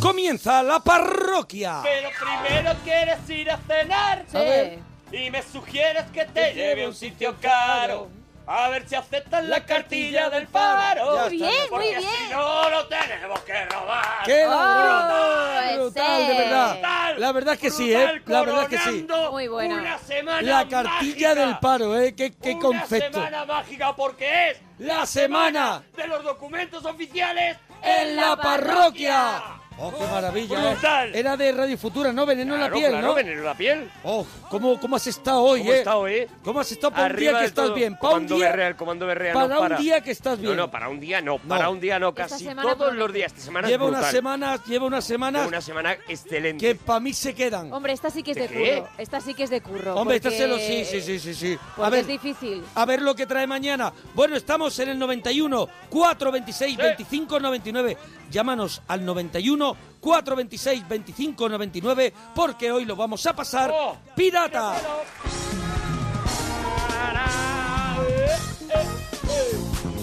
comienza la parroquia. Pero primero quieres ir a cenar. Sí. Ah. A ver. Y me sugieres que te lleve a un sitio caro. Ah, A ver si aceptas la cartilla del faro. Muy bien, muy Porque bien. si no, lo tenemos que robar. ¡Qué Oh, ladrón! ese. brutal, de verdad. Brutal, La verdad que sí, brutal, ¿eh? La verdad que sí. coronando Muy buena. Una semana La cartilla mágica. del paro, ¿eh? Qué, qué Una concepto. semana mágica porque es La semana de los documentos oficiales en la parroquia. ¡Oh, qué maravilla! ¿eh? Brutal. Era de Radio Futura, ¿no? Veneno en la Claro, piel, claro, ¿no? veneno en la piel. ¡Oh, cómo, cómo has estado hoy, ¿Cómo eh! está hoy? ¿Cómo has estado para un día que del estás todo. bien? Para un Comando Berrea, día, el comando Berrea para no un para. día que estás bien. No, no, para un día no, para un día no, Esta casi semana todos promete. los días. Esta semana lleva es unas brutal. semanas, lleva unas semanas Lleva una semana excelente. que para mí se quedan. Hombre, esta sí que es de ¿Qué? curro. Esta sí que es de curro. Hombre, porque- esta se lo- sí, sí, sí, sí, sí. A Porque ver, es difícil. a ver lo que trae mañana. Bueno, estamos en el 91 426 Sí. 25 99. Llámanos al 91 426 25 99 porque hoy lo vamos a pasar Oh. pirata.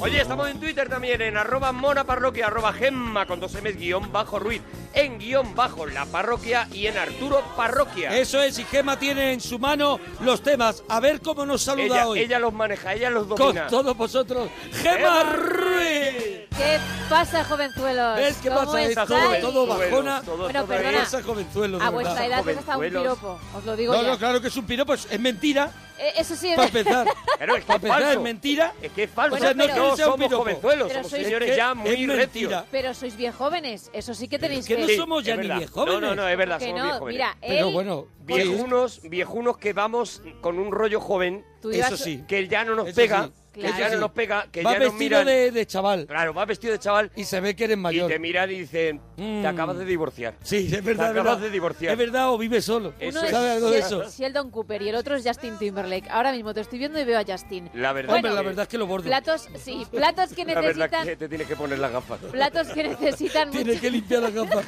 Oye, estamos en Twitter también, en arroba monaparroquia, arroba gemma con dos m's guión bajo ruiz, en guión bajo la parroquia y en Arturo Parroquia. Eso es, y Gema tiene en su mano los temas. A ver cómo nos saluda ella, hoy. ella los maneja, ella los Con domina. todos vosotros, Gema Gema Ruiz. ¿Qué pasa, jovenzuelos? ¿Ves qué ¿Cómo pasa? Esto estáis? todo bajona. Todo, Bueno, todo perdona. es- Esa jovenzuelo, de A verdad. vuestra edad es hasta un Jovenzuelos. piropo, os lo digo No, ya. no, claro que es un piropo, es, es mentira. Eh, eso sí, Para empezar, Claro, es que para es empezar, es falso. mentira. Es que es falso. Bueno, O sea, no, pero- no sea un somos piropo. jovenzuelos, Pero somos sois- señores Es que ya es muy recios. mentira. pero sois bien jóvenes, eso sí que tenéis que que... no Sí, somos ya es ni verdad. viejóvenes. No, no, no, es verdad, que somos no, viejóvenes. mira, Pero él- bueno, pues Viejunos, viejunos que vamos con un rollo joven tú eso ibas- sí. que ya no nos Eso pega, sí. que Claro. ya Eso no sí. nos pega, que va ya nos vestido miran. de, de chaval Claro, va vestido de chaval y se ve que eres y mayor. te miran y dicen, Mm. te acabas de divorciar. Sí, es verdad. Te es acabas verdad. de divorciar. Es verdad o vive solo. Eso Uno es, es. ¿Sabe algo de Shel- eso? Sheldon Cooper y el otro es Justin Timberlake. Ahora mismo te estoy viendo y veo a Justin. La verdad, Hombre, Bueno, la verdad es que lo bordo. Platos, sí, platos que la verdad necesitan... que te tienes que poner las gafas, Platos que necesitan Tiene mucho, que limpiar la capa.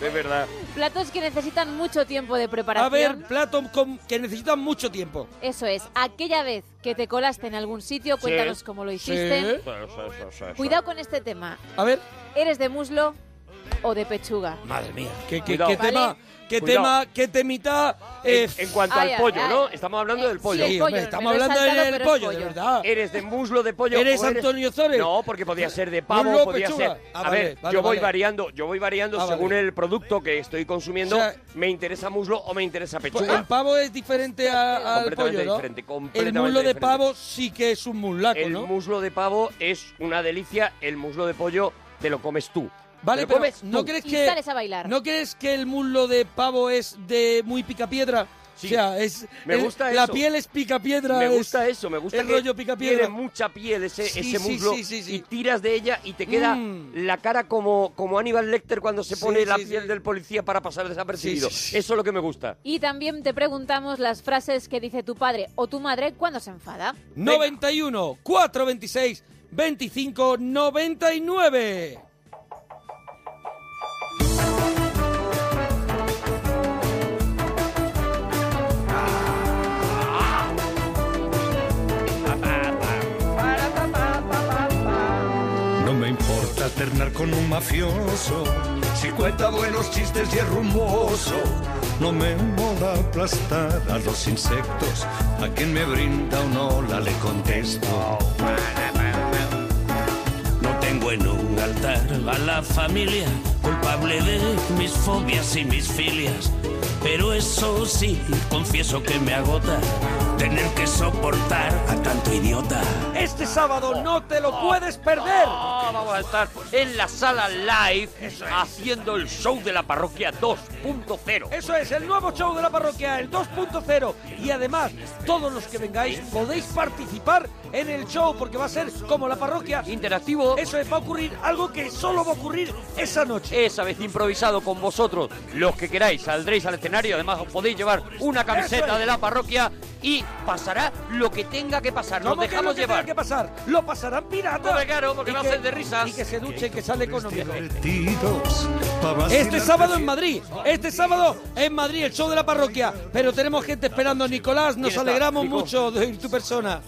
de verdad. platos que necesitan mucho tiempo de preparación. A ver, platos con- que necesitan mucho tiempo. Eso es, aquella vez que te colaste en algún sitio, cuéntanos cómo lo Sí. hiciste. Eso, eso, eso, eso. Cuidado con este tema. A ver. ¿Eres de muslo o de pechuga? Madre mía. ¿Qué, qué, Cuidado. qué Vale. tema? ¿Qué Cuidado. tema? ¿Qué temita? eh, En, en cuanto Ay, al ay, pollo, ay. ¿no? Estamos hablando Ah, Eh, del sí, pollo. sí, el pollo, hombre, me estamos lo he hablando saltado, del pero es pollo, pollo. de verdad. ¿Eres de muslo de pollo? ¿Eres o Antonio Zores? No, porque podía ser de pavo, Muslo, podía pechuga. ser. Ah, a vale, ver, vale, yo voy vale. variando, yo voy variando Ah, según vale. el producto que estoy consumiendo. O sea- me interesa muslo o me interesa Pues pechuga. el pavo es diferente a- al Completamente pollo, ¿no? diferente, el completamente muslo de diferente. pavo sí que es un muslato, el ¿no? muslo de pavo es una delicia, el muslo de pollo te lo comes tú. Vale, Te lo pero comes ¿no tú. crees Y que sales a bailar. no crees que el muslo de pavo es de muy picapiedra? Sí. O sea, es Me el- gusta la eso. piel es picapiedra. Me es- gusta eso, me gusta el que rollo picapiedra. tiene mucha piel ese, Sí, ese sí, muslo sí, sí, sí. y tiras de ella y te queda Mm. la cara como, como Aníbal Lecter cuando se Sí, pone la sí, piel sí. del policía para pasar desapercibido. Sí, sí, sí. Eso es lo que me gusta. Y también te preguntamos las frases que dice tu padre o tu madre cuando se enfada. Pues 91 426 25 99. No me importa alternar con un mafioso, si cuenta buenos chistes y es rumboso. No me mola aplastar a los insectos, a quien me brinda un hola le contesto. No tengo en un altar a la familia, culpable de mis fobias y mis filias. Pero eso sí, confieso que me agota tener que soportar a tanto idiota. Este sábado no te lo puedes perder. Ah, Oh. vamos a estar en la sala live haciendo el show de la parroquia 2.0. Eso es el nuevo show de la parroquia, el 2.0. Y además, todos los que vengáis podéis participar en el show porque va a ser como la parroquia. Interactivo. Eso es, va a ocurrir algo que solo va a ocurrir esa noche. esa vez improvisado con vosotros, los que queráis, saldréis al escenario, además os podéis llevar una Eso camiseta es. de la parroquia y pasará lo que tenga que pasar, nos ¿Cómo que lo dejamos que llevar. tenga que pasar? Lo pasarán piratas. Hombre, claro, porque Y va a que- ser de risas. Y que se duche y que sale económico. Divertidos, pa' vacilar Este sábado en Madrid, este sábado en Madrid, el show de la parroquia. Pero tenemos gente esperando, Nicolás, nos ¿Quién está? alegramos Nico. mucho de oír tu persona.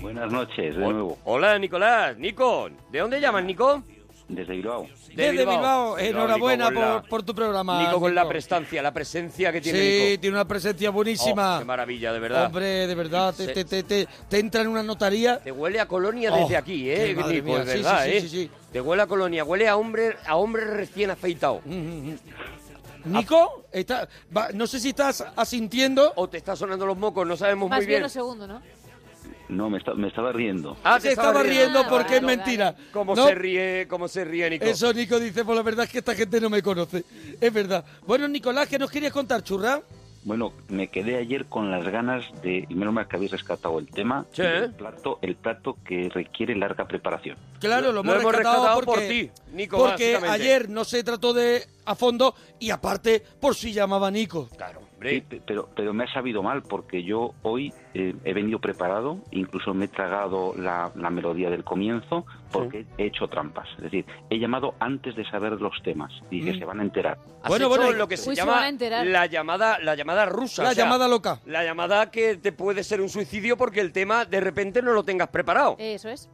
Buenas noches, de Hol- nuevo. Hola Nicolás, Nico, ¿de dónde llamas Nico? desde Bilbao. Desde Bilbao, enhorabuena Nico, con la- por, por tu programa. Nico con la Nico. prestancia, la presencia que tiene sí, Nico. tiene una presencia buenísima. Oh, qué maravilla, de verdad. Hombre, de verdad, te, Se- te, te, te- te entra en una notaría. Te huele a colonia Oh, desde aquí, qué ¿eh? madre Nico, mía, es sí, sí, verdad, sí, ¿eh? sí, sí. Te huele a colonia, huele a hombre, a hombre recién afeitado. Mm, Nico, está, va- no sé si estás asintiendo. O te está sonando los mocos, no sabemos Más muy bien bien. lo segundo, ¿no? No, me, esta- me estaba riendo. Ah, se te estaba riendo riendo, porque es vale, mentira. ¿Cómo No, se ríe, cómo se ríe, Nico? Eso Nico dice, pues la verdad es que esta gente no me conoce. Es verdad. Bueno, Nicolás, ¿qué nos querías contar, churra? Bueno, me quedé ayer con las ganas de, y menos mal que habéis rescatado el tema, Sí. del plato, el plato que requiere larga preparación. Claro, lo, Lo hemos hemos rescatado, rescatado por porque, ti, Nico, Porque básicamente. ayer no se trató de a fondo y aparte por si llamaba Nico. Claro, hombre. Sí, pe- pero, pero me ha sabido mal porque yo hoy eh, he venido preparado, incluso me he tragado la, la melodía del comienzo porque he hecho trampas. Es decir, he llamado antes de saber los temas y que Mm. se van a enterar. Has Bueno, pues hecho bueno, lo que se Uy, se van llama a enterar. la llamada, la llamada rusa. La o sea, llamada loca. La llamada que te puede ser un suicidio porque el tema de repente no lo tengas preparado. Eso es.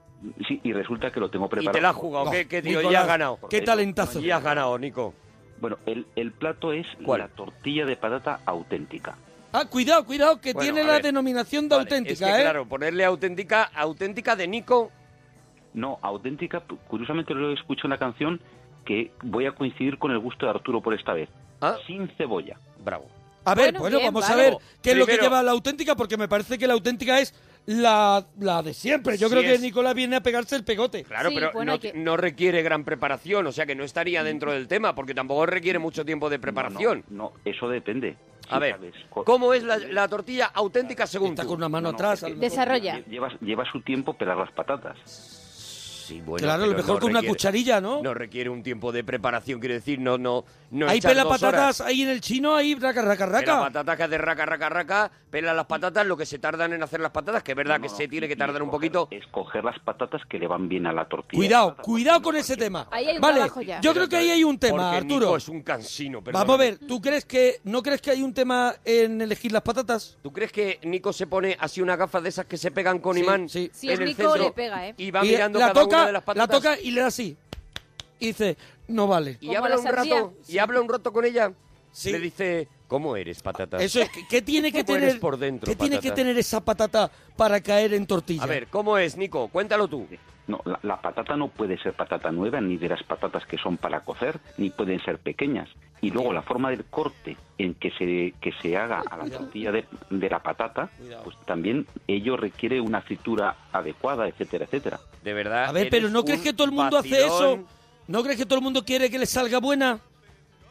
Sí, y resulta que lo tengo y preparado. te la has Eh, jugado, No, que, que digo, Nicolás, ya has ganado. Qué talentazo. Ya has ganado, Nico. Bueno, el, el plato es ¿Cuál? la tortilla de patata auténtica. Ah, cuidado, cuidado, que Bueno, tiene a la ver. denominación de Vale, auténtica, es que, ¿eh? Claro, ponerle auténtica, auténtica de Nico. No, auténtica, curiosamente lo escucho en la canción que voy a coincidir con el gusto de Arturo por esta vez. Ah, Sin cebolla. bravo. A ver, bueno, Bueno, bien, vamos vale. a ver qué es lo que Primero- lleva la auténtica, porque me parece que la auténtica es la, la de siempre. Yo Sí creo que es. Nicolás viene a pegarse el pegote. Claro, Sí, pero bueno, no, hay que- no requiere gran preparación, o sea que no estaría dentro del tema, porque tampoco requiere mucho tiempo de preparación. No, no, no, eso depende. A Sí, ver, sabes, co- ¿cómo es la, la tortilla auténtica según Está tú? con una mano No, no, atrás. es que- a lo mejor. Desarrolla. Lleva, lleva su tiempo pelar las patatas. Sí, bueno, claro, lo pero mejor no con una requiere- cucharilla, ¿no? No requiere un tiempo de preparación, quiero decir, no, no, no Ahí echar pela dos patatas, horas. ahí en el chino, ahí raca, raca, Pela raca. patatas que hace raca, raca, raca, pela las patatas, lo que se tardan en hacer las patatas, que es verdad No, que no, se no, tiene que y tardar un escoger- poquito. Escoger las patatas que le van bien a la tortilla. Cuidado, Patata, cuidado no con ese cualquier- tema. Ahí hay un vale, trabajo ya. yo creo que ahí hay un tema, Porque Arturo. Nico es un cansino, pero Vamos a ver, ¿tú crees que no crees que hay un tema en elegir las patatas? ¿Tú crees que Nico se pone así una gafa de esas que se pegan con Sí, imán sí. Si es en el Nico, centro le pega, ¿eh? y va Y mirando la cada toca, una de las patatas la toca y le da así. Y dice, no vale. y Como habla la un rato sandía. y habla un rato con ella? Sí. Le dice, "¿Cómo eres, patata?" Eso es, ¿qué- ¿qué tiene que ¿Cómo eres tener por dentro, qué tiene que patata? tener esa patata para caer en tortilla? A ver, ¿cómo es, Nico? Cuéntalo tú. No, la, la patata no puede ser patata nueva, ni de las patatas que son para cocer, ni pueden ser pequeñas. Y luego la forma del corte en que se, que se haga a la tortilla de, de la patata, Cuidado. pues también ello requiere una fritura adecuada, etcétera, etcétera. De verdad. A ver, pero Ah, eres ¿no crees un que todo el mundo hace vacilón. eso? ¿No crees que todo el mundo quiere que le salga buena?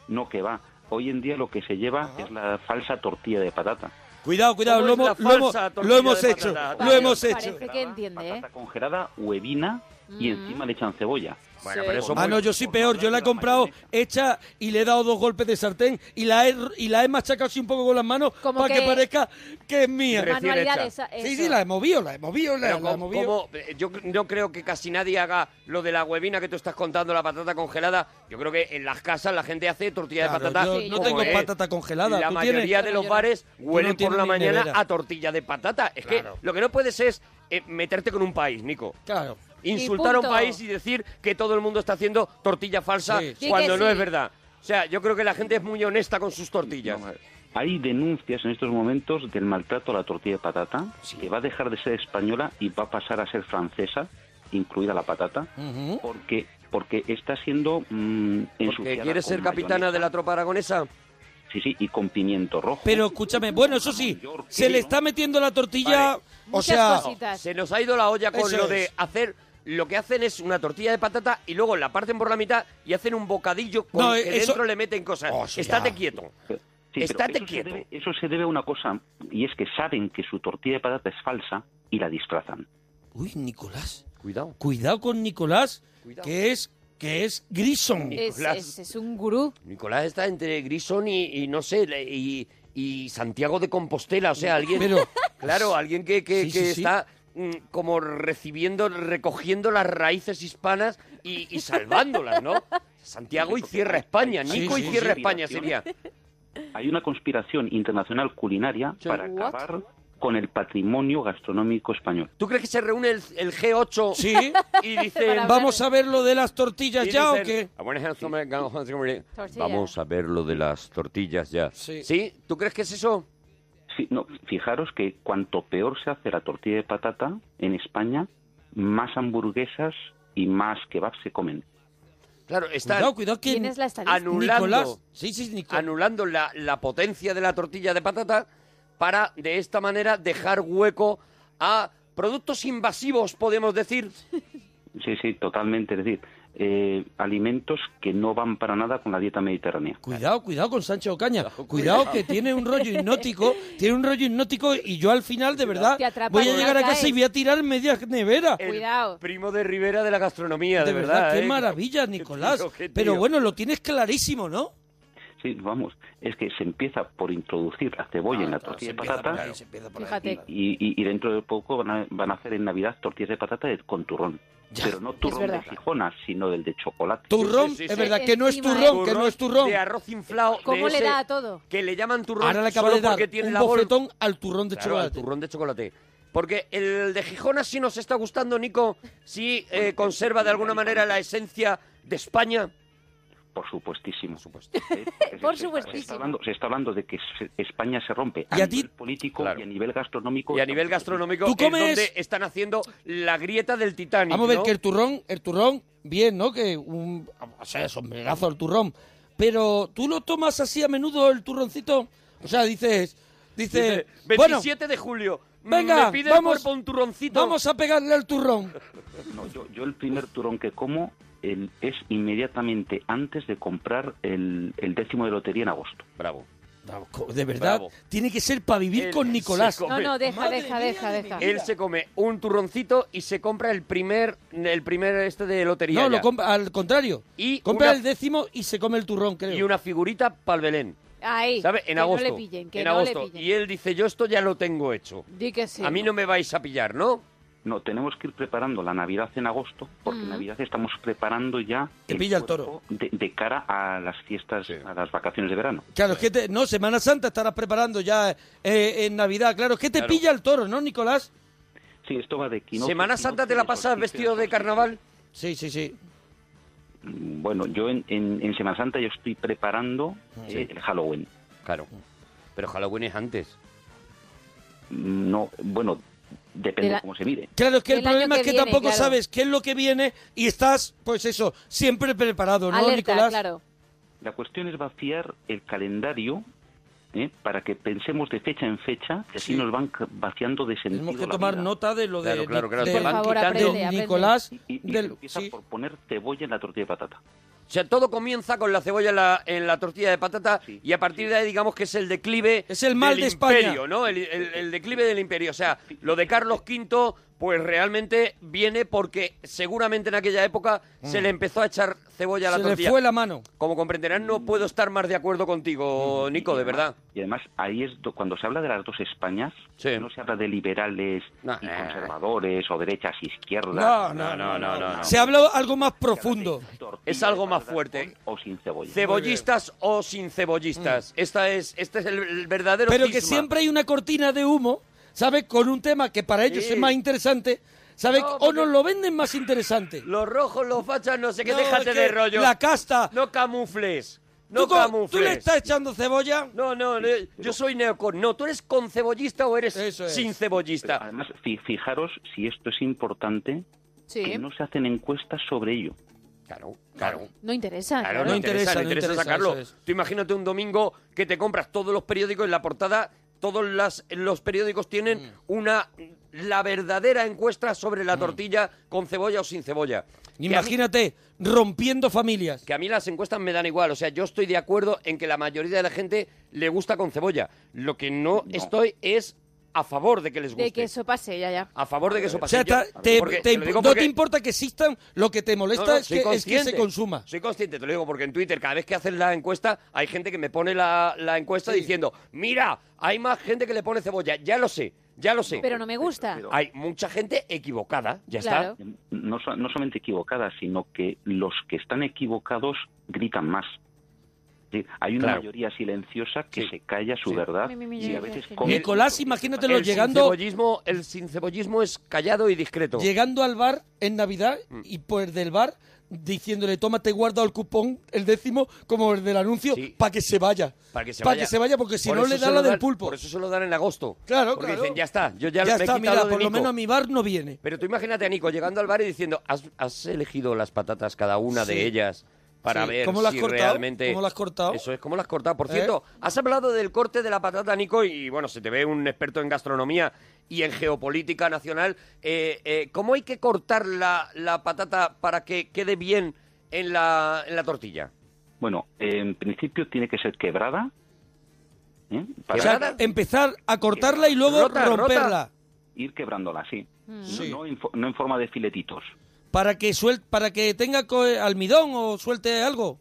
No que va. Hoy en día lo que se lleva es la falsa tortilla de patata. Cuidado, cuidado, ¿Cómo lo es la hemos, lo hemos- falsa lo tortilla hemos de hecho, patata? lo Parece- hemos hecho. Parece que entiende, ¿eh? Patata congelada, huevina y Mm. encima le echan cebolla. Bueno, Sí. pero eso Ah, muy- no, yo sí peor, yo la he comprado ¿eh? hecha y le he dado dos golpes de sartén y la he, y la he machacado así un poco con las manos Como para que... que- parezca que es mía. Recién Manualidades. hecha. Sí, eso. sí, la he movido, la he movido, la, Pero la he ¿cómo- movido. cómo- eh, yo c- no creo que casi nadie haga lo de la huevina que tú estás contando, la patata congelada. Yo creo que en las casas la gente hace tortilla Claro, de patata. yo Sí. no como tengo es. patata congelada, La ¿tú mayoría tienes? de Yo los no. bares huelen tienes por la ni mañana nevera. a tortilla de patata. Es Claro. que lo que no puedes es eh, meterte con un país, Nico. Claro. Insultar a un punto. país y decir que todo el mundo está haciendo tortilla falsa Sí. Di que cuando no sí. es verdad. O sea, yo creo que la gente es muy honesta con sus tortillas. eh. Hay denuncias en estos momentos del maltrato a la tortilla de patata, que va a dejar de ser española y va a pasar a ser francesa, incluida la patata, Ujú. porque porque está siendo mm, porque ensuciada quieres con ser capitana mayonesa. de la tropa aragonesa. Sí, sí, y con pimiento rojo. Pero escúchame, bueno, Ah, eso sí, York, se ¿no? le está metiendo la tortilla, Vale. o Muchas sea, cositas. Se nos ha ido la olla con Eso lo es. de hacer. Lo que hacen es una tortilla de patata y luego la parten por la mitad y hacen un bocadillo con No, que eso- dentro le meten cosas. Oh, sí, Estate ya. quieto. pero Estate eso se quieto. debe- eso se debe a una cosa, y es que saben que su tortilla de patata es falsa y la disfrazan. uy, Nicolás, Cuidado. cuidado con Nicolás, Cuidado. que es que es Grison. Eh, Es, Nicolás. es- es un gurú. Nicolás está entre Grison y, y no sé, le- y, y Santiago de Compostela. O sea, alguien. Pero- pues, claro, alguien que, que- Sí, que sí, sí. está mm, como recibiendo, recogiendo las raíces hispanas y, y salvándolas, ¿no? Santiago y cierra España. Sí, Nico sí, y cierra sí. España sería. Hay una conspiración internacional culinaria Sí. para What? acabar con el patrimonio gastronómico español. ¿Tú crees que se reúne el, el G8 Sí. y dicen... Para Vamos a ver lo de las tortillas y ya o dicen, qué. "Ah, bueno, esto me- Tortilla. Vamos a ver lo de las tortillas ya. Sí. ¿Sí? ¿Tú crees que es eso? Sí, no, fijaros que cuanto peor se hace la tortilla de patata en España, más hamburguesas y más kebabs se comen. Claro, está Cuidado, cuidado que ¿Quién es la estadística? anulando, Nicolás. Sí, sí, Nicolás. anulando la, la potencia de la tortilla de patata para, de esta manera, dejar hueco a productos invasivos, podemos decir. Sí, sí, totalmente. Es decir, eh, alimentos que no van para nada con la dieta mediterránea. Cuidado, cuidado con Sancho Ocaña. Cuidado que tiene un rollo hipnótico, tiene un rollo hipnótico y yo al final de verdad Te atrapa voy a con llegar una a casa cae. y voy a tirar media nevera. El Cuidado. primo de Rivera de la gastronomía, de, de verdad, qué ¿eh? maravilla, Nicolás. tío, qué Pero tío. bueno, lo tienes clarísimo, ¿no? Sí, vamos, es que se empieza por introducir la Ah, cebolla en la tortilla de patata Fíjate. y, y- y dentro de poco van a, van a hacer en Navidad tortillas de patata con turrón. Pero no turrón de verdad. Gijona, sino del de chocolate. Turrón, Sí, sí, sí, es sí. verdad, que no es Encima, turrón, ¿eh? que no es turrón. De arroz inflado. de ¿Cómo le ese da a todo? Que le llaman turrón Ahora le acabo solo de dar porque tiene un la bol- bofetón al turrón de Claro, al chocolate. turrón de chocolate. Porque el de Gijona sí nos está gustando, Nico. Sí eh, conserva de alguna manera la esencia de España. Por supuestísimo. supuesto. ¿eh? Es decir, se está- Por Se está supuestísimo. hablando, se está hablando de que se- España se rompe a, ¿Y a nivel ti? político Claro. y a nivel gastronómico. Y a nivel gastronómico ¿Tú es comes? donde están haciendo la grieta del Titanic. Vamos a ver ¿no? que el turrón, el turrón, bien, ¿no? Que un, o sea, es sombrerazo el turrón. Pero tú lo tomas así a menudo el turroncito. O sea, dices, dices, Dice, bueno, 27 de julio. mm, venga, me pide vamos- el cuerpo un turroncito. vamos a pegarle al turrón. No, yo, yo el primer turón que como el- es inmediatamente antes de comprar el, el décimo de lotería en agosto. Bravo. Bravo, co- de verdad, Bravo. tiene que ser para vivir El con Nicolás. seco. No, no, deja, Madre deja, mía deja, de mi deja. vida. Él se come un turroncito y se compra el primer, el primer este de lotería. No, lo ya. compra- al contrario. Y compra una- el décimo y se come el turrón, creo. y una figurita para Belén. Ahí. ¿Sabe? que En agosto. No le pillen, que en no agosto. le pillen. Y él dice, yo esto ya lo tengo hecho. Di que sí. A mí no me vais a pillar, ¿no? No, tenemos que ir preparando la Navidad en agosto, porque en Navidad estamos preparando ya Te pilla el cuerpo De, de cara a las fiestas, a las vacaciones de verano. Claro, es que te- no, Semana Santa estarás preparando ya eh, en Navidad. Claro, es que te Claro. pilla el toro, ¿no, Nicolás? Sí, esto va de quinoa. ¿Semana Santa te la pasas vestido de carnaval? Sí, sí, sí. Bueno, yo en, en- en Semana Santa yo estoy preparando eh, el Halloween. Ah, Claro. Pero Halloween es antes. Mm, No, bueno, depende De la- cómo se mire. Claro, es que el, El año problema que es que viene, tampoco claro. sabes qué es lo que viene y estás, pues eso, siempre preparado, ¿no, Alerta, Nicolás? claro. La cuestión es vaciar el calendario ¿eh? para que pensemos de fecha en fecha, que así Sí. nos van ca- vaciando de sentido. Tenemos que la tomar vida. nota de lo de, Claro, claro, claro, de- te Por van favor, quitando- aprende, de aprende. Nicolás. Y, y- y del- empieza sí. por poner cebolla en la tortilla de patata. O sea, todo comienza con la cebolla en la, en la tortilla de patata Sí, y a partir de ahí digamos que es el declive Es el mal del de España. imperio, ¿no? El, el- el declive del imperio. O sea, lo de Carlos V, pues realmente viene porque seguramente en aquella época Mm. se le empezó a echar cebolla a la Se le tortilla. fue la mano. Como comprenderán, no puedo estar más de acuerdo contigo, Nico, de verdad. Mm. Y además, ahí es do- cuando se habla de las dos Españas, Sí. no se habla de liberales No, y eh. conservadores o derechas e izquierdas. No, no, no, no, no, no. Se habla algo más profundo. Tortilla Es algo de más patata fuerte. con o sin cebolla. Cebollistas o sin cebollistas. Esta es, este es el, el verdadero Mm. Pero que cisma. siempre hay una cortina de humo, ¿sabes? Con un tema que para ellos Sí. es más interesante, ¿sabes? No, o porque- nos lo venden más interesante. Los rojos, los fachas, no sé qué, No, déjate es que de rollo. La casta. No camufles. No ¿Tú, co- camufles. ¿Tú le estás echando cebolla? No, no, no, yo soy neocon. No, tú eres con cebollista o eres Eso es. sin Pero cebollista. Además, fi- fijaros si esto es importante, Sí. que no se hacen encuestas sobre ello. Claro, claro. No interesa. Claro, no no, interesa, interesa, no no interesa interesa, sacarlo. eso es. Tú imagínate un domingo que te compras todos los periódicos en la portada, todos las- los periódicos tienen Mm. una la verdadera encuesta sobre la tortilla con cebolla o sin cebolla. Que a mí- Imagínate, rompiendo familias. que a mí las encuestas me dan igual. O sea, yo estoy de acuerdo en que la mayoría de la gente le gusta con cebolla. Lo que No. no, estoy es a favor de que les guste. De que eso pase, ya, ya. A favor de que eso O pase. sea, Yo- ta- te- porque- te- lo digo no porque- te importa que existan, lo que te molesta No, no, es, que, soy es que se consciente. consuma. Soy consciente, te lo digo, porque en Twitter cada vez que hacen la encuesta hay gente que me pone la, la encuesta diciendo, mira, hay más gente que le pone cebolla. Ya lo sé, ya lo sé. Pero no me gusta. Pero- Hay mucha gente equivocada, ya Claro. está. no, so- no solamente equivocadas, sino que los que están equivocados gritan más. Sí, hay una Claro. mayoría silenciosa que se calla su verdad Mi, mi, mi, y a yo- veces yo- come- Nicolás, imagínatelo el llegando, Sincebollismo, el sincebollismo es callado y discreto. Mm. llegando al bar en Navidad y por del bar diciéndole, toma, te he guardado el cupón, el décimo, como el del anuncio, Sí. para que se vaya. Para que se Pa' vaya. porque si Por no eso le se da lo la del dan- pulpo. Por eso se lo dan en agosto. Claro, Porque claro. dicen, ya está, yo ya ya, me he está, quitado mira, de por lo Nico. menos a mi bar no viene. Pero tú imagínate a Nico llegando al bar y diciendo, ¿has, has elegido las patatas cada una Sí. de ellas para Sí. ver ¿Cómo las si has cortado? realmente... ¿Cómo las has cortado? Eso es, ¿cómo las has cortado? Por ¿Eh? cierto, has hablado del corte de la patata, Nico, y bueno, se te ve un experto en gastronomía y en geopolítica nacional. Eh, eh, ¿Cómo hay que cortar la, la patata para que quede bien en la, en la tortilla? Bueno, en principio tiene que ser quebrada. ¿eh? O Para sea, Rota, empezar a cortarla y luego rota. romperla. ir quebrándola, sí. No- Sí. No, en fo- no en forma de filetitos. Para que suel- para que tenga co- almidón o suelte algo.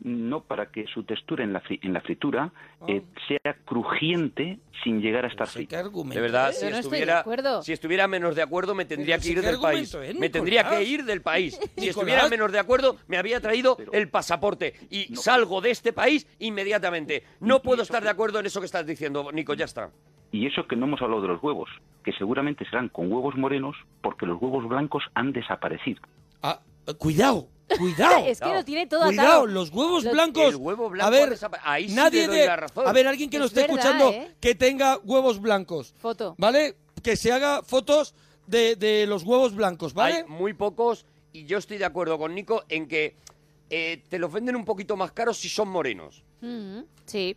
No para que su textura en la, fri- en la fritura Ah. eh, sea crujiente sin llegar a estar No sé frita. qué argumento De verdad, es. si, ¿eh? Yo no estoy de estuviera, acuerdo. si estuviera menos de acuerdo, me tendría Pero que si ir qué del país. argumento es, me Nicolás. tendría que ir del país. Si Nicolás. estuviera menos de acuerdo, me había traído Pero- el pasaporte y salgo de este país inmediatamente. No puedo estar de acuerdo en eso que estás diciendo, Nico, ya está. Y eso que no hemos hablado de los huevos, que seguramente serán con huevos morenos porque los huevos blancos han desaparecido. Ah, eh, cuidado, cuidado. Es que lo tiene todo cuidado, atado. los huevos Lo- blancos. El huevo blanco a ver, desapa- ahí sí nadie le doy de- la razón. A ver, alguien que nos Es esté verdad, escuchando ¿eh? que tenga huevos blancos. Foto. ¿Vale? Que se haga fotos de, de los huevos blancos, ¿vale? Hay muy pocos y yo estoy de acuerdo con Nico en que eh, te los venden un poquito más caros si son morenos. Mm, sí.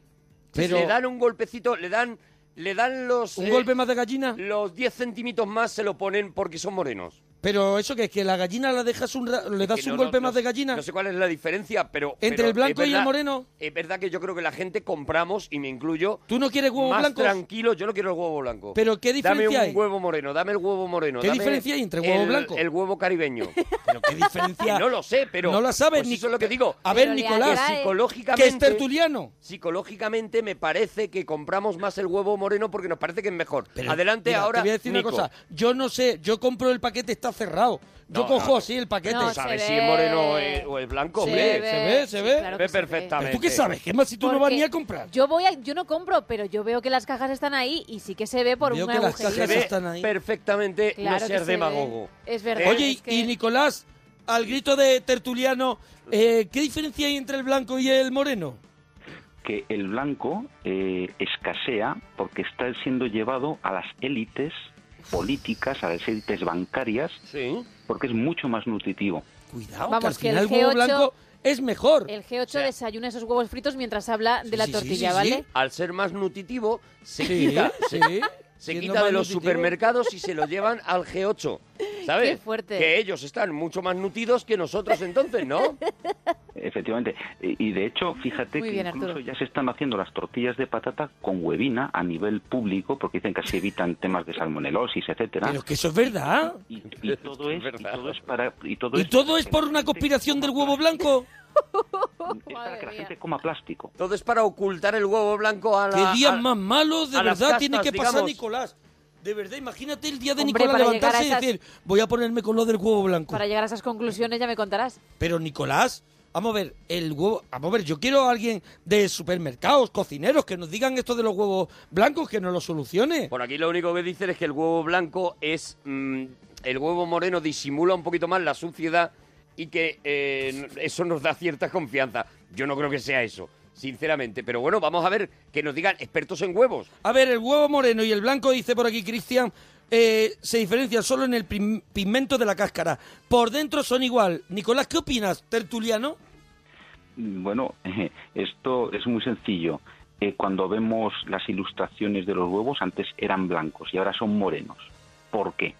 Pero Le dan un golpecito, le dan, le dan los... un eh, golpe más de gallina. Los 10 centímetros más se lo ponen porque son morenos. Pero eso que es que la gallina la dejas un ra- le das que no- un no- golpe no más sé- de gallina. No sé cuál es la diferencia, pero. ¿Entre pero el blanco es y el moreno? Es verdad que yo creo que la gente compramos, y me incluyo. ¿Tú no quieres huevos más blancos? tranquilo, yo no quiero el huevo blanco. ¿Pero qué diferencia Dame un hay? huevo moreno, dame el huevo moreno. ¿Qué dame diferencia hay entre huevo el- blanco? El huevo caribeño. Pero qué diferencia. no lo sé, pero. No la sabes, pues ni- Eso es lo que digo. A ver, Pero le Nicolás, atrae. que psicológicamente. es tertuliano. Psicológicamente me parece que compramos más el huevo moreno porque nos parece que es mejor. Pero, Adelante mira, ahora. Te voy a decir Nico. una cosa. Yo no sé, yo compro el paquete, está cerrado. Yo No, cojo no. así el paquete. No, Tú sabes se si ve. es moreno o es, o es blanco, Se hombre. ve, se ve. claro que Ve se ve. perfectamente. ¿Pero tú qué sabes, Gemma, si tú no vas Porque ni a comprar? Yo voy a, yo no compro, pero yo veo que las cajas están ahí y sí que se ve por Veo un que las agujerito. se cajas ve están ahí. perfectamente, Claro no que seas se ve. demagogo. Es verdad. Eh, Oye, y- es que- y Nicolás, al grito de tertuliano, eh, ¿qué diferencia hay entre el blanco y el moreno? Que el blanco eh, escasea porque está siendo llevado a las élites políticas, a las élites bancarias, sí. porque es mucho más nutritivo. Cuidado, Vamos, que al que final el el huevo G8 blanco es mejor. El G8 desayuna esos huevos fritos mientras habla de la sí, sí, tortilla, sí, ¿vale? sí. Al ser más nutritivo, se Sí, quita, sí. se, se Siendo quita más de los nutritivo. supermercados y se lo llevan al G8. ¿Sabes? Qué fuerte. Que ellos están mucho más nutridos que nosotros entonces, ¿no? Efectivamente. Y y de hecho, fíjate Muy que bien, incluso Arturo. ya se están haciendo las tortillas de patata con huevina a nivel público, porque dicen que así evitan temas de salmonelosis, etcétera. Pero que eso es verdad. y, y todo es, y verdad. todo es para y todo, ¿Y todo es por una conspiración del huevo blanco? es para que la Madre gente mía. coma plástico Todo es para ocultar el huevo blanco a la... ¿Qué a- días más malos de a verdad las castas, tiene que pasar digamos. Nicolás? De verdad, imagínate el día de Hombre, Nicolás para llegar a levantarse y decir, voy a ponerme con lo del huevo blanco. Para llegar a esas conclusiones ya me contarás. Pero Nicolás, vamos a ver, el huevo, vamos a ver, yo quiero a alguien de supermercados, cocineros, que nos digan esto de los huevos blancos, que nos lo solucione. Por aquí lo único que dicen es que el huevo blanco es... mm, el huevo moreno disimula un poquito más la suciedad y que eh, eso nos da cierta confianza. Yo no creo que sea eso, sinceramente. Pero bueno, vamos a ver que nos digan expertos en huevos. A ver, el huevo moreno y el blanco, dice por aquí Cristian, eh, se diferencian solo en el prim- pigmento de la cáscara. Por dentro son igual. Nicolás, ¿qué opinas, tertuliano? mm, bueno esto es muy sencillo Eh, cuando vemos las ilustraciones de los huevos antes eran blancos y ahora son morenos ¿por qué?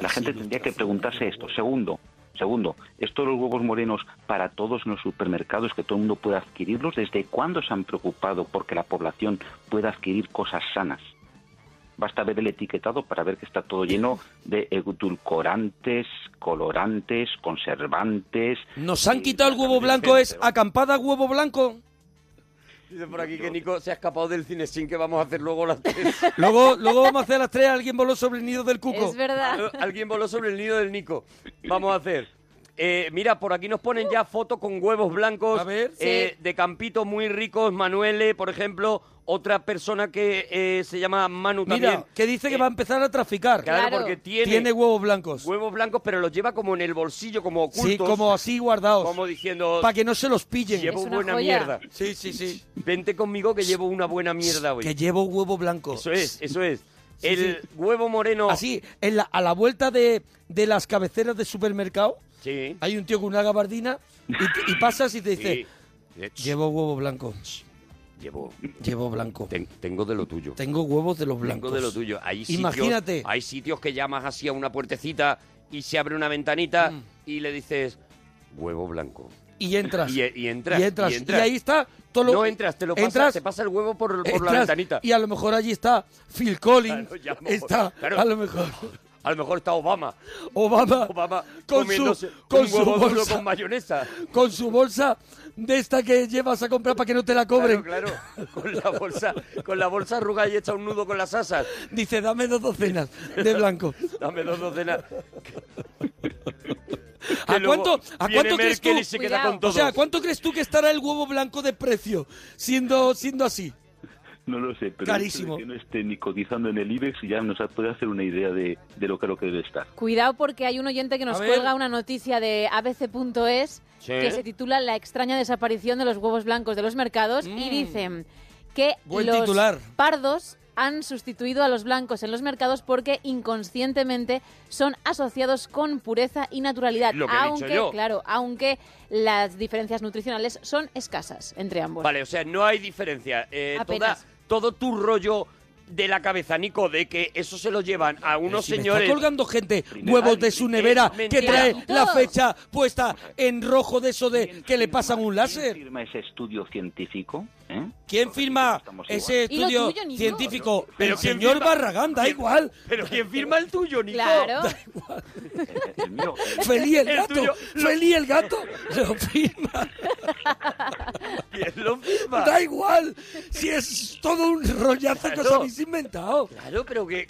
la gente tendría que preguntarse esto segundo segundo esto de los huevos morenos para todos los supermercados que todo el mundo pueda adquirirlos desde cuándo se han preocupado porque la población pueda adquirir cosas sanas Basta ver el etiquetado para ver que está todo lleno de edulcorantes, colorantes, conservantes. Nos han Sí, quitado el huevo bastante blanco, es diferente. acampada huevo blanco. Dice por aquí que Nico se ha escapado del cine sin que vamos a hacer luego las tres. Luego, luego vamos a hacer a las tres, alguien voló sobre el nido del cuco. Es verdad. Alguien voló sobre el nido del Nico. Vamos a hacer. Eh, mira, por aquí nos ponen ya fotos con huevos blancos eh, de campito muy ricos. Manuele, por ejemplo, otra persona que eh, se llama Manu también. Eh, Mira, que dice que va a empezar a traficar. Claro, porque tiene, Tiene huevos blancos. huevos blancos, pero los lleva como en el bolsillo, como ocultos. Sí, como así guardados. Como diciendo... Para que no se los pillen. Llevo buena mierda. Sí, sí, sí. Vente conmigo que llevo una buena mierda hoy. Que llevo huevo blanco. Eso es, eso es. Sí, el sí. huevo moreno... Así, en la- a la vuelta de, de las cabeceras de supermercado, hay un tío con una gabardina y, te- y pasas y te dice, llevo huevo blanco. Llevo, llevo blanco. tengo de lo tuyo. Tengo huevos de los blancos. Tengo de lo tuyo. Hay sitios, Imagínate. Hay sitios que llamas así a una puertecita y se abre una ventanita y le dices huevo blanco. Mm. Y entras. Y, y entras. Y entras. Y ahí está todo lo- No entras, te lo pasas, entras- te pasa el huevo por, por la Entras, ventanita. Y a lo mejor allí está Phil Collins. Claro, ya a lo mejor, está, claro. a lo mejor. A lo mejor está Obama. Obama. Obama con comiéndose su, con un su huevo duro bolsa. con mayonesa. Con su bolsa de esta que llevas a comprar para que no te la cobren. Claro, claro. Con la bolsa, con la bolsa arrugada y hecha un nudo con las asas. Dice, dame dos docenas de blanco. Dame dos docenas. ¿A Que luego cuánto, ¿a viene cuánto crees tú? Merkel y se queda con o sea, todos. ¿cuánto crees tú que estará el huevo blanco de precio siendo, siendo así? No lo sé, pero Carísimo. esto de que no esté ni cotizando en el IBEX ya nos puede hacer una idea de, de lo caro que debe estar. Cuidado porque hay un oyente que nos A ver. cuelga una noticia de abc.es Sí. que se titula La extraña desaparición de los huevos blancos de los mercados Mm. y dicen que Buen los titular. pardos han sustituido a los blancos en los mercados porque inconscientemente son asociados con pureza y naturalidad, Lo que he dicho aunque yo. claro, aunque las diferencias nutricionales son escasas entre ambos. Vale, o sea, no hay diferencia. Eh, toda, Apenas. todo tu rollo de la cabeza, Nico, de que eso se lo llevan a unos Pues Si me señores. ah, eh, está colgando gente huevos de su nevera que mentira. trae la Todo. fecha puesta en rojo de eso de que le pasan un láser. ¿Quién firma ese estudio científico? ¿Eh? ¿Quién firma ese igual. ¿Y lo estudio tuyo, Nico? científico? Pero el ¿quién señor firma? Barragán, da igual. Pero ¿quién firma el tuyo, Nico? Claro. Feliz el El gato. tuyo. Feliz el gato. Lo firma. ¿Quién lo firma? Da igual. Si es todo un rollazo que os Claro. habéis inventado. Claro, pero que.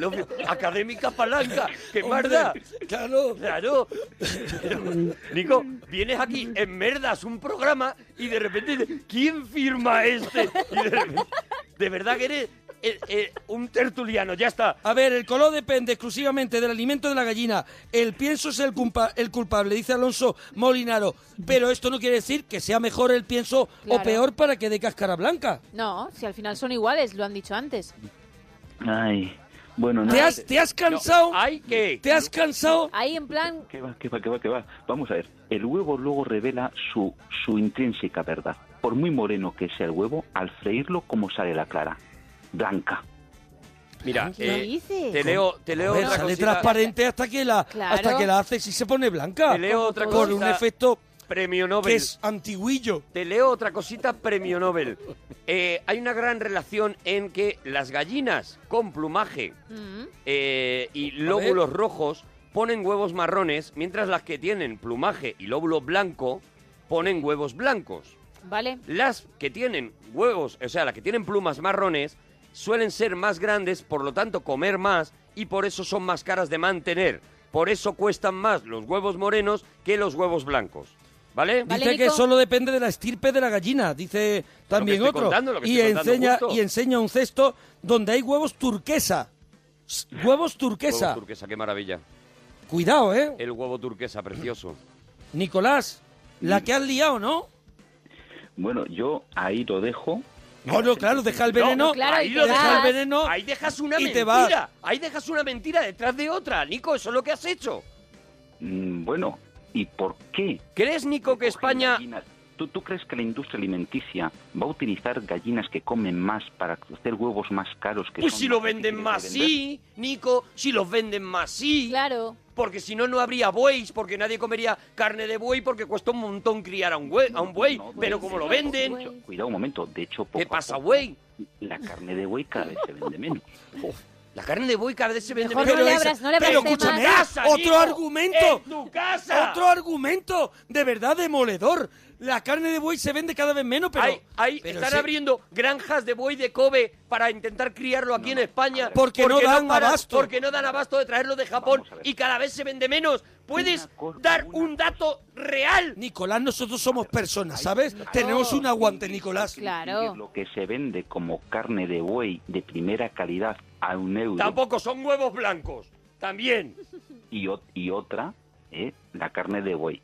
lo fi- Académica palanca, qué Hombre, marda. Claro. Claro. Pero, Nico, vienes aquí, enmerdas un programa y de repente dices, ¿quién firma este? Y de, repente- de verdad que eres eh, eh, un tertuliano, ya está. A ver, el color depende exclusivamente del alimento de la gallina. El pienso es el, culpa- el culpable, dice Alonso Molinaro. Pero esto no quiere decir que sea mejor el pienso o Claro. peor para que dé cáscara blanca. No, si al final son iguales, lo han dicho antes. Ay, bueno, no. este, ¿Te has, te has cansado? ¿Ay qué? ¿Te has cansado? Ahí en plan ¿Qué va, qué va, qué va, qué va? Vamos a ver, el huevo luego revela su, su intrínseca verdad. Por muy moreno que sea el huevo, al freírlo, ¿cómo sale la clara? Blanca. Mira, ¿Qué eh, dices? te leo, te leo A ver, otra sale cosita. transparente hasta que la Claro. hasta que la haces y se pone blanca. Te leo otra Por un cosita. efecto Premio que Nobel. es antiguillo. Te leo otra cosita, premio Nobel. Eh, hay una gran relación en que las gallinas con plumaje eh, y lóbulos rojos ponen huevos marrones, mientras las que tienen plumaje y lóbulo blanco ponen huevos blancos. ¿Vale? Las que tienen huevos, o sea, las que tienen plumas marrones, suelen ser más grandes, por lo tanto comer más y por eso son más caras de mantener. Por eso cuestan más los huevos morenos que los huevos blancos. ¿Vale? Dice que solo depende de la estirpe de la gallina, dice también estoy otro. contando, lo que y, estoy contando, enseña, justo. y enseña un cesto donde hay huevos turquesa. S- Huevos turquesa. Huevo turquesa, qué maravilla. Cuidado, ¿eh? El huevo turquesa, precioso. Nicolás, la que has liado, ¿no? Bueno, yo ahí lo dejo. No, no, claro, deja el No, veneno. claro, ahí y lo te dejas. vas. veneno Ahí dejas una y te mentira. vas. Ahí dejas una mentira detrás de otra, Nico. Eso es lo que has hecho. Mm, Bueno, ¿y por qué? ¿Crees, Nico, que España... ¿Tú, ¿Tú crees que la industria alimenticia va a utilizar gallinas que comen más para hacer huevos más caros que Pues son si más lo difíciles venden de más, vender? sí, Nico. Si los venden más, sí. Claro. Porque si no, no habría bueyes, porque nadie comería carne de buey, porque cuesta un montón criar a un buey. A un buey pero como lo venden... Cuidado un momento, de hecho, poco ¿Qué a pasa, poco, buey? La carne de buey cada vez se vende menos. Oh, La carne de buey cada vez se vende Mejor no menos. le abras, no le abras Pero temas. escúchame, En tu casa, otro Nico, argumento. en tu casa. Otro argumento de verdad demoledor. La carne de buey se vende cada vez menos, pero. Hay- hay- pero están sí, abriendo granjas de buey de Kobe para intentar criarlo aquí en España. Porque no dan abasto. Porque no dan abasto de traerlo de Japón y cada vez se vende menos. puedes dar un dato real. Nicolás, nosotros somos personas, ¿sabes? Tenemos un aguante, Nicolás. Claro. Lo que se vende como carne de buey de primera calidad a un euro Tampoco son huevos blancos. También. y, o- y otra, ¿eh? la carne de buey.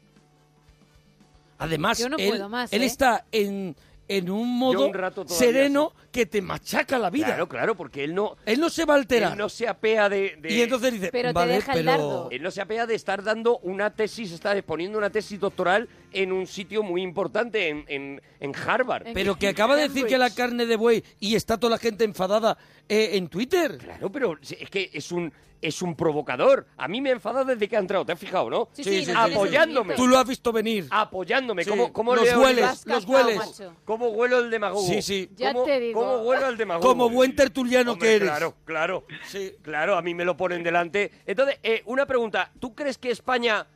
Además, Yo no él, puedo más, él ¿eh? está en, en un modo un rato todavía sereno que te machaca la vida. Claro, claro, porque él no, Él no se va a alterar. él no se apea de, de- Y entonces dice, Pero te vale, deja el pero... dardo. él no se apea de estar dando una tesis, está exponiendo una tesis doctoral en un sitio muy importante, en, en- en Harvard. En- Pero que acaba de decir que la carne de buey y está toda la gente enfadada eh, en Twitter. Claro, pero es que es un es un provocador. A mí me enfada desde que ha entrado, ¿te has fijado, no? Sí, sí, sí, sí. apoyándome. Tú lo has visto venir. Apoyándome, Sí, ¿Cómo, cómo los leo- hueles, Lo has los cazado, hueles. macho. ¿Cómo huelo el demagogo? Sí, sí. Ya ¿Cómo- te digo. ¿Cómo huelo al demagogo? Como buen tertuliano Hombre, que eres. Claro, claro. Sí. Claro, a mí me lo ponen delante. Entonces, eh, una pregunta. ¿Tú crees que España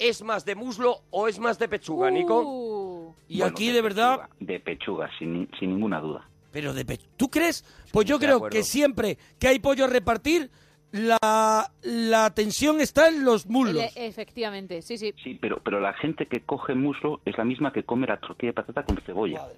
es más de muslo o es más de pechuga, Nico? Uh, Y Bueno, aquí, de verdad, pechuga, de pechuga, sin, ni- sin ninguna duda. pero de pe- ¿Tú crees? Pues yo de creo acuerdo. que siempre que hay pollo a repartir, la, la tensión está en los muslos. ele- efectivamente, sí, sí. Sí, pero, pero la gente que coge muslo es la misma que come la tortilla de patata con cebolla.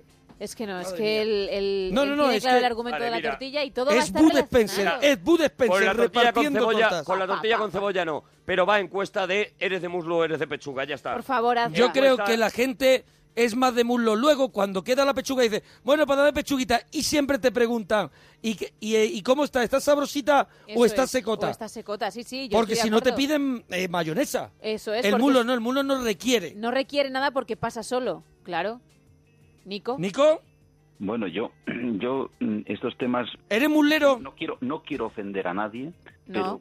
Es que no, es Madre que el, el, No, él no, no, tiene es que- claro el argumento Vale, de la mira, tortilla y todo va a Es estar Bud Spencer, relacionado. es Bud Con Spencer la, tortilla con, repartiendo cebolla, tortas. con la tortilla con cebolla no. Pero va encuesta de eres de muslo o eres de pechuga, ya está. Por favor, hazla. Yo Ya. creo Pues, que la gente es más de muslo. Luego, cuando queda la pechuga, dice, bueno, para dar pechuguita. Y siempre te preguntan, ¿y, qué- y, eh, ¿y cómo está? ¿Está sabrosita Eso o está es, secota? O está secota, sí, sí. yo porque estoy de si no te acuerdo. piden eh, mayonesa. Eso es, El porque mulo es- no, el mulo no requiere. No requiere nada porque pasa solo, claro. Nico. Nico, Bueno, yo, yo mm, estos temas ¿eres mulero? no quiero, no quiero ofender a nadie, pero No.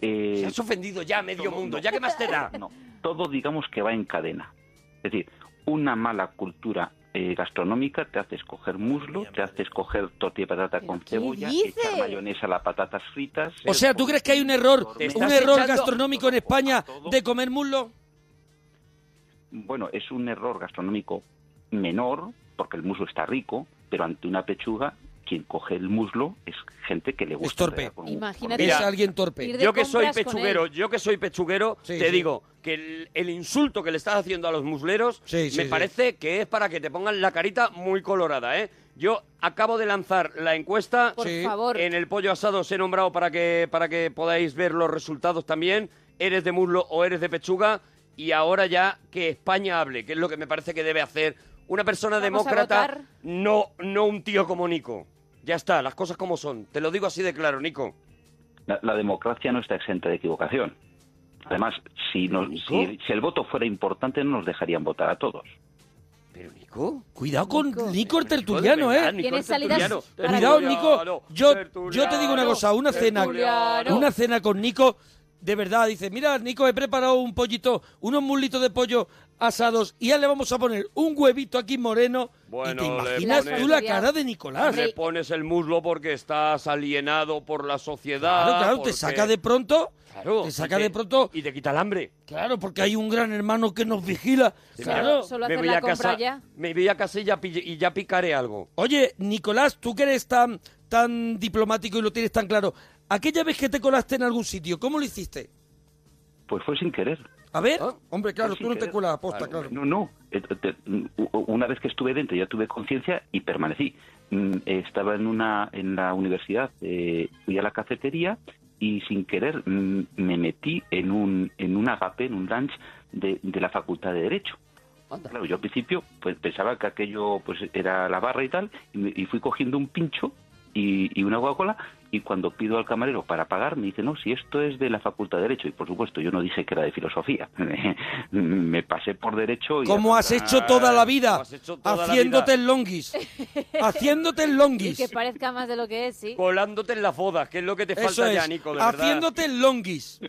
eh, Se has ofendido ya a medio no, mundo, no. ya que más te da. No, todo digamos que va en cadena. Es decir, una mala cultura eh, gastronómica te hace escoger muslo, te hace escoger tortilla de patata ¿Pero con qué cebolla, dices? echar mayonesa a las patatas fritas. O sea, ¿tú crees que hay un error, Te un estás error echando- gastronómico en España Todo. de comer muslo? Bueno, es un error gastronómico menor, porque el muslo está rico, pero ante una pechuga, quien coge el muslo es gente que le gusta. torpe. cenar con un- Imagínate. con un- Es Mira, alguien ir torpe. de Yo que soy compras con pechuguero, él. yo que soy pechuguero, Sí, te sí. digo que el, el insulto que le estás haciendo a los musleros Sí, sí, me sí. parece que es para que te pongan la carita muy colorada, ¿eh? Yo acabo de lanzar la encuesta Por Sí. favor. en el pollo asado, os he nombrado para que para que podáis ver los resultados también. ¿Eres de muslo o eres de pechuga? Y ahora ya que España hable, que es lo que me parece que debe hacer una persona Vamos a demócrata, votar. no no un tío como Nico. Ya está, las cosas como son. Te lo digo así de claro, Nico. La, la democracia no está exenta de equivocación. Además, si, nos- si, si el voto fuera importante, no nos dejarían votar a todos. Pero Nico, Cuidado con Nico. Nico el tertuliano, ¿eh? Tiene salidas para- Cuidado, Nico. Yo, yo te digo una cosa, una cena, Tertuliano. una cena con Nico, de verdad, dice, mira, Nico, he preparado un pollito, unos mulitos de pollo asados y ya le vamos a poner un huevito aquí moreno. Bueno, y te le imaginas pones- tú la cara de Nicolás. Le pones el muslo porque estás alienado por la sociedad. Claro, claro, porque- te saca de pronto, Claro, te y saca te- de pronto, Y te quita el hambre. claro, porque hay un gran hermano que nos vigila. Mira, Claro. Solo me hacer voy la a compra casa, ya. Me voy a casa y ya, pille- y ya picaré algo. Oye, Nicolás, tú que eres tan, tan diplomático y lo tienes tan claro, aquella vez que te colaste en algún sitio, ¿cómo lo hiciste? Pues fue sin querer. A ver, ¿Ah? hombre, claro, Sí, tú no te pero- cuelas aposta, claro. No, no. Eh, te- u- u- Una vez que estuve dentro, ya tuve conciencia y permanecí. Mm, eh, Estaba en una en la universidad, eh, fui a la cafetería y sin querer mm, me metí en un en un agape, en un lunch de, de la Facultad de Derecho. Claro, yo al principio pues, pensaba que aquello pues era la barra y tal, y, me- y fui cogiendo un pincho y, y una Coca-Cola, y cuando pido al camarero para pagar, me dice, no, si esto es de la Facultad de Derecho, y por supuesto yo no dije que era de filosofía, me pasé por derecho y... Como has hecho toda la vida, Pues Como has hecho toda la haciéndote vida. el longuis, haciéndote el Y longuis, que parezca más de lo que es, sí. Colándote en las bodas, que es lo que te eso falta es, ya, Nico, de verdad. haciéndote el longuis.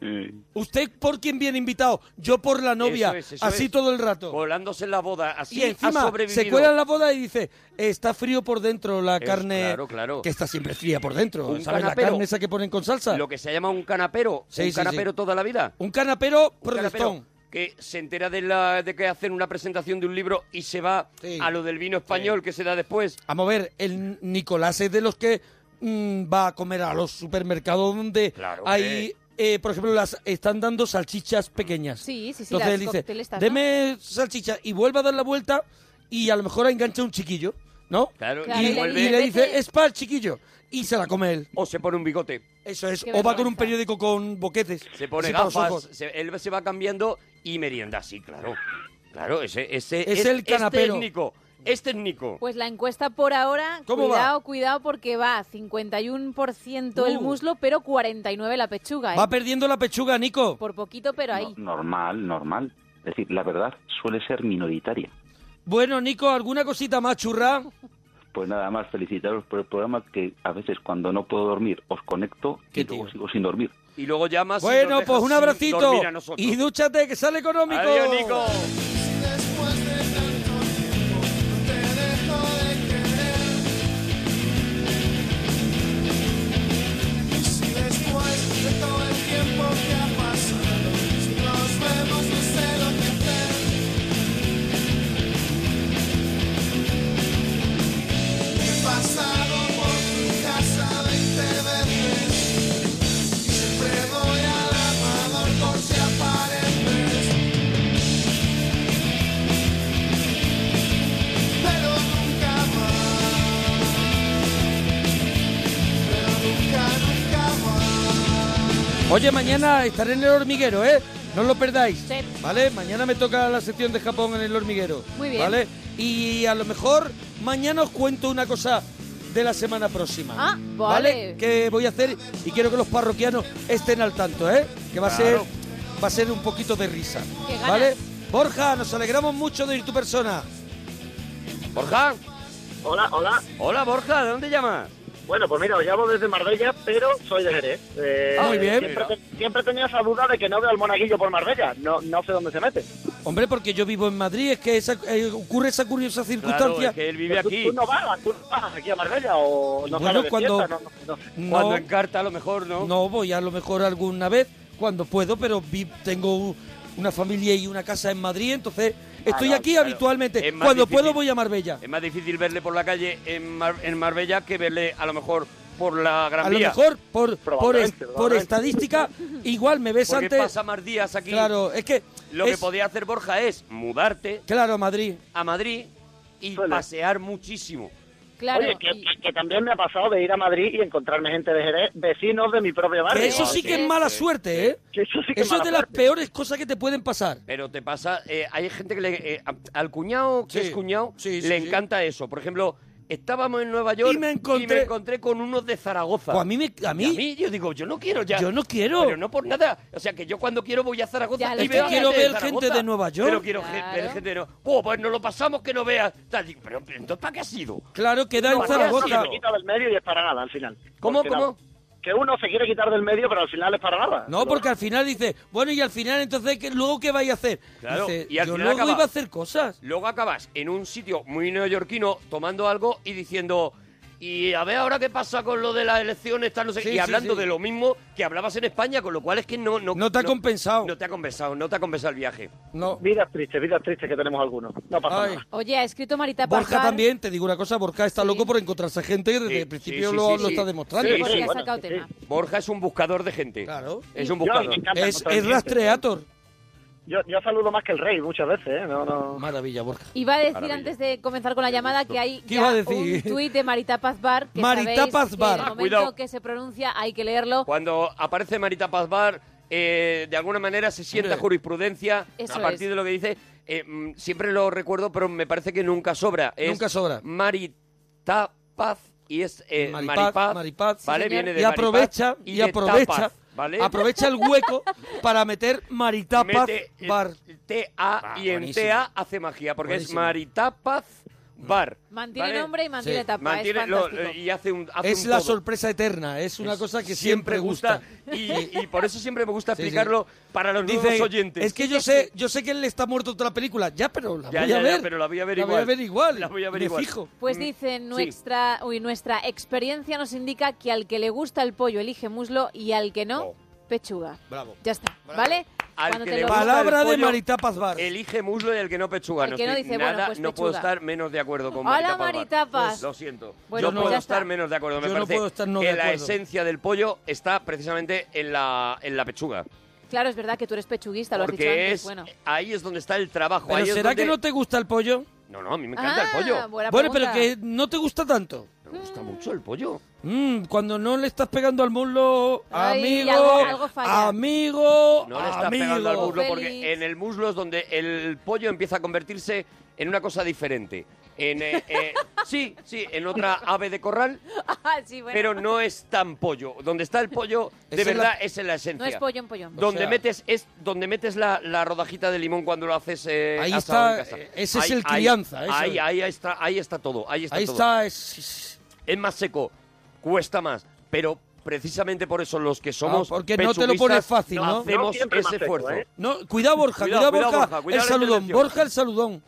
Eh, ¿Usted por quién viene invitado? Yo por la novia, Eso es, eso así es. todo el rato. Colándose en la boda, así y ha encima sobrevivido. se cuela en la boda y dice, está frío por dentro la Es- carne, claro, claro. que está siempre fría por dentro, Un ¿sabes? canapero. La carne esa que ponen con salsa. Lo que se llama un canapero. Sí, un sí, sí. canapero toda la vida. Un canapero Un canapero protestón. que se entera de, la, de que hacen una presentación de un libro y se va Sí. a lo del vino español que se da después. Vamos a ver, el Nicolás es de los que mm, va a comer a los supermercados donde Claro, hay eh, por ejemplo, las están dando salchichas pequeñas. Sí, sí, sí, Entonces las él dice, coctelistas, ¿no? deme salchicha y vuelve a dar la vuelta y a lo mejor engancha un chiquillo, ¿no? Claro, Claro, y, y vuelve- y le dice, es para el chiquillo. Y se la come él. O se pone un bigote. Eso es. Qué O va con vergüenza. un periódico con boquetes. Se pone así para los gafas, ojos. se- él se va cambiando y merienda, sí, claro. Claro, ese, ese Es el canapero. técnico, es técnico. Pues la encuesta por ahora, ¿Cómo cuidado, va? cuidado, porque va 51% Uh. el muslo, pero 49% la pechuga. ¿eh? Va perdiendo la pechuga, Nico. Por poquito, pero ahí. No- normal, normal. Es decir, la verdad suele ser minoritaria. Bueno, Nico, ¿alguna cosita más churra? Pues nada más felicitaros por el programa que a veces cuando no puedo dormir os conecto Qué y luego tío. sigo sin dormir. Y luego llamas. y Ah, nos Bueno, dejas pues un sin abracito. dormir a nosotros. Y dúchate, que sale económico. Adiós, Nico. Oye, mañana estaré en el hormiguero, ¿eh? No os lo perdáis. Sí. ¿Vale? Mañana me toca la sección de Japón en el hormiguero. Muy bien. ¿Vale? Y a lo mejor mañana os cuento una cosa de la semana próxima. Ah, vale. Que voy a hacer y quiero que los parroquianos estén al tanto, ¿eh? Que va a Claro. ser va a ser un poquito de risa. Qué ganas. ¿Vale? Borja, nos alegramos mucho de ir tu persona. Borja, Hola, hola. hola Borja, ¿de dónde llamas? Bueno, pues mira, os llamo desde Marbella, pero soy de Jerez. Eh, Ah, muy bien. Siempre, te- siempre he tenido esa duda de que no veo al monaguillo por Marbella. No, no sé dónde se mete. Hombre, porque yo vivo en Madrid, es que esa- eh, ocurre esa curiosa circunstancia. Claro, es que él vive ¿Tú, aquí. tú Pues no vas, tú no vas aquí a Marbella o no Bueno, sales de cuando- fiesta, no- no- no sé. No- Cuando encarta, a lo mejor, ¿no? No, voy a lo mejor alguna vez cuando puedo, pero vi- tengo u- una familia y una casa en Madrid, entonces estoy Ah, no, aquí claro. habitualmente. Es más Cuando difícil. puedo voy a Marbella. Es más difícil verle por la calle en, Mar- en Marbella que verle, a lo mejor, por la Gran A lo Vía. mejor por por, Probablemente, es- por probablemente. estadística igual me ves Porque antes. pasa más días aquí. Claro, es que Lo que es- podía hacer Borja es mudarte Claro, Madrid. a Madrid y Suele. pasear muchísimo. Claro. Oye, que, y- que- que también me ha pasado de ir a Madrid y encontrarme gente de Jerez, vecinos de mi propio barrio. Que eso sí que es sí, mala sí, suerte, ¿eh? Que eso sí que Eso es mala de las suerte. peores cosas que te pueden pasar. Pero te pasa, eh, hay gente que le, eh, a- al cuñado, que Sí, es cuñado, sí, sí, le sí. encanta eso. Por ejemplo, estábamos en Nueva York Y me encontré- encontré con unos de Zaragoza. Pues a mí me- a mí- Y yo digo, yo no quiero ya. Yo no quiero. Pero no por nada. O sea, que yo cuando quiero voy a Zaragoza Ya lo y sé. veo a Es que quiero gente de ver gente Zaragoza. de Nueva York. Pero quiero Claro. ver gente de Nueva Oh, pues nos lo pasamos que no veas. Tal, digo, Pero entonces, ¿para qué has ido? Claro, queda en No, Uno Zaragoza. se quita del medio y es para nada al final. ¿Cómo, Porque cómo? no- Que uno se quiere quitar del medio, pero al final es para nada. No, porque al final dice, bueno, y al final, entonces, ¿qué- ¿luego qué vais a hacer? Claro, Dice, y al yo final luego acaba- iba a hacer cosas. Luego acabas en un sitio muy neoyorquino tomando algo y diciendo. Y a ver ahora qué pasa con lo de las elecciones, tal, no sé. Sí, y sí, hablando sí. de lo mismo que hablabas en España, con lo cual es que no. No, No te ha compensado. No te ha compensado, no te ha compensado el viaje. No. Vidas tristes, vidas tristes que tenemos algunos. No pasa Ay. nada. Oye, ha escrito Marita Borja Pajar, también, te digo una cosa, Borja está Sí. loco por encontrarse gente que desde Sí, el principio sí, sí, lo, sí, lo sí. está demostrando. Porque Sí, sí. ha bueno, sacado sí. tema. Borja es un buscador de gente. Claro. Es un Yo, buscador. me encanta Es, encontrar es gente. rastreator. Yo, yo saludo más que el rey muchas veces, ¿eh? No, no. Maravilla, Borja. Iba a decir Maravilla. antes de comenzar con la llamada que hay ¿Qué ya iba a decir? un tuit de Marita Paz Bar. Que Marita sabéis Paz que en Bar. el Ah, momento cuidado. que se pronuncia hay que leerlo. Cuando aparece Marita Pazbar, eh, de alguna manera se sienta Hombre. jurisprudencia Eso a partir es. de lo que dice. eh, mm, siempre lo recuerdo, pero me parece que nunca sobra. Es Nunca sobra. Marita Paz y es eh, Maripaz, Maripaz. Maripaz. ¿vale? Sí, señor. Viene de y Maripaz aprovecha, y, de aprovecha, Tapaz, ¿vale? aprovecha el hueco para meter Maritapaz Mete el Bar. TA Ah, y en buenísimo. TA hace magia, porque es Buenísimo. Marita Paz Bar. Mantiene ¿vale? nombre y mantiene Sí. tapa. Mantiene es lo- eh, fantástico. y hace un hace Es un la todo. sorpresa eterna, es una cosa que siempre gusta. Y, y por eso siempre me gusta Sí, sí. explicarlo para los nuevos Dice, oyentes. es que yo sé, yo sé que él está muerto toda la película, ya, pero la Ya, voy ya, a ya, ver. pero la voy a ver la igual. Voy a ver igual. La voy a ver me igual. fijo. Pues Mm, dice sí. nuestra, uy, nuestra experiencia nos indica que al que le gusta el pollo elige muslo y al que no, Oh. pechuga. Bravo. Ya está, ¿vale? Al Cuando que te le lo- gusta el Palabra de pollo, Marita Paz Bar. Elige muslo y el que no pechuga. El no que no estoy dice, nada, bueno, pues no puedo pechuga. estar menos de acuerdo con Marita Hola, Paz. Bar. Maritapas. Lo siento. Bueno, yo pues puedo ya está. estar menos de acuerdo. Me Yo no parece puedo estar no que de la acuerdo. esencia del pollo está precisamente en la, en la pechuga. Claro, es verdad que tú eres pechuguista, lo has dicho porque antes. es, bueno. ahí es donde está el trabajo. ¿Pero ahí es será donde- que no te gusta el pollo? No, no, a mí me encanta el pollo. Ah, buena bueno, pero pregunta. que no te gusta tanto. Me gusta mucho el pollo. Mm, cuando no le estás pegando al muslo, Ay, amigo, algo- algo falla. amigo, No le estás amigo. pegando al muslo Félix. porque en el muslo es donde el pollo empieza a convertirse en una cosa diferente. En, eh, eh, sí, sí, en otra ave de corral, Ah, sí, bueno. pero no es tan pollo. Donde está el pollo, de Esa es la- verdad, es en la esencia. No es pollo en pollo. Donde O sea- metes es donde metes la, la rodajita de limón cuando lo haces eh, Ahí asado está, en casa. eh, ese es Ahí- el ahí- crianza, eso Ahí, es. ahí está, ahí está todo, ahí está Ahí todo. está. es- es- Es más seco, cuesta más, pero precisamente por eso los que somos Ah, porque no te lo pechuguistas pones fácil, ¿no? no No hacemos siempre es ese más seco, esfuerzo. ¿eh? no, cuidado Borja, cuidado, Cuidado, cuidado, Borja, Borja, cuidado el la saludón, intervención. Borja el saludón.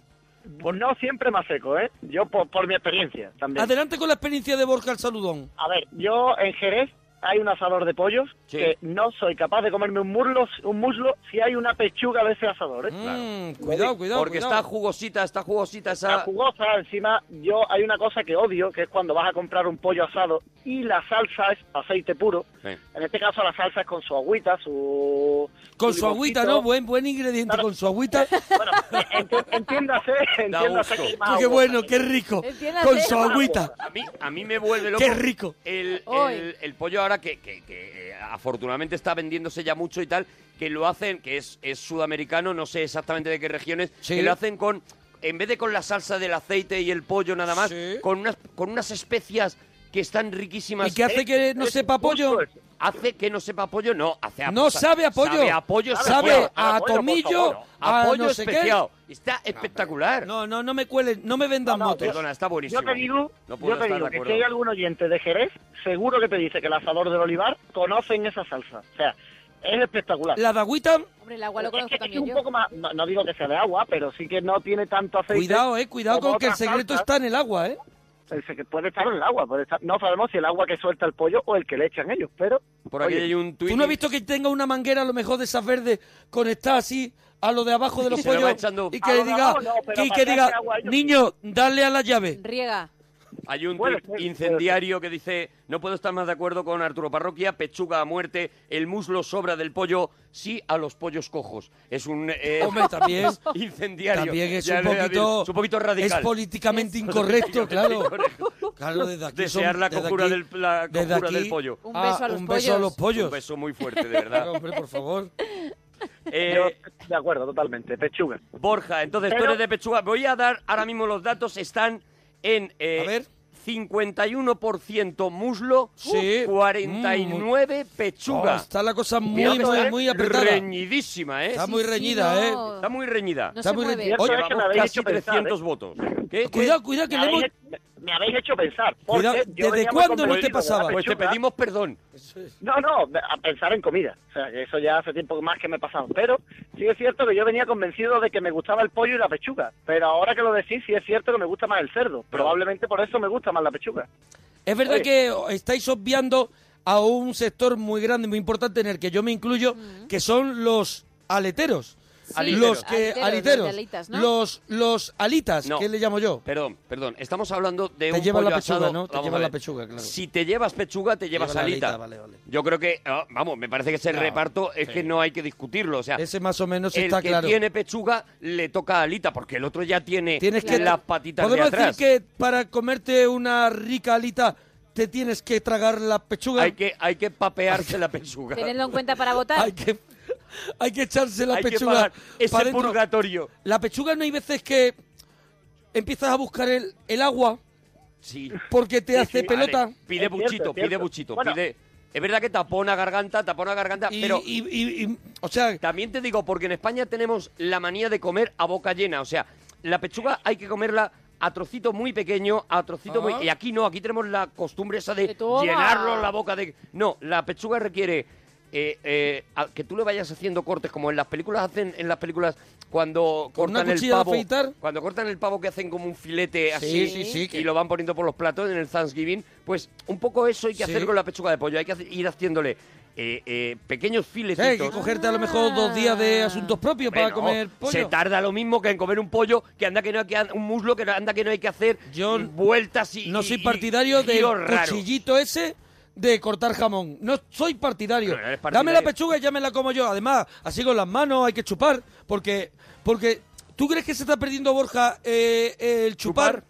Pues no siempre más seco, ¿eh? Yo por, por mi experiencia también. Adelante con la experiencia de Borja el saludón. A ver, yo en Jerez hay un asador de pollos Sí. que no soy capaz de comerme un muslo, un muslo si hay una pechuga de ese asador, ¿eh? Mm, cuidado, cuidado. Porque cuidado. está jugosita, está jugosita La esa. jugosa, encima, yo hay una cosa que odio, que es cuando vas a comprar un pollo asado y la salsa es aceite puro. Sí. En este caso la salsa es con su agüita, su... Con su agüita, ¿no? limoncito. Buen, buen ingrediente, Claro. con su agüita. Bueno, eh, enti- entiéndase, entiéndase gusto. que es más qué agua. bueno, qué rico. Entiéndase. Con su agüita. A mí, a mí me vuelve loco. Qué rico. El, Hoy. el- el pollo ahora que, que- que, eh, afortunadamente está vendiéndose ya mucho y tal, que lo hacen, que es, es sudamericano, no sé exactamente de qué regiones, Sí. que lo hacen con, en vez de con la salsa del aceite y el pollo nada más, Sí. con, unas, con unas especias que están riquísimas. Eh, ¿Y qué hace que no Es sepa pollo? justo eso. pues, Hace que no sepa pollo, no, hace a- No sabe a pollo. Sabe a pollo, Ah, Sabe especiado. a pollo, por tomillo, favor. a, a pollo no sé qué. especiado. Está espectacular. No, no, no me cuelen, no me vendan No, no, motos. Perdona, está buenísimo. Yo te digo, no puedo yo te estar digo de que si acuerdo. hay algún oyente de Jerez, seguro que te dice que el asador del olivar conocen esa salsa. O sea, es espectacular. La de agüita, Hombre, el agua lo es que conozco es también un yo. poco más, no, no digo que sea de agua, pero sí que no tiene tanto aceite. cuidado, eh, cuidado como con que el otras secreto salsas. está en el agua, eh. El se- que puede estar en el agua, puede estar- no sabemos si el agua que suelta el pollo o el que le echan ellos, pero Por aquí Oye, hay un tuit. ¿Tú no has visto que tenga una manguera a lo mejor de esas verdes conectada así a lo de abajo de los se lo va pollos echando. y A que lo le de diga, abajo no, pero y que para que diga, haga agua ellos. niño, dale a la llave? Riega. Hay un Puede tuit ser, puede incendiario que dice, no puedo estar más de acuerdo con Arturo Parroquia, pechuga a muerte, el muslo sobra del pollo, sí a los pollos cojos. Es un eh, Hombre, también, incendiario. también es Ya un le había dicho, poquito, es un poquito radical. es políticamente incorrecto, claro. Claro, desde aquí Desear son- la desde cojura aquí- del- la desde cojura aquí, Ah, del pollo. Un beso a los un beso a los pollos. Un beso muy fuerte, de Claro, verdad. hombre, por favor. Eh, yo estoy de acuerdo totalmente, pechuga. Borja, entonces tú Pero- eres de pechuga. Voy a dar ahora mismo los datos. Están en eh, A ver. 51% muslo, Sí. Mm, 49% pechuga. Oh, está la cosa muy, Cuidado que muy, está muy apretada. Reñidísima, ¿eh? Está Sí, muy sí, reñida, no. ¿eh? Está muy reñida. No Está se muy mueve. reñida. Oye, Llevamos es que me habéis casi hecho pensar, ¿eh? 300 votos. ¿Qué? Cuidado, cuidado, que Me le hemos... habéis, me habéis hecho pensar. porque Cuidado, yo ¿desde venía muy cuándo no te convencido de la pasaba? Pues te pechuga. pedimos perdón. No, no, a pensar en comida. O sea, que eso ya hace tiempo más que me he pasado. Pero sí es cierto que yo venía convencido de que me gustaba el pollo y la pechuga. Pero ahora que lo decís, sí es cierto que me gusta más el cerdo. Probablemente por eso me gusta más la pechuga. Es verdad Oye. que estáis obviando a un sector muy grande, muy importante, en el que yo me incluyo, que son los aleteros. Sí, Los que Aliteros, aliteros, los de alitas, ¿no? los los alitas, No. que le llamo yo. Perdón, perdón. Estamos hablando de Te un llevan la pollo pechuga, asado. ¿no? Te Vamos a llevan la ver. pechuga, claro. Si te llevas pechuga, te llevas Lleva la alita. alita, vale, vale. Yo creo que, ah, vamos, me parece que ese No, reparto es sí. que no hay que discutirlo. O sea, Ese más o menos el está que claro. tiene pechuga le toca alita, porque el otro ya tiene Tienes que las patitas de Podemos atrás. decir que para comerte una rica alita te tienes que tragar la pechuga. Hay que, hay que papearse la pechuga. Tenedlo en cuenta para votar. hay que hay que echarse la hay que pechuga pagar ese para dentro. purgatorio. La pechuga no hay veces que empiezas a buscar el, el agua Sí. porque te Sí, hace sí, Vale, pelota. Pide Es cierto, buchito, es pide cierto. buchito, Bueno. pide. Es verdad que tapona garganta, tapona garganta, Y, pero y- y- y- o sea, también te digo, porque en España tenemos la manía de comer a boca llena. O sea, la pechuga hay que comerla a trocito muy pequeño, a trocito muy. Ajá. Y aquí no, aquí tenemos la costumbre esa de Que toma. llenarlo la boca de. No, la pechuga requiere. eh, eh, a- que tú le vayas haciendo cortes como en las películas hacen en las películas cuando ¿Con una cortan el cuchilla de pavo afeitar? cuando cortan el pavo que hacen como un filete sí, así sí, sí, que- y lo van poniendo por los platos en el Thanksgiving, pues un poco eso hay que Sí. hacer con la pechuga de pollo, hay que hacer- ir haciéndole eh, eh, pequeños filetitos. Sí, hay que cogerte a lo mejor dos días de asuntos propios para Bueno, comer pollo. Se tarda lo mismo que en comer un pollo, que anda que no hay que un muslo que no- anda que no hay que hacer vueltas y no y- soy y partidario del giros raros. cuchillito ese de cortar jamón. No soy partidario. Pero eres Dame la partidario. pechuga y ya me la como yo. Además, así con las manos hay que chupar. Porque, porque ¿tú crees que se está perdiendo, Borja, eh, eh, el chupar?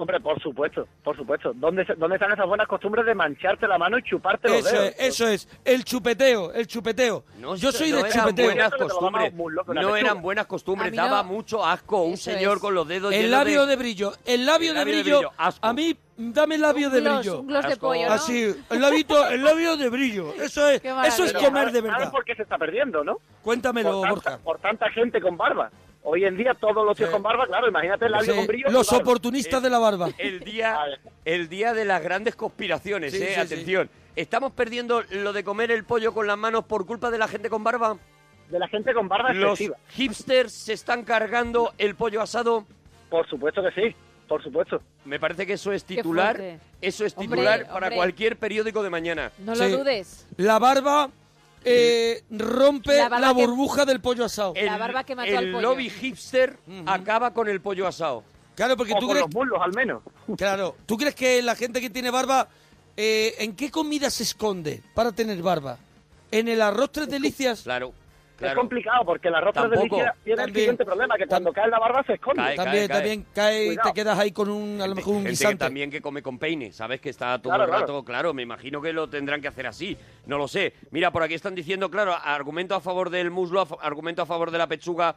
Hombre, por supuesto, por supuesto. ¿Dónde, se- ¿Dónde están esas buenas costumbres de mancharte la mano y chuparte los Eso dedos? es, eso es. El chupeteo, el chupeteo. No, yo soy no de eran chupeteo. buenas Eso que te lo costumbres. llamaba un muslo con la No pechuga. eran buenas A costumbres. mí no- Daba mucho asco un Eso señor es. con los dedos El llenos labio de... de brillo, el labio, El de, labio de brillo, brillo, asco. A mí, dame el labio de un gloss, brillo. un gloss de Asco. pollo, ¿no? Así, Ah, el labito, el labio de brillo. Eso es, Qué maravilla. eso es Pero, comer ¿sabes- de ¿Sabes verdad. por qué se está perdiendo, no? Cuéntamelo, por, tanta, Borja. por tanta gente con barba. Hoy en día todos los tíos Sí. con barba, claro, imagínate el labio Sí, con brillo. y los barba. oportunistas de la barba. El día, Vale. el día de las grandes conspiraciones, Sí, eh, sí, sí. atención. ¿Estamos perdiendo lo de comer el pollo con las manos por culpa de la gente con barba? De la gente con barba ¿Los excesiva. hipsters se están cargando el pollo asado? Por supuesto que sí, por supuesto. Me parece que eso es titular. fuerte. Eso es Hombre, titular para hombre. cualquier periódico de mañana. No Sí. lo dudes. La barba eh, rompe la, La barba que- burbuja del pollo asado. La barba que mató el al pollo. lobby hipster acaba con el pollo asado. Claro, porque O tú con crees, los muslos al menos. claro, tú crees que la gente que tiene barba, eh, ¿en qué comida se esconde para tener barba? ¿En el arroz tres delicias? Claro, Es claro. complicado porque la ropa de Tampoco. líquida tiene el También. siguiente problema, que cuando cae la barba se esconde. Cae, también, cae. también cae y te Cuidado. quedas ahí con un, a lo mejor un Gente guisante. que también que come con peine, ¿sabes? Que está todo Claro, el claro. rato, claro. me imagino que lo tendrán que hacer así, no lo sé. Mira, por aquí están diciendo, claro, argumento a favor del muslo, a fa- argumento a favor de la pechuga.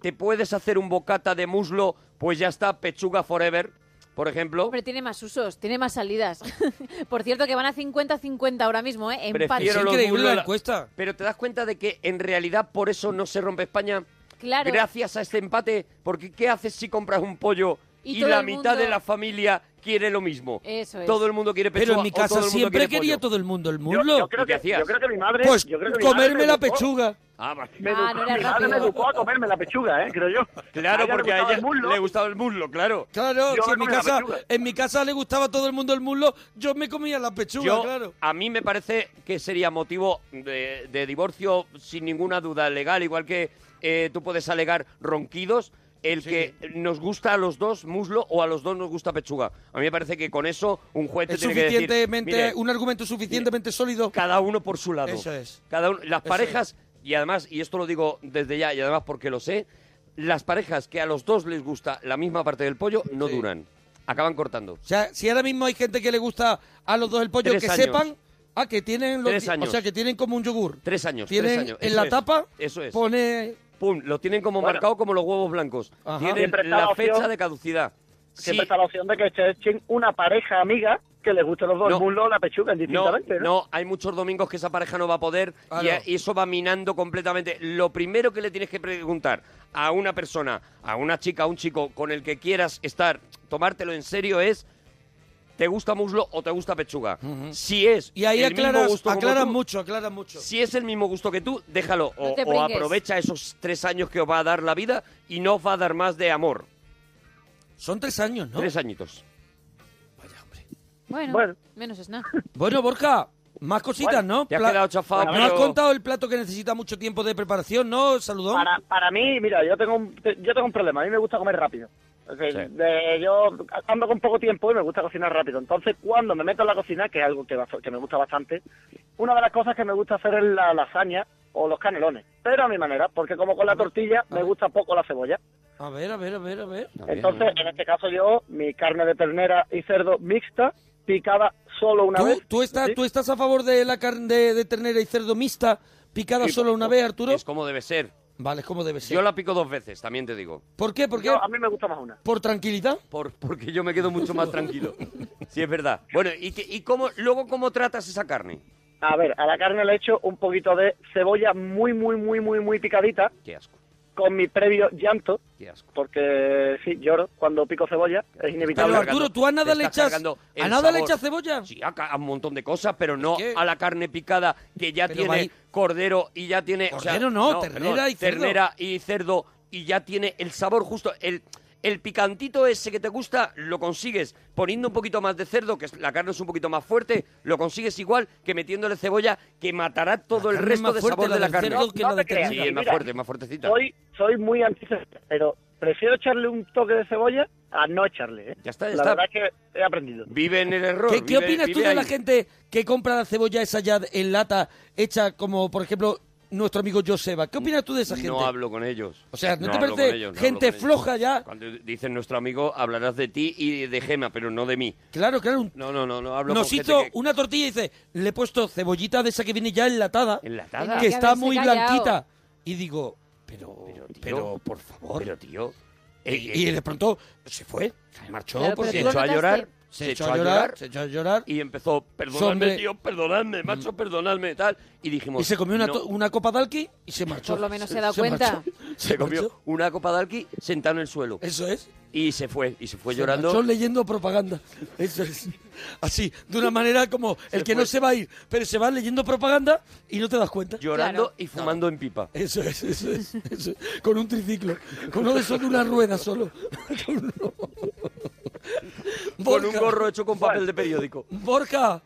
¿Te puedes hacer un bocata de muslo? Pues ya está, pechuga forever, por ejemplo. Hombre, tiene más usos, tiene más salidas. Por cierto, que van a 50-50 ahora mismo, ¿eh? Empate. Es Prefiero los increíble muslos a la encuesta. Pero te das cuenta de que en realidad por eso no se rompe España. Claro. Gracias a este empate, porque ¿qué haces si compras un pollo Y y, todo la el mitad mundo- de la familia quiere lo mismo? Eso es. Todo el mundo quiere pechuga. Pero en mi o todo casa el mundo siempre quiere quería pollo. todo el mundo el Yo, muslo. yo creo ¿Y qué que, hacías? yo creo que mi madre... Pues yo creo que mi madre comerme me la educó- pechuga. Ah, vale. Me, Ah, educó- no era mi madre me rápido. educó a comerme la pechuga, ¿eh? Creo yo. Claro, A ella le porque a gustaba ella el muslo. le gustaba el muslo, claro. Claro, Yo si me en mi, comía la casa, pechuga. en mi casa le gustaba a todo el mundo el muslo, yo me comía la pechuga, Yo, claro. a mí me parece que sería motivo de, de divorcio sin ninguna duda legal, igual que eh, tú puedes alegar ronquidos, el que nos gusta a los dos muslo o a los dos nos gusta pechuga. A mí me parece que con eso un juez te Es tiene que decir, suficientemente, "Mire, un argumento suficientemente sólido. cada uno por su lado. Eso es. Cada uno- las Eso parejas, y además, y esto lo digo desde ya, y además porque lo sé, las parejas que a los dos les gusta la misma parte del pollo no Sí. duran. Acaban cortando. O sea, si ahora mismo hay gente que le gusta a los dos el pollo, Tres que años. sepan ah, que tienen los, Tres años. o sea, que tienen como un yogur. Tres años, tres Tienen años, en eso la es, tapa eso es. pone Pum, lo tienen como Bueno. marcado como los huevos blancos. Ajá. Tienen Siempre está la la opción- fecha de caducidad. Siempre Sí, está la opción de que se echen una pareja amiga que les guste los dos, No. el muslo o la pechuga, no, indistintamente, ¿no? no, hay muchos domingos que esa pareja no va a poder Ah, y, no. a- y eso va minando completamente. Lo primero que le tienes que preguntar a una persona, a una chica, a un chico con el que quieras estar, tomártelo en serio es ¿te gusta muslo o te gusta pechuga? Si es y ahí el mismo aclaras, gusto como aclaras tú, mucho, aclaras mucho. Si es el mismo gusto que tú, déjalo. No O, te o pringues. aprovecha esos tres años que os va a dar la vida y no os va a dar más de amor. Son tres años, ¿no? Tres añitos. Bueno, Bueno. menos es nada. Bueno, Borja, más cositas, ¿no? Te has Pla- quedado chafado, No pero- has contado el plato que necesita mucho tiempo de preparación, ¿no, Saludón? Para, para mí, mira, yo tengo, un, te- yo tengo un problema. A mí me gusta comer rápido. O sea, Sí. de- yo ando con poco tiempo y me gusta cocinar rápido. Entonces, cuando me meto en la cocina, que es algo que, bast- que me gusta bastante, una de las cosas que me gusta hacer es la lasaña o los canelones. Pero a mi manera, porque como con la tortilla, me gusta poco la cebolla. A ver, a ver, a ver, a ver. Entonces, en este caso yo, mi carne de ternera y cerdo mixta, picada solo una ¿Tú, vez. tú estás, ¿sí? ¿Tú estás a favor de la carne de, de ternera y cerdo mixta picada Sí, solo una vez, Arturo? Es como debe ser. Vale, es como debe ser. Yo la pico dos veces, también te digo. ¿Por qué? ¿Por qué? Yo- a mí me gusta más una. ¿Por tranquilidad? Por, porque yo me quedo mucho más tranquilo. Sí, es verdad. Bueno, ¿y, qué- y cómo, luego cómo tratas esa carne? A ver, a la carne le echo un poquito de cebolla muy, muy, muy, muy, muy picadita, Qué asco, con mi previo llanto, qué asco. porque sí, lloro cuando pico cebolla, es Está Pero inevitable. cargando- Arturo, ¿tú a nada te le estás echas- cargando el a nada le sabor. echas cebolla? Sí, a, ca- a un montón de cosas, pero no que- a la carne picada que ya Pero tiene vai- cordero y ya tiene... o sea, Cordero no, ternera y cerdo. Ternera y cerdo y ya tiene el sabor justo, el, El picantito ese que te gusta lo consigues poniendo un poquito más de cerdo, que es- la carne es un poquito más fuerte, lo consigues igual que metiéndole cebolla que matará todo el carne es resto más de fuerte, sabor la de la del carne. cerdo que No la te del creas, sí, cerdo. es más mira, fuerte, es más fuertecita. Soy, soy muy anti pero prefiero echarle un toque de cebolla a no echarle. ¿eh? Ya está, ya la está. verdad es que he aprendido. Vive en el error. ¿Qué, qué vive- opinas tú vive de la ahí. gente que compra la cebolla esa ya en lata, hecha como, por ejemplo, nuestro amigo Joseba? ¿Qué opinas tú de esa gente? No hablo con ellos. O sea, ¿no te hablo parece con ellos, no hablo gente con ellos. floja ya? Cuando dices nuestro amigo, hablarás de ti y de Gema, pero no de mí. Claro, claro. un- No, no, no, no hablo Nos con hizo gente que... una tortilla y dice, le he puesto cebollita de esa que viene ya enlatada, enlatada. que que está haberse muy callado. blanquita. Y digo, pero, Pero, pero, tío, por favor. Pero tío, y, eh, y eh, de pronto se fue, se marchó. Claro, porque se pero tú echó a notaste- llorar, se, echó a llorar, se echó a llorar. y empezó, perdonadme Hombre. tío, perdonadme, macho, perdonadme, tal. Y dijimos... Y se comió una, no, to- una copa de alqui y se marchó. Por lo menos se ha dado marchó. cuenta. se comió marchó. una copa de alqui sentado en el suelo. Eso es. Y se fue, y se fue Se llorando. marchó leyendo propaganda. Eso es. Así, de una manera como el que no se va a ir, pero se va leyendo propaganda y no te das cuenta. Llorando Claro. y fumando en pipa. Eso es, eso es, eso es. Con un triciclo. Con uno de esos de una rueda solo. Con, uno. Con un Borja, gorro hecho con papel de periódico. Borja.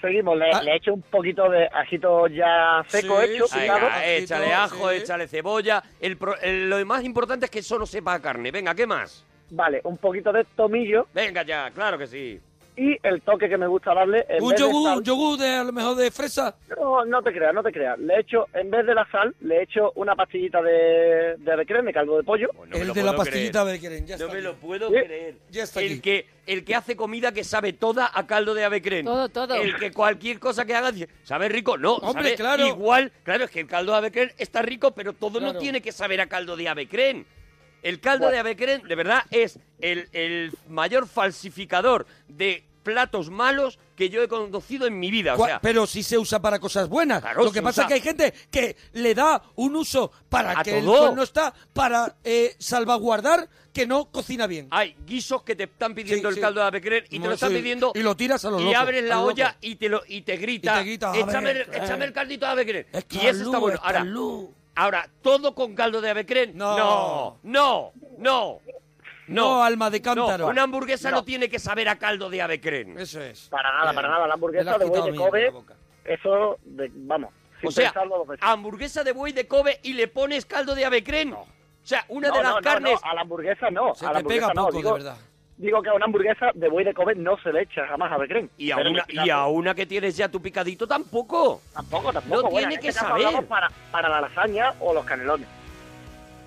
Seguimos, le, Ah. le echo un poquito de ajito ya seco Sí, hecho, sí. picado. Venga, échale ajo, sí. échale cebolla. El pro- el- lo más importante es que eso no sepa a carne. Venga, ¿qué más? Vale, un poquito de tomillo Venga ya, claro que sí. y el toque que me gusta darle. En Un vez de yogur, sal- un yogur de a lo mejor de fresa. No, no te creas, no te creas. Le echo, en vez de la sal, le echo una pastillita de, de recreme, caldo de pollo. Pues no me el lo de la puedo pastillita creer. de Keren. Ya No está. Eh, me lo puedo Ya- creer. ya está el aquí. que el que hace comida que sabe toda a caldo de ave crema. Todo, todo. El que cualquier cosa que haga dice, sabe rico, no, Hombre, sabe claro. igual. Claro, es que el caldo de ave crema está rico, pero todo no Claro. tiene que saber a caldo de ave crema. El caldo de Bueno. ave crema, de verdad, es el, el mayor falsificador de platos malos que yo he conocido en mi vida. O Cua- sea, pero sí se usa para cosas buenas. Claro, Lo que se pasa usa- es que hay gente que le da un uso para A que el todo. sol no está, para eh, salvaguardar que no cocina bien. Hay guisos que te están pidiendo Sí, el sí. caldo de abecrén y No, te lo están sí. pidiendo. Y lo tiras a lo Y loco, abres a la lo olla loco. y te, lo, y te grita. Y te grita, échame, el, "Abecrén". échame el caldito de abecrén. Es y eso está calú, bueno. es Ahora, calú. ahora, todo con caldo de abecrén. No. No, no, no. No, alma de cántaro. No, una hamburguesa no. No. tiene que saber a caldo de abecrén. Eso es. Para nada, Eh, para nada. La me hamburguesa la de buey has quitado de a mí de la Kobe, boca. eso, de- vamos, sin O sea, pensarlo dos veces. hamburguesa de buey de Kobe y le pones caldo de abecrén. O sea, una No, de no, las no, carnes. no, a la hamburguesa no. Se a la te pega hamburguesa no, poco, digo, de verdad. Digo que a una hamburguesa de buey de Kobe no se le echa jamás a Becren. Y a, una, y a una que tienes ya tu picadito tampoco. Tampoco, tampoco. No bueno, tiene en que este caso saber. hablamos Para, para la lasaña o los canelones.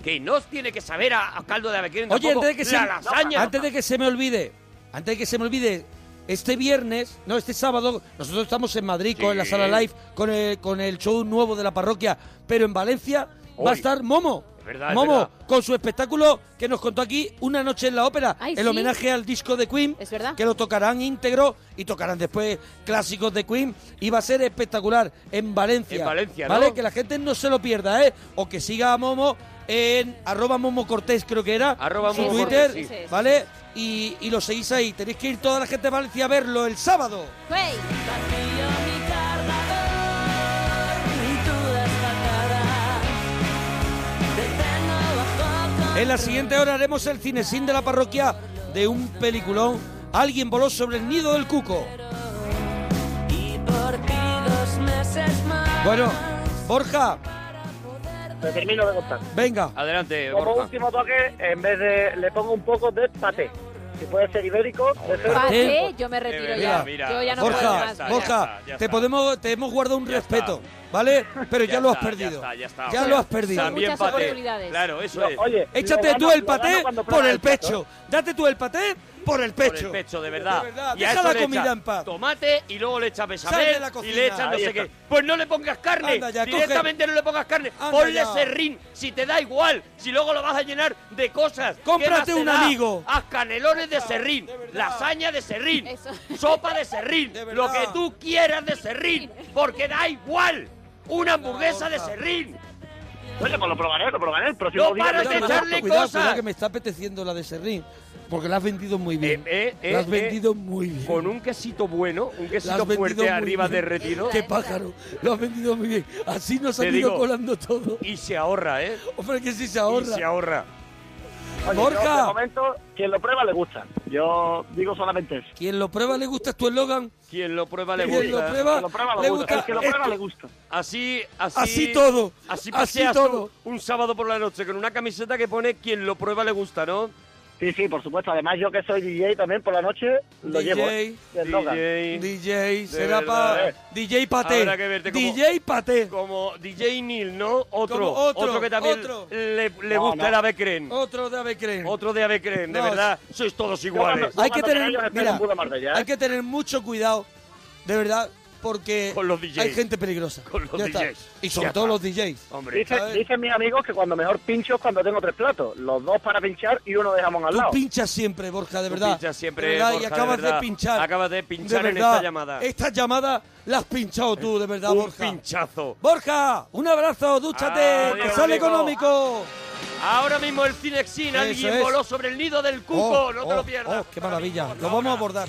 Que no os tiene que saber a, a caldo de abecrén. Oye, tampoco antes de, que se, la lasaña. antes de que se me olvide, antes de que se me olvide, este viernes, no, este sábado, nosotros estamos en Madrid con la Sí. sala live, con el, con el show nuevo de la parroquia, pero en Valencia va a Hoy. estar Momo. Es verdad, Ah, es Momo, verdad. con su espectáculo que nos contó aquí, Una Noche en la Ópera, Ay, el sí. homenaje al disco de Queen, Es verdad. que lo tocarán íntegro y tocarán después clásicos de Queen, y va a ser espectacular en Valencia. En Valencia, ¿no? ¿Vale? Que la gente no se lo pierda, ¿eh? O que siga a Momo en arroba Momo Cortés, creo que era, Arroba su Momo Twitter, Cortés, sí. ¿vale? Y, y lo seguís ahí. Tenéis que ir toda la gente de Valencia a verlo el sábado. Güey. En la siguiente hora haremos el cinesín de la parroquia de un peliculón. Alguien voló sobre el nido del cuco. Bueno, Borja, Te termino de contar. venga. Adelante, Como Borja. último toque, en vez de... Le pongo un poco de paté. Si puede ser ibérico, de cerdo. Paté. Paté, yo me retiro Eh, Mira, ya. mira, Yo ya no puedo Borja, ya está, más. ya Borja, está, ya te está. podemos, te hemos guardado un Ya está. respeto, ¿vale? Pero ya, Ya lo has está, ya perdido. está, ya está. lo has perdido. También Muchas paté. oportunidades. Claro, eso No, es. oye, Échate lo tú gano- el lo gano paté cuando por prueba el pecho. Date tú el paté por el pecho. Por el pecho, de verdad. De verdad, Y a deja eso la le comida echas en paz. Tomate y luego le echas Sal de bechamel la y cocina. le echas no Ahí sé está. qué. Pues no le pongas carne. Anda ya, Directamente no le pongas carne. Anda Ponle ya. serrín. Si te da igual, si luego lo vas a llenar de cosas. ¿qué Cómprate más te un da? amigo. Ah, Haz canelones de serrín, de verdad. lasaña de serrín, Eso. sopa de serrín, De lo verdad. que tú quieras de serrín, porque da igual. Una hamburguesa de Borja. serrín. Oye, pues lo probaré, lo probaré. El prósimo No día paras me de Cuidado, toca. echarle cuidado, cosas. cuidado, que me está apeteciendo la de Serrín. Porque la has vendido muy bien. Eh, eh, eh, la has eh. vendido muy bien. Con un quesito bueno, un La has quesito vendido muy fuerte arriba bien. derretido. ¡Qué pájaro! Lo has vendido muy bien. Así nos Te han ido digo. colando todo. Y se ahorra, ¿eh? Hombre, que si se Y se ahorra. ahorra. Oye, Borja. yo, de momento, quien lo prueba le gusta. Yo digo solamente eso. Quien lo prueba le gusta, es tu eslogan. Quien lo prueba le Quien lo gusta. prueba, El que lo prueba le le gusta. gusta. El que lo prueba Esto- le gusta. Así, así, Así todo. Así Así paseas todo. Un, un sábado por la noche con una camiseta que pone quien lo prueba le gusta, ¿no? Sí, sí, por supuesto. Además, yo que soy DJ también por la noche, lo DJ, llevo. ¿eh? De eslogan. DJ. DJ, será verdad, para eh. DJ Paté. Habrá que verte como- DJ Paté. Como DJ Neil, ¿no? Otro. Como otro, Otro, que también otro. le, le No, gusta no. el ave creen. Otro de Ave Creen. Otro de ave creen, de No, verdad. Sois todos iguales. Yo Hay que cuando tener, caigo en el mira, Pudo Marbella, ¿eh? hay que tener mucho cuidado, de verdad, porque Con los DJs. hay gente peligrosa. Con los Ya está. DJs. Y sobre Ya todo los está. DJs. Hombre, Dice- ¿sabes? dicen mis amigos que cuando mejor pincho es cuando tengo tres platos. Los dos para pinchar y uno de jamón al Tú lado. pinchas siempre, Borja, de Tú verdad. pinchas siempre, de verdad, y Borja, de acabas de, verdad. pinchar. Acabas de pinchar en verdad. esta llamada. Esta llamada la has pinchado tú, de verdad, un Borja. pinchazo. Borja, un abrazo, dúchate, Adiós, que sale amigo. económico. Ahora mismo el Cinexin, Eso alguien es. voló sobre el nido del cuco. Oh, no te oh, lo pierdas. oh, qué maravilla, lo vamos a abordar.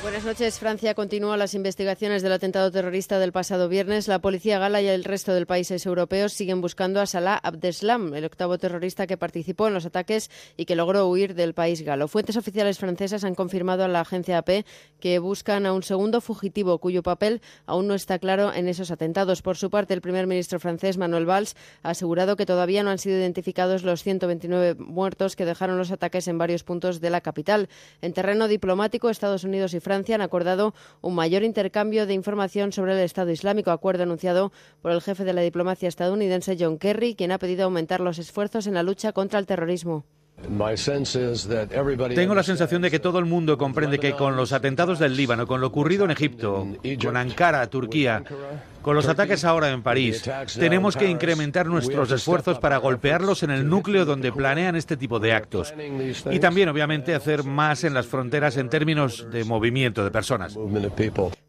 Buenas noches. Francia continúa las investigaciones del atentado terrorista del pasado viernes. La policía gala y el resto de países europeos siguen buscando a Salah Abdeslam, el octavo terrorista que participó en los ataques y que logró huir del país galo. Fuentes oficiales francesas han confirmado a la agencia AP que buscan a un segundo fugitivo cuyo papel aún no está claro en esos atentados. Por su parte, el primer ministro francés Manuel Valls ha asegurado que todavía no han sido identificados los 129 muertos que dejaron los ataques en varios puntos de la capital. En terreno diplomático, Estados Unidos y Francia han acordado un mayor intercambio de información sobre el Estado Islámico, acuerdo anunciado por el jefe de la diplomacia estadounidense John Kerry, quien ha pedido aumentar los esfuerzos en la lucha contra el terrorismo. Tengo la sensación de que todo el mundo comprende que con los atentados del Líbano, con lo ocurrido en Egipto, con Ankara, Turquía, con los ataques ahora en París, tenemos que incrementar nuestros esfuerzos para golpearlos en el núcleo donde planean este tipo de actos. Y también, obviamente, hacer más en las fronteras en términos de movimiento de personas.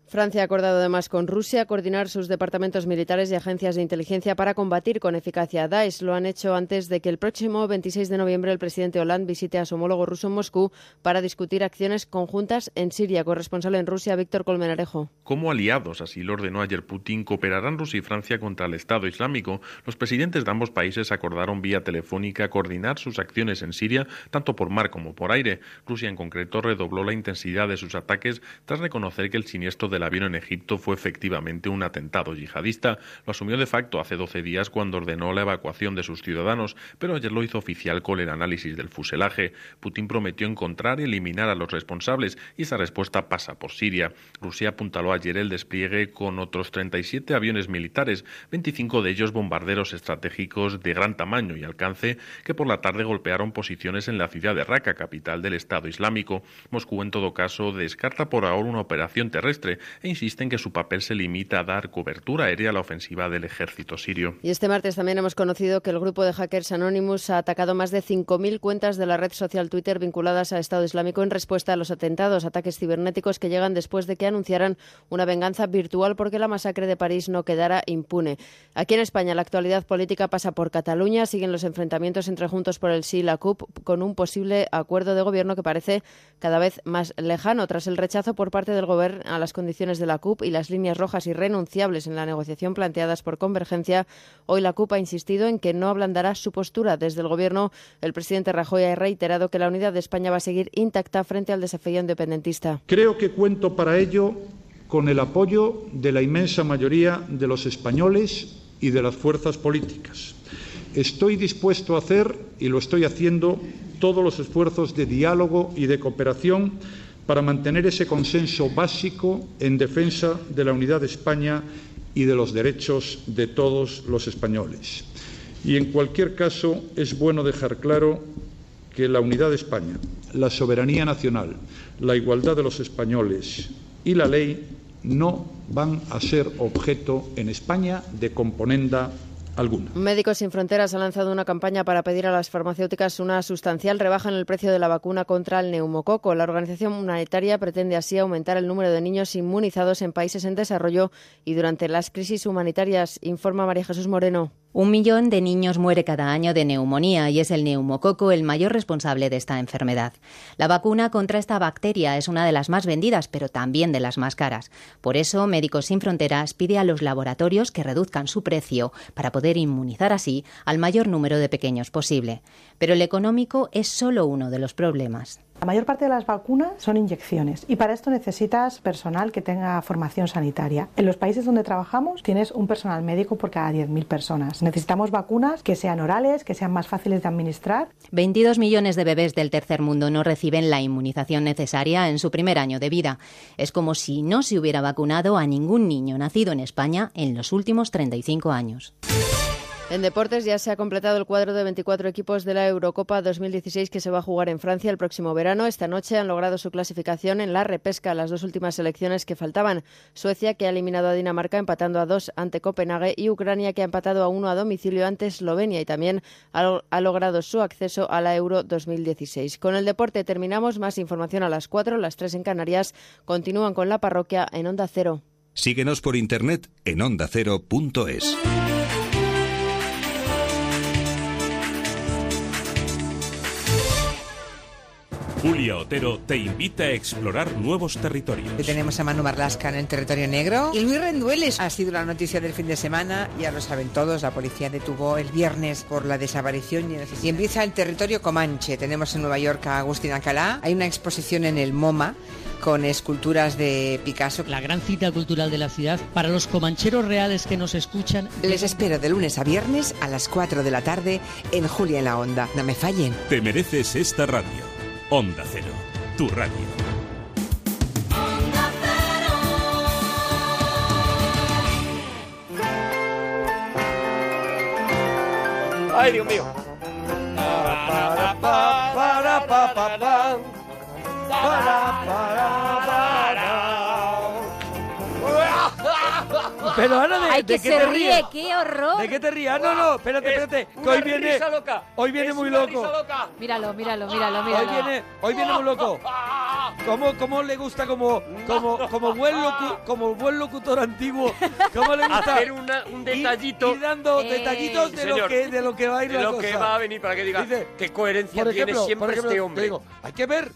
Francia ha acordado además con Rusia coordinar sus departamentos militares y agencias de inteligencia para combatir con eficacia a Daesh. Lo han hecho antes de que el próximo 26 de noviembre el presidente Hollande visite a su homólogo ruso en Moscú para discutir acciones conjuntas en Siria. Corresponsal en Rusia, Víctor Colmenarejo. Como aliados, así lo ordenó ayer Putin, cooperarán Rusia y Francia contra el Estado Islámico. Los presidentes de ambos países acordaron vía telefónica coordinar sus acciones en Siria, tanto por mar como por aire. Rusia en concreto redobló la intensidad de sus ataques tras reconocer que el siniestro del avión en Egipto fue efectivamente un atentado yihadista. Lo asumió de facto hace 12 días cuando ordenó la evacuación de sus ciudadanos, pero ayer lo hizo oficial con el análisis del fuselaje. Putin prometió encontrar y eliminar a los responsables y esa respuesta pasa por Siria. Rusia apuntaló ayer el despliegue con otros 37 aviones militares, 25 de ellos bombarderos estratégicos de gran tamaño y alcance que por la tarde golpearon posiciones en la ciudad de Raqqa, capital del Estado Islámico. Moscú, en todo caso, descarta por ahora una operación terrestre e insiste en que su papel se limita a dar cobertura aérea a la ofensiva del ejército sirio. Y este martes también hemos conocido que el grupo de hackers Anonymous ha atacado más de 5.000 cuentas de la red social Twitter vinculadas a Estado Islámico en respuesta a los atentados, ataques cibernéticos que llegan después de que anunciaran una venganza virtual porque la masacre de París no quedara impune. Aquí en España la actualidad política pasa por Cataluña, siguen los enfrentamientos entre Juntos por el Sí y la CUP con un posible acuerdo de gobierno que parece cada vez más lejano tras el rechazo por parte del gobierno a las condiciones posiciones de la CUP y las líneas rojas irrenunciables en la negociación planteadas por Convergencia, hoy la CUP ha insistido en que no ablandará su postura. Desde el Gobierno, el presidente Rajoy ha reiterado que la unidad de España va a seguir intacta frente al desafío independentista. Creo que cuento para ello con el apoyo de la inmensa mayoría de los españoles y de las fuerzas políticas. Estoy dispuesto a hacer, y lo estoy haciendo, todos los esfuerzos de diálogo y de cooperación para mantener ese consenso básico en defensa de la unidad de España y de los derechos de todos los españoles. Y en cualquier caso, es bueno dejar claro que la unidad de España, la soberanía nacional, la igualdad de los españoles y la ley no van a ser objeto en España de componenda alguna. Médicos Sin Fronteras ha lanzado una campaña para pedir a las farmacéuticas una sustancial rebaja en el precio de la vacuna contra el neumococo. La organización humanitaria pretende así aumentar el número de niños inmunizados en países en desarrollo y durante las crisis humanitarias, informa María Jesús Moreno. Un millón de niños muere cada año de neumonía y es el neumococo el mayor responsable de esta enfermedad. La vacuna contra esta bacteria es una de las más vendidas, pero también de las más caras. Por eso, Médicos Sin Fronteras pide a los laboratorios que reduzcan su precio para poder inmunizar así al mayor número de pequeños posible. Pero el económico es solo uno de los problemas. La mayor parte de las vacunas son inyecciones y para esto necesitas personal que tenga formación sanitaria. En los países donde trabajamos tienes un personal médico por cada 10.000 personas. Necesitamos vacunas que sean orales, que sean más fáciles de administrar. 22 millones de bebés del tercer mundo no reciben la inmunización necesaria en su primer año de vida. Es como si no se hubiera vacunado a ningún niño nacido en España en los últimos 35 años. En deportes ya se ha completado el cuadro de 24 equipos de la Eurocopa 2016 que se va a jugar en Francia el próximo verano. Esta noche han logrado su clasificación en la repesca las dos últimas selecciones que faltaban. Suecia, que ha eliminado a Dinamarca empatando a dos ante Copenhague, y Ucrania, que ha empatado a uno a domicilio ante Eslovenia y también ha, ha logrado su acceso a la Euro 2016. Con el deporte terminamos. Más información a las 4, las 3 en Canarias. Continúan con la parroquia en Onda Cero. Síguenos por internet en ondacero.es. Julia Otero te invita a explorar nuevos territorios. Hoy Tenemos a Manu Marlasca en el territorio negro y Luis Rendueles ha sido la noticia del fin de semana. Ya lo saben todos, la policía detuvo el viernes por la desaparición y, el asesinato. y empieza el territorio Comanche. Tenemos en Nueva York a Agustín Alcalá. Hay una exposición en el MoMA con esculturas de Picasso. La gran cita cultural de la ciudad para los comancheros reales que nos escuchan. Les espero de lunes a viernes a las 4 de la tarde en Julia en la Onda. No me fallen. Te mereces esta radio. Onda Cero, tu radio. ¡Ay, Dios mío! Para, pa, para, pa, pa, pa. Para, para, para. Pero ahora de, Ay, de que qué se te ríe, ríes. qué horror. ¿De qué te rías? No, no, espérate, espérate. que una hoy viene. risa loca. Hoy viene Es muy una loco. risa loca. Míralo, míralo, míralo, Hoy míralo. viene, hoy viene muy loco. ¿Cómo, cómo le gusta como, como, como, buen locu- como buen locutor antiguo? ¿Cómo le gusta? Hacer una- un detallito. Ir, ir dando Eh, detallitos Sí, de lo, señor. que, de lo que va a ir De la lo cosa. que va a venir para que diga Dice, qué coherencia por ejemplo, tiene siempre por ejemplo, este te hombre. digo, hay que ver.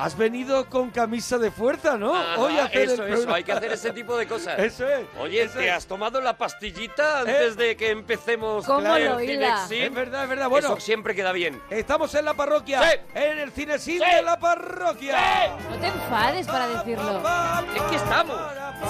Has venido con camisa de fuerza, ¿no? Ajá, Hoy a hacer el Ah, eso, eso, programa. hay que hacer ese tipo de cosas. Eso es, Oye, eso ¿te es. has tomado la pastillita antes de que empecemos ¿Cómo con lo el hila? Cinexin? Es verdad, es verdad, bueno. Eso siempre queda bien. Estamos en la parroquia, Sí. en el cine de la parroquia. No te enfades para decirlo. Es que estamos.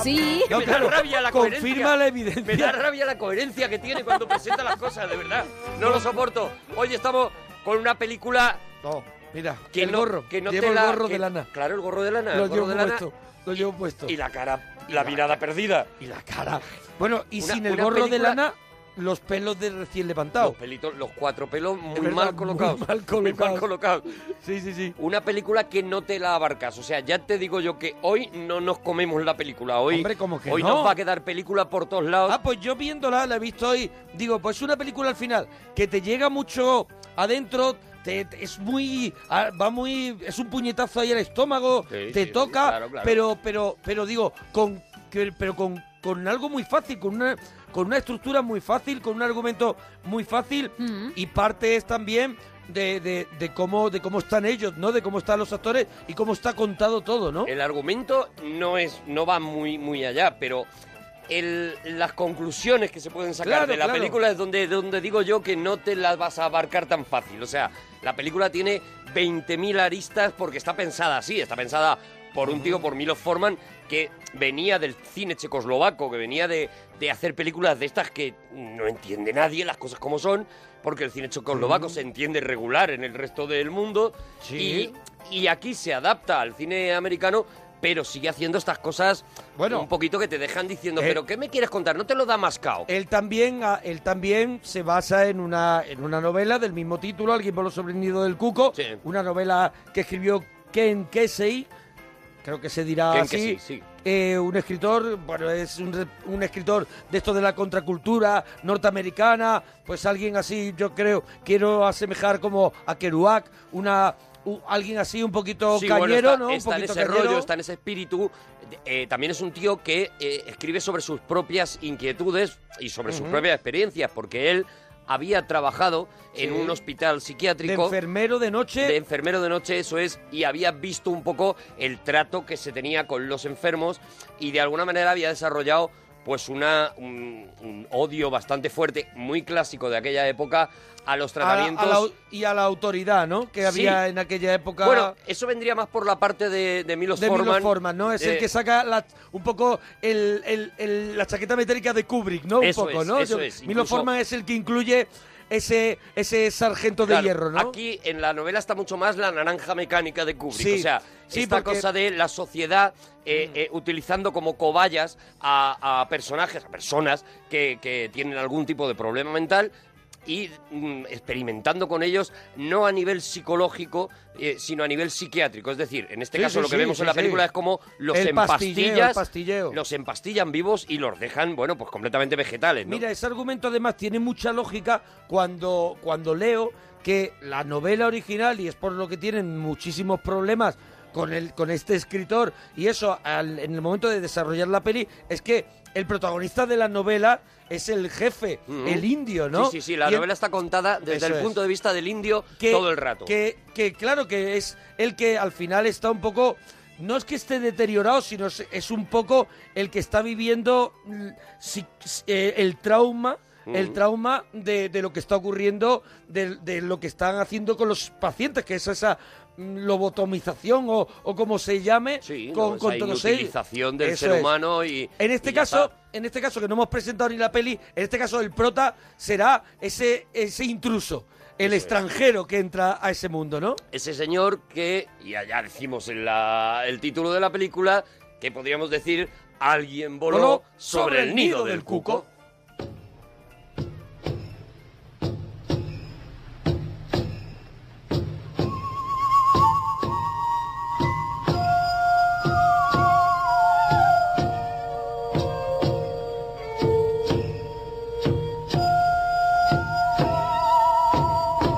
Sí. Que me da rabia la confirma coherencia. la evidencia. Me da rabia la coherencia que tiene cuando presenta las cosas, de verdad. No lo soporto. Hoy estamos con una película No, Oh, mira, que el no, gorro. que no Llevo te el la- gorro que- de lana. Claro, el gorro de lana. Lo el gorro llevo de lana puesto, lo llevo puesto. y la cara, la mirada perdida. Y la cara. Bueno, y Una- sin el una gorro de película- lana, los pelos de recién levantado. Los pelitos, los cuatro pelos muy Es verdad, mal muy colocados. mal muy mal colocados. colocados. Sí, sí, sí. Una película que no te la abarcas. O sea, ya te digo yo que hoy no nos comemos la película. Hoy, Hombre, ¿cómo que hoy no? nos va a quedar película por todos lados. Ah, pues yo viéndola, la he visto hoy, digo, pues es una película al final que te llega mucho adentro, te, te- es muy, ah, va muy, es un puñetazo ahí al estómago, Sí, te sí, toca, claro, claro. pero, pero, pero digo, con, que- pero con, con algo muy fácil, con una, con una estructura muy fácil, con un argumento muy fácil y parte es también de, de- de cómo de cómo están ellos, ¿no? De cómo están los actores y cómo está contado todo, ¿no? El argumento no es no va muy muy allá, pero el- las conclusiones que se pueden sacar Claro, de la claro. película es donde, donde digo yo que no te las vas a abarcar tan fácil. O sea, la película tiene 20.000 aristas porque está pensada así, está pensada por un tío, por Milos Forman, que venía del cine checoslovaco, que venía de, de hacer películas de estas que no entiende nadie, las cosas como son, porque el cine checoslovaco Ujú. se entiende regular en el resto del mundo. Sí. Y, y aquí se adapta al cine americano, pero sigue haciendo estas cosas un poquito que te dejan diciendo, eh, pero ¿qué me quieres contar? No te lo da mascao. Él también, ah, él también se basa en una, en una novela del mismo título, Alguien por los sorprendidos del cuco, una novela que escribió Ken Kesey, creo que se dirá Ken así, Kesey, sí. eh, un escritor, bueno, es un, re- un escritor de esto de la contracultura norteamericana, pues alguien así, yo creo, quiero asemejar como a Kerouac, una... u- alguien así un poquito Sí, bueno, cañero, está, ¿no? Un está en poquito ese cañero. rollo, está en ese espíritu. Eh, también es un tío que eh, escribe sobre sus propias inquietudes y sobre sus Ujú. propias experiencias, porque él había trabajado en Sí. un hospital de psiquiátrico. enfermero de noche. de enfermero de noche, eso es, y había visto un poco el trato que se tenía con los enfermos y de alguna manera había desarrollado pues una, un, un odio bastante fuerte, muy clásico de aquella época, a los a la- a la tratamientos... au- y a la autoridad, ¿no? Que había Sí. en aquella época. Bueno, eso vendría más por la parte de, de Milos de Forman. Milos Forman, ¿no? Es el Eh, que saca la- un poco el- el- el- la chaqueta metálica de Kubrick, ¿no? Un Eso poco, es, ¿no? eso Yo- es, Milos incluso- Forman es el que incluye ese, ese sargento de claro, hierro, ¿no? Aquí en la novela está mucho más la naranja mecánica de Kubrick. Sí, o sea, sí, esta porque- Mm. cosa de la sociedad eh, eh, utilizando como cobayas a, a personajes, a personas que, que tienen algún tipo de problema mental y mm, experimentando con ellos no a nivel psicológico eh, sino a nivel psiquiátrico es decir en este Sí, caso sí, lo que sí, vemos sí, en la sí. película es como los El pastilleo, el empastillas pastilleo. los empastillan vivos y los dejan bueno pues completamente vegetales ¿no? Mira, ese argumento además tiene mucha lógica cuando, cuando leo que la novela original, y es por lo que tienen muchísimos problemas con, el, con este escritor, y eso al- en el momento de desarrollar la peli, es que el protagonista de la novela es el jefe, Ujú. el indio, ¿no? Sí, sí, sí, la Y el- novela está contada desde Eso el es. punto de vista del indio que- todo el rato. Que, eh, que, claro que es el que al final está un poco. No es que esté deteriorado, sino es, es un poco el que está viviendo mm, si- si- eh, el trauma. El Mm. trauma de, de lo que está ocurriendo, de, de lo que están haciendo con los pacientes, que es esa mm, lobotomización o, o como se llame, con, ¿no? con Esa todos ellos. inutilización del Eso ser es. humano y... En este y ya caso, está. en este caso que no hemos presentado ni la peli, en este caso el prota será ese ese intruso, el Eso es. extranjero que entra a ese mundo, ¿no? Ese señor que, y allá decimos en la- el título de la película, que podríamos decir, alguien voló Voló sobre, el nido del cuco.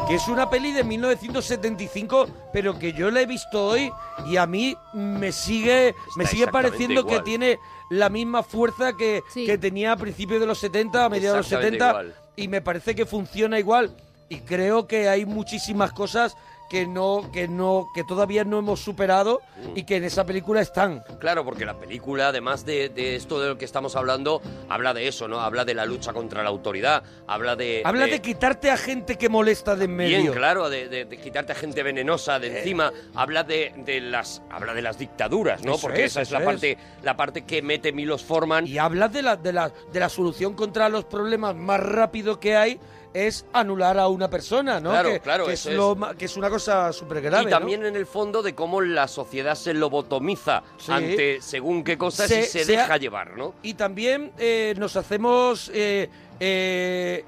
Que es una peli de 1975, pero que yo la he visto hoy y a mí me sigue me Está sigue exactamente pareciendo que igual. tiene la misma fuerza que, que tenía a principios de los 70, a mediados de los Exactamente 70 igual. y me parece que funciona igual y creo que hay muchísimas cosas que no que no que todavía no hemos superado y que en esa película están. Claro, porque la película, además de, de esto de lo que estamos hablando, habla de eso, ¿no? Habla de la lucha contra la autoridad, habla de... Habla de quitarte a gente que molesta de en medio. Eh, Bien, claro, de, de- de quitarte a gente venenosa Eh. de encima. Habla de, de las habla de las dictaduras, ¿no? Eso Porque es, esa es eso la es. parte la parte que mete Milos Forman. Y hablas de la, de, la, de la solución contra los problemas más rápido que hay es anular a una persona, ¿no? Claro, que, claro, que es, eso lo es. ma- que es una cosa súper grave. Y también en el fondo de cómo la sociedad se lobotomiza Sí. ante según qué cosas Se- y se, se ha- deja llevar, ¿no? Y también eh, nos hacemos eh, eh,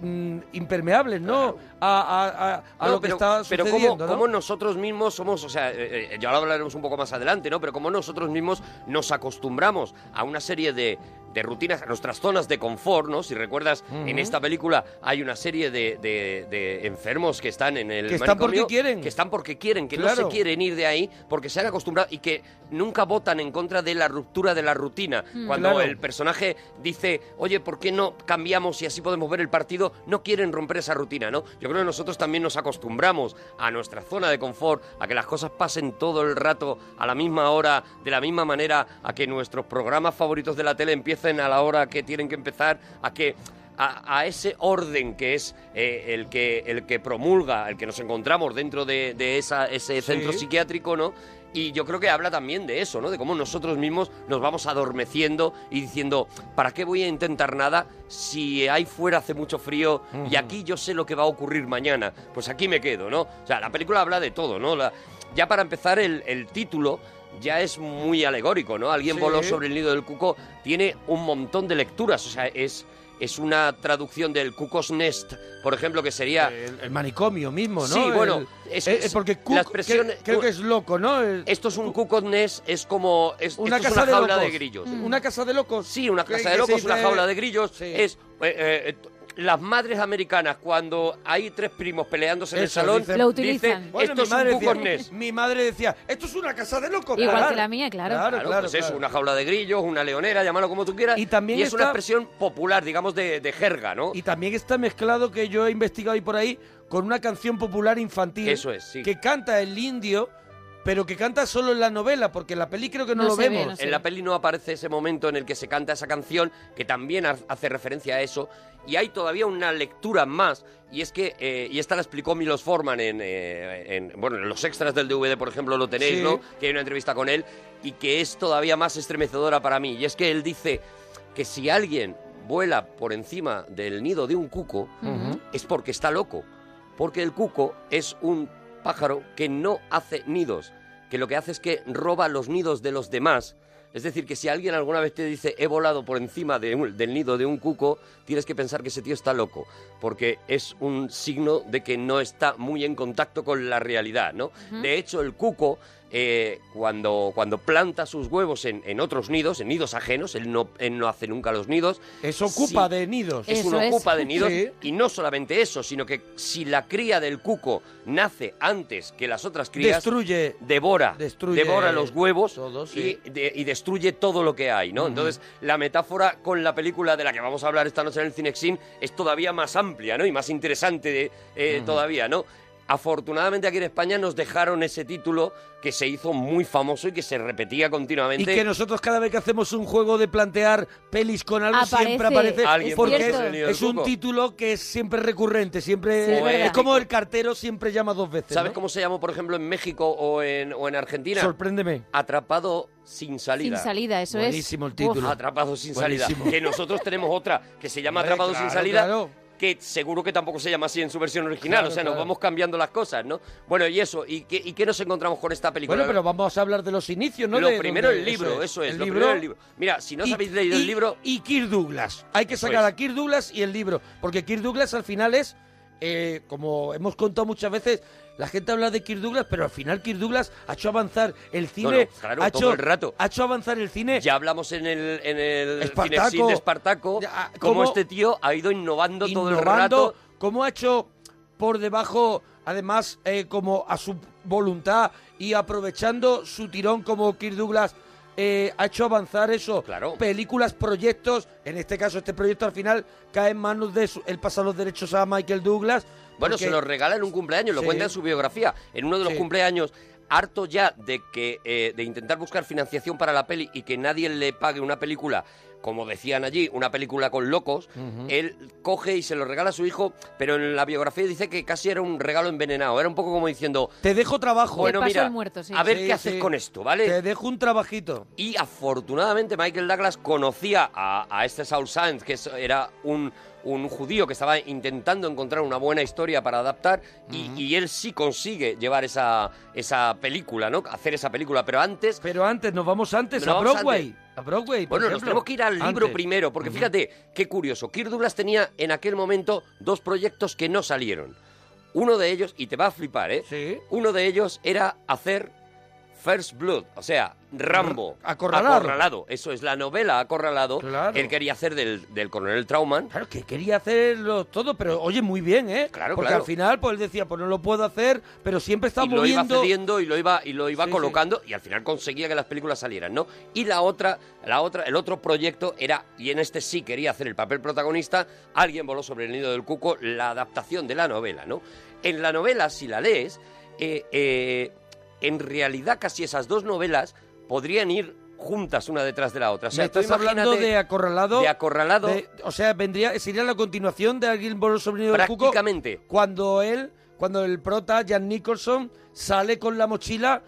mm, impermeables, ¿no? A, a- a- a No, lo que está pero sucediendo, cómo- ¿no? cómo nosotros mismos somos, o sea, eh, eh, ya lo hablaremos un poco más adelante, ¿no? Pero cómo nosotros mismos nos acostumbramos a una serie de de rutinas, a nuestras zonas de confort, ¿no? Si recuerdas, en esta película hay una serie de, de- de enfermos que están en el Que están porque manicomio, Que están porque quieren, que no Claro. se quieren ir de ahí porque se han acostumbrado y que nunca votan en contra de la ruptura de la rutina. Mm. Cuando Claro. el personaje dice, oye, ¿por qué no cambiamos y así podemos ver el partido? No quieren romper esa rutina, ¿no? Yo creo que nosotros también nos acostumbramos a nuestra zona de confort, a que las cosas pasen todo el rato a la misma hora, de la misma manera, a que nuestros programas favoritos de la tele empiecen a la hora que tienen que empezar, a que... A, a ese orden que es eh, el, que, el que promulga, el que nos encontramos dentro de, de esa, ese centro Sí. psiquiátrico, ¿no? Y yo creo que habla también de eso, ¿no? De cómo nosotros mismos nos vamos adormeciendo y diciendo, ¿para qué voy a intentar nada si ahí fuera hace mucho frío y aquí yo sé lo que va a ocurrir mañana? Pues aquí me quedo, ¿no? O sea, la película habla de todo, ¿no? La- ya para empezar, el, el título ya es muy alegórico, ¿no? Alguien Sí. voló sobre el nido del cuco, tiene un montón de lecturas, o sea, es... Es una traducción del Cuco's Nest, por ejemplo, que sería... El manicomio mismo, ¿no? Sí, bueno, El- es, eh, eh, porque Cook- la expresión- que- creo que es loco, ¿no? El- esto es un cucodness, es como es Una esto es casa de jaula de, locos. grillos. Mm. Una casa de locos. Sí, una Que- casa de que se locos, una dice- jaula de grillos. Sí. Es eh, eh, t- las madres americanas cuando hay tres primos peleándose en el Eso, salón dicen- dicen, esto Bueno, mi es madre un decía- cucodness. Mi madre decía, esto es una casa de locos. Igual claro. que la mía, claro. Claro, claro, pues eso, claro. una jaula de grillos, una leonera, llámalo como tú quieras. Y también es una está- expresión popular, digamos, de, de jerga, ¿no? Y también está mezclado que yo he investigado ahí por ahí con una canción popular infantil. Eso es, sí. Que canta el indio, pero que canta solo en la novela, porque en la peli creo que no, lo vemos. en la peli no aparece ese momento en el que se canta esa canción, que también ha- hace referencia a eso. Y hay todavía una lectura más, y es que, eh, y esta la explicó Milos Forman en, eh, en- bueno, en los extras del DVD, por ejemplo, lo tenéis, Sí. ¿no? Que hay una entrevista con él, y que es todavía más estremecedora para mí. Y es que él dice que si alguien vuela por encima del nido de un cuco, Ujú. es porque está loco. Porque el cuco es un pájaro que no hace nidos, que lo que hace es que roba los nidos de los demás. Es decir, que si alguien alguna vez te dice he volado por encima de un- del nido de un cuco, tienes que pensar que ese tío está loco, porque es un signo de que no está muy en contacto con la realidad, ¿no? Ujú. De hecho, el cuco, eh, cuando, cuando planta sus huevos en, en otros nidos, en nidos ajenos, él no, él no hace nunca los nidos. Es ocupa Sí. de nidos. Es una ocupa de nidos. Sí. Y no solamente eso, sino que si la cría del cuco nace antes que las otras crías. Destruye- Devora. destruye devora los huevos todo, sí. y, de- y destruye todo lo que hay, ¿no? Ujú. Entonces, la metáfora con la película de la que vamos a hablar esta noche en el Cinexin es todavía más amplia, ¿no? Y más interesante de- eh, Ujú. todavía, ¿no? Afortunadamente aquí en España nos dejaron ese título que se hizo muy famoso y que se repetía Y continuamente. que nosotros cada vez que hacemos un juego de plantear pelis con algo Aparece, siempre aparece Alguien porque aparece en el es, lío del es un cuco. título que es siempre recurrente, Sí, siempre es verdad. es como el cartero siempre llama dos veces. ¿Sabes ¿no? cómo se llamó, por ejemplo, en México o en, o en Argentina? Sorpréndeme. Atrapado sin salida. Sin salida, eso es. Buenísimo el título. Uf, Atrapado sin Buenísimo. salida. Que nosotros tenemos otra que se llama Hombre, Atrapado sin claro, salida. claro. Que seguro que tampoco se llama así en su versión original. Claro, o sea, nos claro. vamos cambiando las cosas, ¿no? Bueno, y eso. ¿Y qué, y qué nos encontramos con esta película? Bueno, pero vamos a hablar de los inicios, ¿no? Lo De primero dónde- el libro, eso es. El lo libro, primero el libro. Mira, si no os Y- habéis leído y- el libro. Y Kirk Douglas. Hay que sacar Pues. a Kirk Douglas y el libro. Porque Kirk Douglas al final es, eh, como hemos contado muchas veces, la gente habla de Kirk Douglas, pero al final Kirk Douglas ha hecho avanzar el cine. no, claro, ha todo hecho, el rato. Ha hecho avanzar el cine. Ya hablamos en el, en el Espartaco. ah, Cinexin de Espartaco. ¿cómo? Cómo este tío ha ido innovando, todo el innovando, rato. como ha hecho por debajo, además, eh, como a su voluntad y aprovechando su tirón como Kirk Douglas. eh, ha hecho avanzar eso. Películas, proyectos. En este caso, este proyecto al final cae en manos de su- él pasa los derechos a Michael Douglas. Bueno, porque- se lo regala en un cumpleaños, lo Sí. cuenta en su biografía. En uno de los Sí. cumpleaños, harto ya de que eh, de intentar buscar financiación para la peli y que nadie le pague una película, como decían allí, una película con locos, él coge y se lo regala a su hijo, pero en la biografía dice que casi era un regalo envenenado. Era un poco como diciendo... Te dejo trabajo. Bueno, mira, a ver qué haces con esto, ¿vale? Te dejo un trabajito. Y afortunadamente Michael Douglas conocía a, a este Saul Sands, que es- era un, un judío que estaba intentando encontrar una buena historia para adaptar, y, y él sí consigue llevar esa, esa película, ¿no? Hacer esa película, pero antes... Pero antes, nos vamos antes, Nos a vamos Broadway. antes. A Broadway. por Bueno, nos ejemplo. tenemos que ir al libro Antes. primero, porque Ujú. fíjate, qué curioso, Kirk Douglas tenía en aquel momento dos proyectos que no salieron. Uno de ellos, y te va a flipar, ¿eh? Uno de ellos era hacer First Blood, o sea, Rambo. Acorralado. Eso es la novela Acorralado. que Él quería hacer del, del coronel Trauman. Claro, que quería hacerlo todo, pero oye, muy bien, ¿eh? Claro, Porque claro. al final, pues él decía, pues no lo puedo hacer, pero siempre está y lo iba moviendo... cediendo y lo iba y lo iba Sí, sí. colocando y al final conseguía que las películas salieran no y la otra la otra el otro proyecto era y en este sí quería hacer el papel protagonista alguien voló sobre el nido del cuco la adaptación de la novela no en la novela si la lees eh, eh, en realidad casi esas dos novelas podrían ir juntas una detrás de la otra o sea ¿Me tú estás hablando imagínate- de acorralado? de Acorralado. de- o sea, vendría, sería la continuación de alguien por el sobrino del cuco. Prácticamente. Cuando él, cuando el prota, Jan Nicholson, sale con la mochila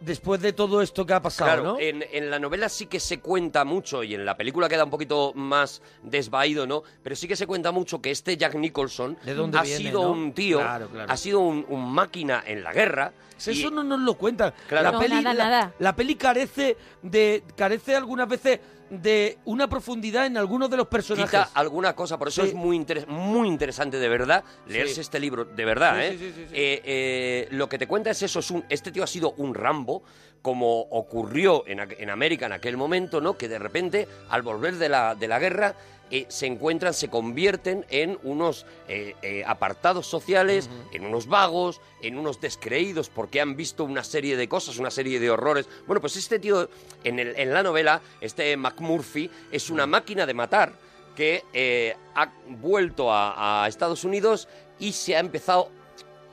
después de todo esto que ha pasado, Claro, ¿no? en, en la novela sí que se cuenta mucho y en la película queda un poquito más desvaído, ¿no? Pero sí que se cuenta mucho que este Jack Nicholson ¿De dónde ha viene, sido no? un tío, Claro, claro. ha sido un, un máquina en la guerra. Si y- eso no nos lo cuentan. Claro. La No, peli, nada, la, nada. la peli carece de carece algunas veces de una profundidad en algunos de los personajes. quita alguna cosa. Por eso Sí. es muy, interes- muy interesante, de verdad, leerse Sí. este libro, de verdad. Sí, ¿eh? sí, sí, sí, sí. Eh, eh, lo que te cuenta es eso, es un, este tío ha sido un Rambo, como ocurrió en, aqu- en América en aquel momento, ¿no? que de repente, al volver de la, de la guerra, eh, se encuentran, se convierten en unos eh, eh, apartados sociales, en unos vagos, en unos descreídos porque han visto una serie de cosas, una serie de horrores. Bueno, pues este tío en, el- en la novela, este McMurphy, es una máquina de matar que eh, ha vuelto a, a Estados Unidos y se ha empezado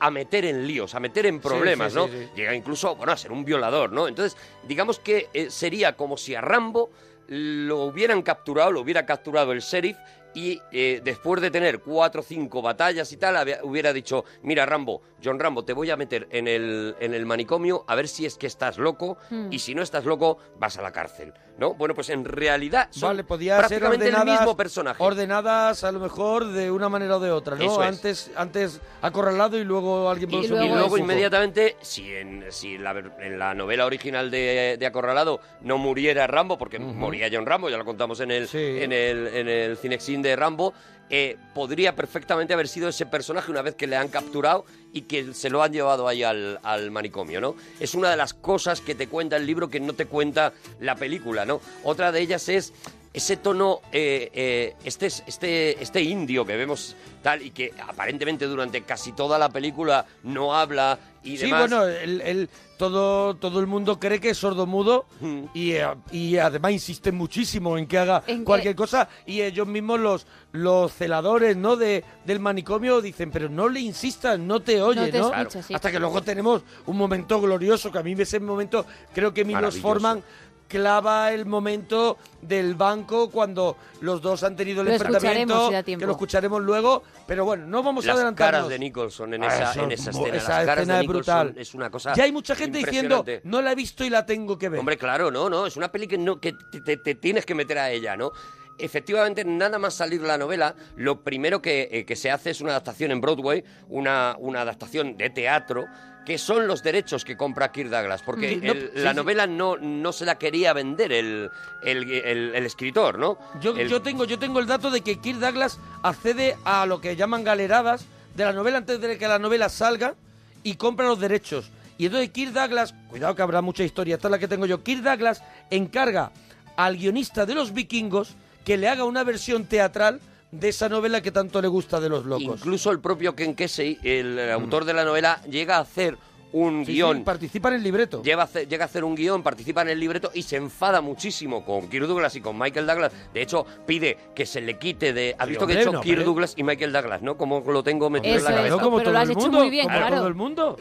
a meter en líos, a meter en problemas, sí, ¿no? sí, sí. Llega incluso, bueno, a ser un violador, ¿no? Entonces, digamos que eh, sería como si a Rambo lo hubieran capturado, lo hubiera capturado el sheriff y eh, después de tener cuatro o cinco batallas y tal, había- hubiera dicho, mira Rambo, John Rambo, te voy a meter en el, en el manicomio a ver si es que estás loco Hmm. y si no estás loco, vas a la cárcel, ¿no? Bueno, pues en realidad son Vale, podía ser prácticamente el ordenadas- mismo personaje. Ordenadas a lo mejor de una manera o de otra, ¿no? Eso es. Antes, antes acorralado y luego alguien por Y el luego, sobrino del cuco. inmediatamente, si, en, si la, ver- en la novela original de, de Acorralado no muriera Rambo, porque moría John Rambo, ya lo contamos en el, en el, en el cinexin de Rambo, eh, podría perfectamente haber sido ese personaje una vez que le han capturado y que se lo han llevado ahí al, al manicomio, ¿no? Es una de las cosas que te cuenta el libro que no te cuenta la película, ¿no? Otra de ellas es ese tono, eh, eh, este, es- este, este indio que vemos tal y que aparentemente durante casi toda la película no habla y Sí, demás. bueno, el, el- todo, todo el mundo cree que es sordo mudo Mm. y, eh, y además insisten muchísimo en que haga En que- cualquier cosa y ellos mismos los, los celadores ¿no? de, del manicomio dicen, pero no le insistan, no te oye, te ¿no? escucha, sí. Hasta que luego tenemos un momento glorioso que a mí ese momento creo que nos Maravilloso. forman clava el momento del banco cuando los dos han tenido el Lo escucharemos enfrentamiento si da que tiempo. lo escucharemos luego pero bueno no vamos a las adelantarnos caras de Nicholson en Ah, esa, eso en es esa bu- escena. esa las caras escena de es Nicholson brutal. es una cosa. Ya hay mucha gente diciendo, impresionante. no la he visto y la tengo que ver. Hombre, claro, no, no, es una peli que, no, que te, te- te tienes que meter a ella, ¿no? Efectivamente, nada más salir la novela, lo primero que, eh, que se hace es una adaptación en Broadway, una, una adaptación de teatro, que son los derechos que compra Kirk Douglas, porque Mm, no, el- sí, la sí. novela no, no se la quería vender el, el, el- el escritor, ¿no? Yo, El- yo, tengo, yo tengo el dato de que Kirk Douglas accede a lo que llaman galeradas de la novela antes de que la novela salga y compra los derechos. Y entonces Kirk Douglas, cuidado que habrá mucha historia, esta es la que tengo yo, Kirk Douglas encarga al guionista de los vikingos que le haga una versión teatral de esa novela que tanto le gusta de los locos. Incluso el propio Ken Kesey, el eh, autor de la novela, llega a hacer un Mm. Sí, sí, guión participa en el libreto. Lleva a hacer- llega a hacer un guión, participa en el libreto y se enfada muchísimo con Kirk Douglas y con Michael Douglas. De hecho, pide que se le quite de... ¿Has Sí, visto que hombre, he hecho no, Kirk hombre. Douglas y Michael Douglas, no? Como lo tengo metido Eso en la es, cabeza. Eh, como Pero lo todo has el hecho mundo, muy bien, como claro. todo el mundo.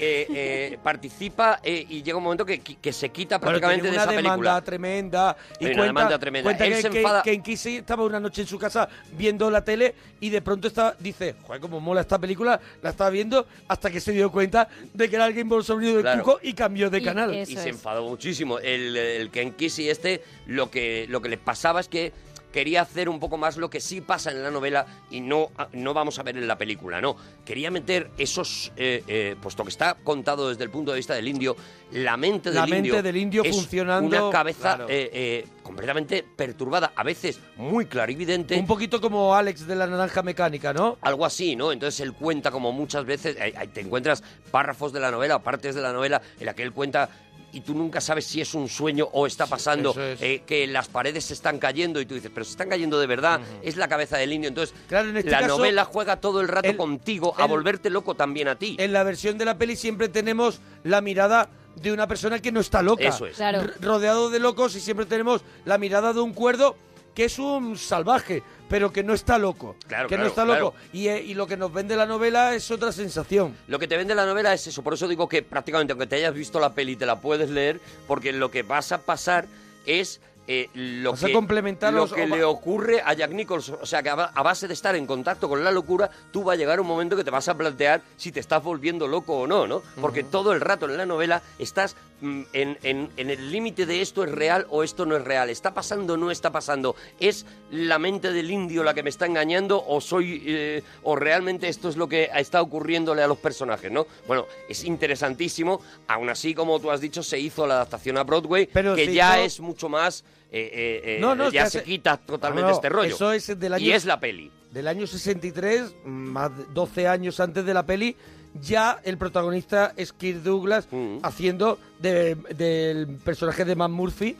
participa eh, y llega un momento que, que se quita Bueno, prácticamente tiene de una esa demanda película. tremenda y Hay una cuenta, demanda tremenda. cuenta Él que, se que- enfada- que en Kissy estaba una noche en su casa viendo la tele y de pronto está, dice, joder, cómo mola esta película, la estaba viendo hasta que se dio cuenta de que era alguien por el sobrino del Claro. cuco y cambió de canal. Y se enfadó muchísimo. El, el Ken Kesey este, lo que, lo que le pasaba es que quería hacer un poco más lo que sí pasa en la novela y no, ah, no vamos a ver en la película, no. Quería meter esos, eh, eh, puesto que está contado desde el punto de vista del indio, la mente del La indio. mente del indio es funcionando, Una cabeza claro. eh, eh, completamente perturbada, a veces muy clarividente. Un poquito como Alex de la naranja mecánica, ¿no? Algo así, ¿no? Entonces él cuenta como muchas veces, eh, eh, te encuentras párrafos de la novela, partes de la novela en la que él cuenta y tú nunca sabes si es un sueño o está pasando eso es. eh, que las paredes se están cayendo y tú dices, pero se están cayendo de verdad, es la cabeza del indio. Entonces, este la caso, novela juega todo el rato contigo a el- volverte loco también a ti. En la versión de la peli siempre tenemos la mirada de una persona que no está loca. Eso es. Claro. R- Rodeado de locos y siempre tenemos la mirada de un cuerdo que es un salvaje, pero que no está loco. Claro, que claro, no está loco. Y, eh, y lo que nos vende la novela es otra sensación. Lo que te vende la novela es eso, por eso digo que prácticamente aunque te hayas visto la peli te la puedes leer, porque lo que vas a pasar es eh, lo Vas a que, complementar lo los- que o va- le ocurre a Jack Nicholson. O sea, que a, ba- a base de estar en contacto con la locura, tú va a llegar un momento que te vas a plantear si te estás volviendo loco o no, ¿no? Porque todo el rato en la novela estás mm, en, en- en el límite de esto es real o esto no es real. ¿Está pasando o no está pasando? ¿Es la mente del indio la que me está engañando o soy eh, o realmente esto es lo que está ocurriéndole a los personajes, ¿no? Bueno, es interesantísimo. Aún así, como tú has dicho, se hizo la adaptación a Broadway, que se ya hizo- es mucho más... eh, eh, eh, No, no, ya se se hace- quita totalmente No, no, este rollo. eso es del año- Y es la peli. Del año 63, más de 12 años antes de la peli, ya el protagonista es Kirk Douglas Mm. haciendo de- del personaje de Matt Murphy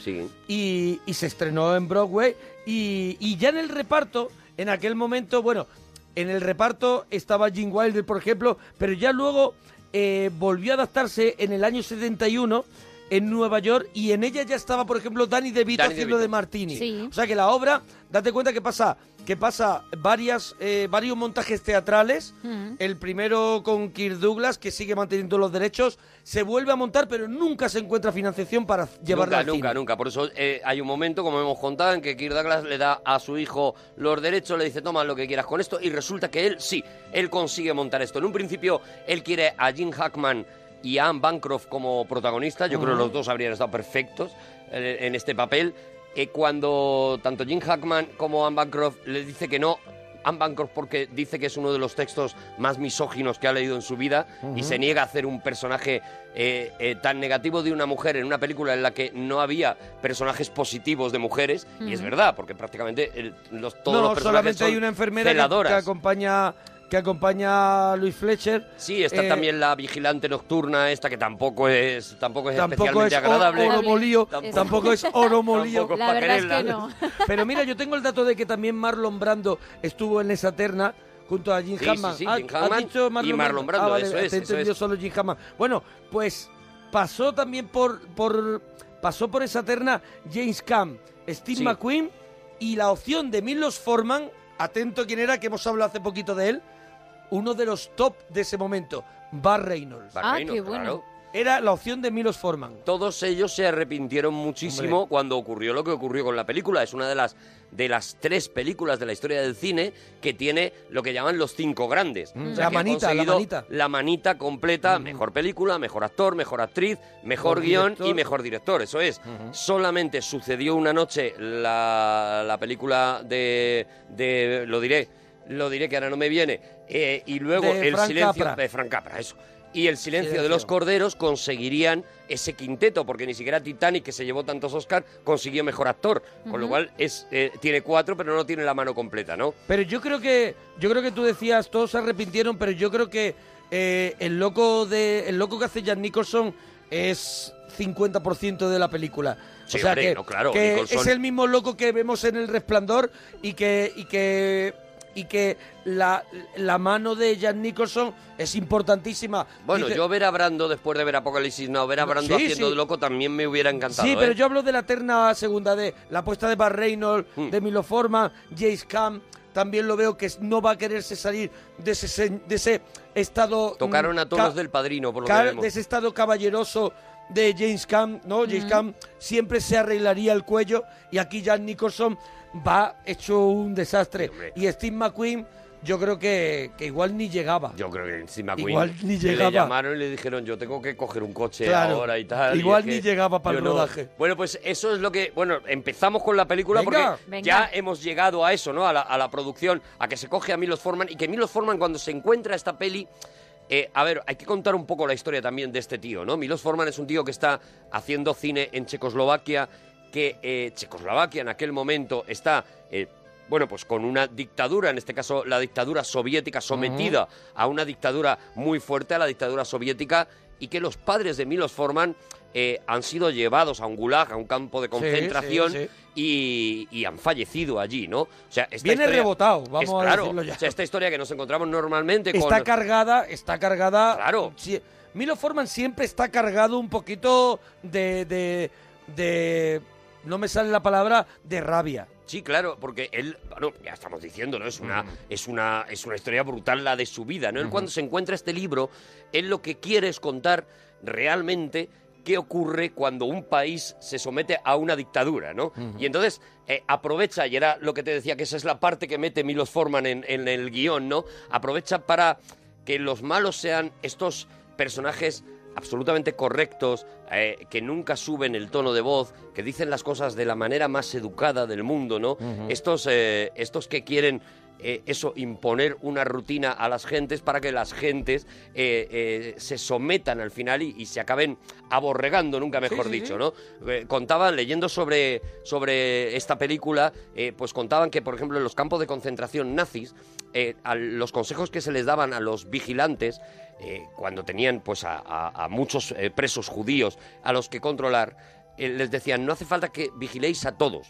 y, y se estrenó en Broadway y, y ya en el reparto, en aquel momento, bueno, en el reparto estaba Gene Wilder, por ejemplo, pero ya luego eh, volvió a adaptarse en el año 71 en Nueva York y en ella ya estaba, por ejemplo, Danny DeVito Danny haciendo DeVito. de Martini. Sí. O sea que la obra, date cuenta que pasa, que pasa varias, eh, varios montajes teatrales. Mm. El primero con Kirk Douglas, que sigue manteniendo los derechos, se vuelve a montar, pero nunca se encuentra financiación para llevarla Nunca, al cine. nunca, nunca. Por eso eh, hay un momento, como hemos contado, en que Kirk Douglas le da a su hijo los derechos, le dice, toma lo que quieras con esto, y resulta que él, sí, él consigue montar esto. En un principio, él quiere a Jim Hackman y a Anne Bancroft como protagonistas. Yo creo que Ujú. los dos habrían estado perfectos eh, en este papel. Eh, cuando tanto Jim Hackman como Anne Bancroft le dice que no, Anne Bancroft porque dice que es uno de los textos más misóginos que ha leído en su vida y Ujú. se niega a hacer un personaje eh, eh, tan negativo de una mujer en una película en la que no había personajes positivos de mujeres y es Ujú. verdad porque prácticamente el- los, todos los no, personajes solamente son hay una enfermera que, que celadoras. acompaña que acompaña a Luis Fletcher. Sí, está Eh, también la vigilante nocturna esta que tampoco es tampoco es Tampoco es especialmente o- agradable. oro molío, Tampoco- tampoco es oro molío. Tampoco es La pa' verdad es que quererla. no. Pero mira, yo tengo el dato de que también Marlon Brando estuvo en esa terna junto a Jim Sí, Hammond. sí, sí, ¿Ha- Jim ha Hammond dicho Marlon y Marlon Brando, Ah, vale, eso te es, he eso entendido es. solo Jim Hammond. Bueno, pues pasó también por por pasó por esa terna James Camp, Steve Sí. McQueen y la opción de Milos Forman, atento quién era que hemos hablado hace poquito de él, uno de los top de ese momento, Bar Reynolds. Bar Ah, Reynolds, qué bueno. claro. Era la opción de Milos Forman. todos ellos se arrepintieron muchísimo Hombre. cuando ocurrió lo que ocurrió con la película. Es una de las de las tres películas de la historia del cine que tiene lo que llaman los cinco grandes. Mm. que La han manita, la conseguido manita. Mm. La manita completa, mejor película, mejor actor, mejor actriz, mejor Mejor guión y director. mejor director. Eso es. Solamente sucedió una noche la, la película de, de- lo diré, lo diré que ahora no me viene. eh, y luego De el Frank silencio Capra. de Frank Capra, eso. Y el silencio, de Silencio. los corderos conseguirían ese quinteto, porque ni siquiera Titanic, que se llevó tantos Oscar, consiguió mejor actor. Con lo Ujú. cual es eh, tiene cuatro, pero no tiene la mano completa, ¿no? Pero yo creo que yo creo que tú decías todos se arrepintieron, pero yo creo que eh, el loco de el loco que hace Jack Nicholson es 50% de la película. Sí, o sea hombre, que, no, claro, que Nicholson- es el mismo loco que vemos en El Resplandor y que y que y que la, la mano de Jack Nicholson es importantísima. Bueno, Dice- yo ver a Brando después de ver Apocalipsis Now, ver a No, Brando sí, haciendo sí. de loco también me hubiera encantado. Sí, pero ¿eh? yo hablo de la terna segunda de la apuesta de Bar Reynolds, Mm. de Milo Forman, Jace Camp. También lo veo que es- no va a quererse salir de ese, sen- de ese estado. mm, Tocaron a todos ca- los del padrino, por lo que ca- vemos. de ese estado caballeroso de James Camp, ¿no? James Camp siempre se arreglaría el cuello y aquí Jack Nicholson va hecho un desastre. y Steve McQueen, yo creo que, que igual ni llegaba. Yo creo que encima Queen Igual ni Le llegaba. llamaron y le dijeron, yo tengo que coger un coche Claro. ahora y tal. y Igual es ni que llegaba para el yo no- rodaje. Bueno, pues eso es lo que... Bueno, empezamos con la película Venga. porque Venga. ya hemos llegado a eso, ¿no? A la, a la producción, a que se coge a Milos Forman y que Milos Forman cuando se encuentra esta peli... eh, a ver, hay que contar un poco la historia también de este tío, ¿no? Milos Forman es un tío que está haciendo cine en Checoslovaquia, que eh, Checoslovaquia en aquel momento está... eh, bueno, pues con una dictadura, en este caso la dictadura soviética sometida a una dictadura muy fuerte, a la dictadura soviética, y que los padres de Milos Forman eh, han sido llevados a un gulag, a un campo de concentración sí, Y, y han fallecido allí, ¿no? O sea, esta Viene historia- rebotado, vamos es a claro, decirlo ya. o sea, esta historia que nos encontramos normalmente Este, con... Está cargada, está cargada. Claro. Milo Forman siempre está cargado un poquito de, de. de. No me sale la palabra, de rabia. Sí, claro, porque él, bueno, ya estamos diciendo, ¿no? Es una, es una, es una historia brutal la de su vida, ¿no? Él Mm. Ujú. cuando se encuentra este libro, él lo que quiere es contar realmente qué ocurre cuando un país se somete a una dictadura, ¿no? Y entonces eh, aprovecha, y era lo que te decía, que esa es la parte que mete Milos Forman en, en el guión, ¿no? Aprovecha para que los malos sean estos personajes absolutamente correctos, eh, que nunca suben el tono de voz, que dicen las cosas de la manera más educada del mundo, ¿no? Ujú. Estos, eh, estos que quieren eh, eso, imponer una rutina a las gentes para que las gentes eh, eh, se sometan al final y, y se acaben aborregando, nunca mejor sí, dicho, sí. ¿no? Eh, contaban, leyendo sobre, sobre esta película, eh, pues contaban que, por ejemplo, en los campos de concentración nazis, eh, a los consejos que se les daban a los vigilantes, eh, cuando tenían pues a, a- a muchos eh, presos judíos a los que controlar, eh, les decían, no hace falta que vigiléis a todos,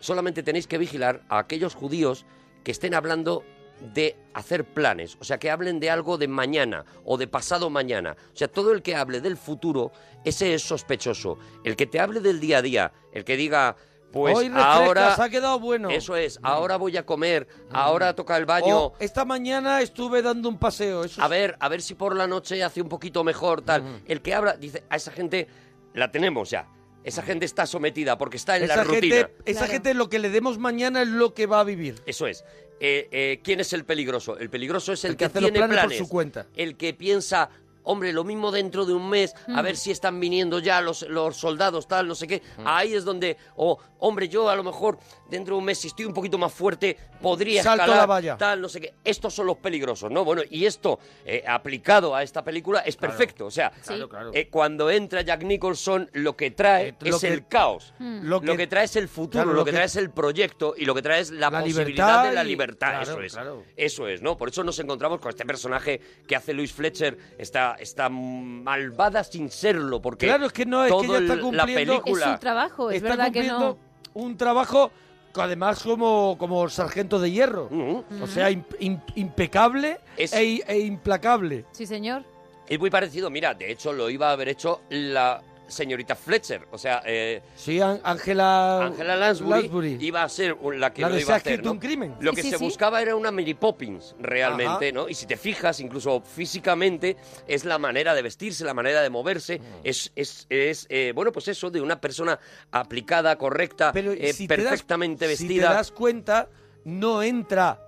solamente tenéis que vigilar a aquellos judíos que estén hablando de hacer planes, o sea, que hablen de algo de mañana o de pasado mañana. O sea, todo el que hable del futuro, ese es sospechoso. El que te hable del día a día, el que diga, pues Hoy refrescas, ahora... ha quedado bueno. Eso es, ahora voy a comer, ahora toca el baño, O, Oh, esta mañana estuve dando un paseo. Eso a ver, a ver si por la noche hace un poquito mejor, tal. El que habla, dice, a esa gente la tenemos ya. Esa gente está sometida porque está en esa la rutina. gente, esa gente lo que le demos mañana es lo que va a vivir. Eso es. Eh, eh, ¿Quién es el peligroso? El peligroso es el, El que, que hace los tiene planes por planes. su cuenta. El que piensa, hombre, lo mismo dentro de un mes, a Mm. ver si están viniendo ya los, los soldados, tal, no sé qué. Ahí es donde, o, hombre, yo a lo mejor dentro de un mes, si estoy un poquito más fuerte, podría Salto escalar, la valla. tal, no sé qué. Estos son los peligrosos, ¿no? Bueno, y esto, eh, aplicado a esta película, es Claro. perfecto. O sea, Claro, claro. Eh, eh, cuando entra Jack Nicholson, lo que trae lo es que- el caos. Mm. Lo, que, trae es el futuro, Claro, lo, lo que, que- trae es el proyecto y lo que trae es la, La posibilidad libertad de la y- libertad. claro, eso es. claro. Eso es, ¿no? Por eso nos encontramos con este personaje que hace Luis Fletcher, está, está malvada sin serlo, porque. Claro, es que no, es que todo ella está el- cumpliendo... La película. Es su trabajo, es está verdad que no. cumpliendo un trabajo que además como, como sargento de hierro. O sea, imp- imp- impecable e, i- e implacable. Sí, señor. Es muy parecido, mira, de hecho lo iba a haber hecho la señorita Fletcher, o sea, eh, Sí, An- Ángela... Angela Lansbury, Lansbury. iba a ser un- la que La lo de iba a Se ha hacer. escrito ¿no? un crimen. Lo que Sí, se sí. buscaba era una Mary Poppins realmente, Ajá. ¿no? Y si te fijas, incluso físicamente, es la manera de vestirse, la manera de Mm. moverse, es, es, es eh, bueno, pues eso, de una persona aplicada, correcta, eh, si te das- perfectamente Si te vestida. das cuenta, no entra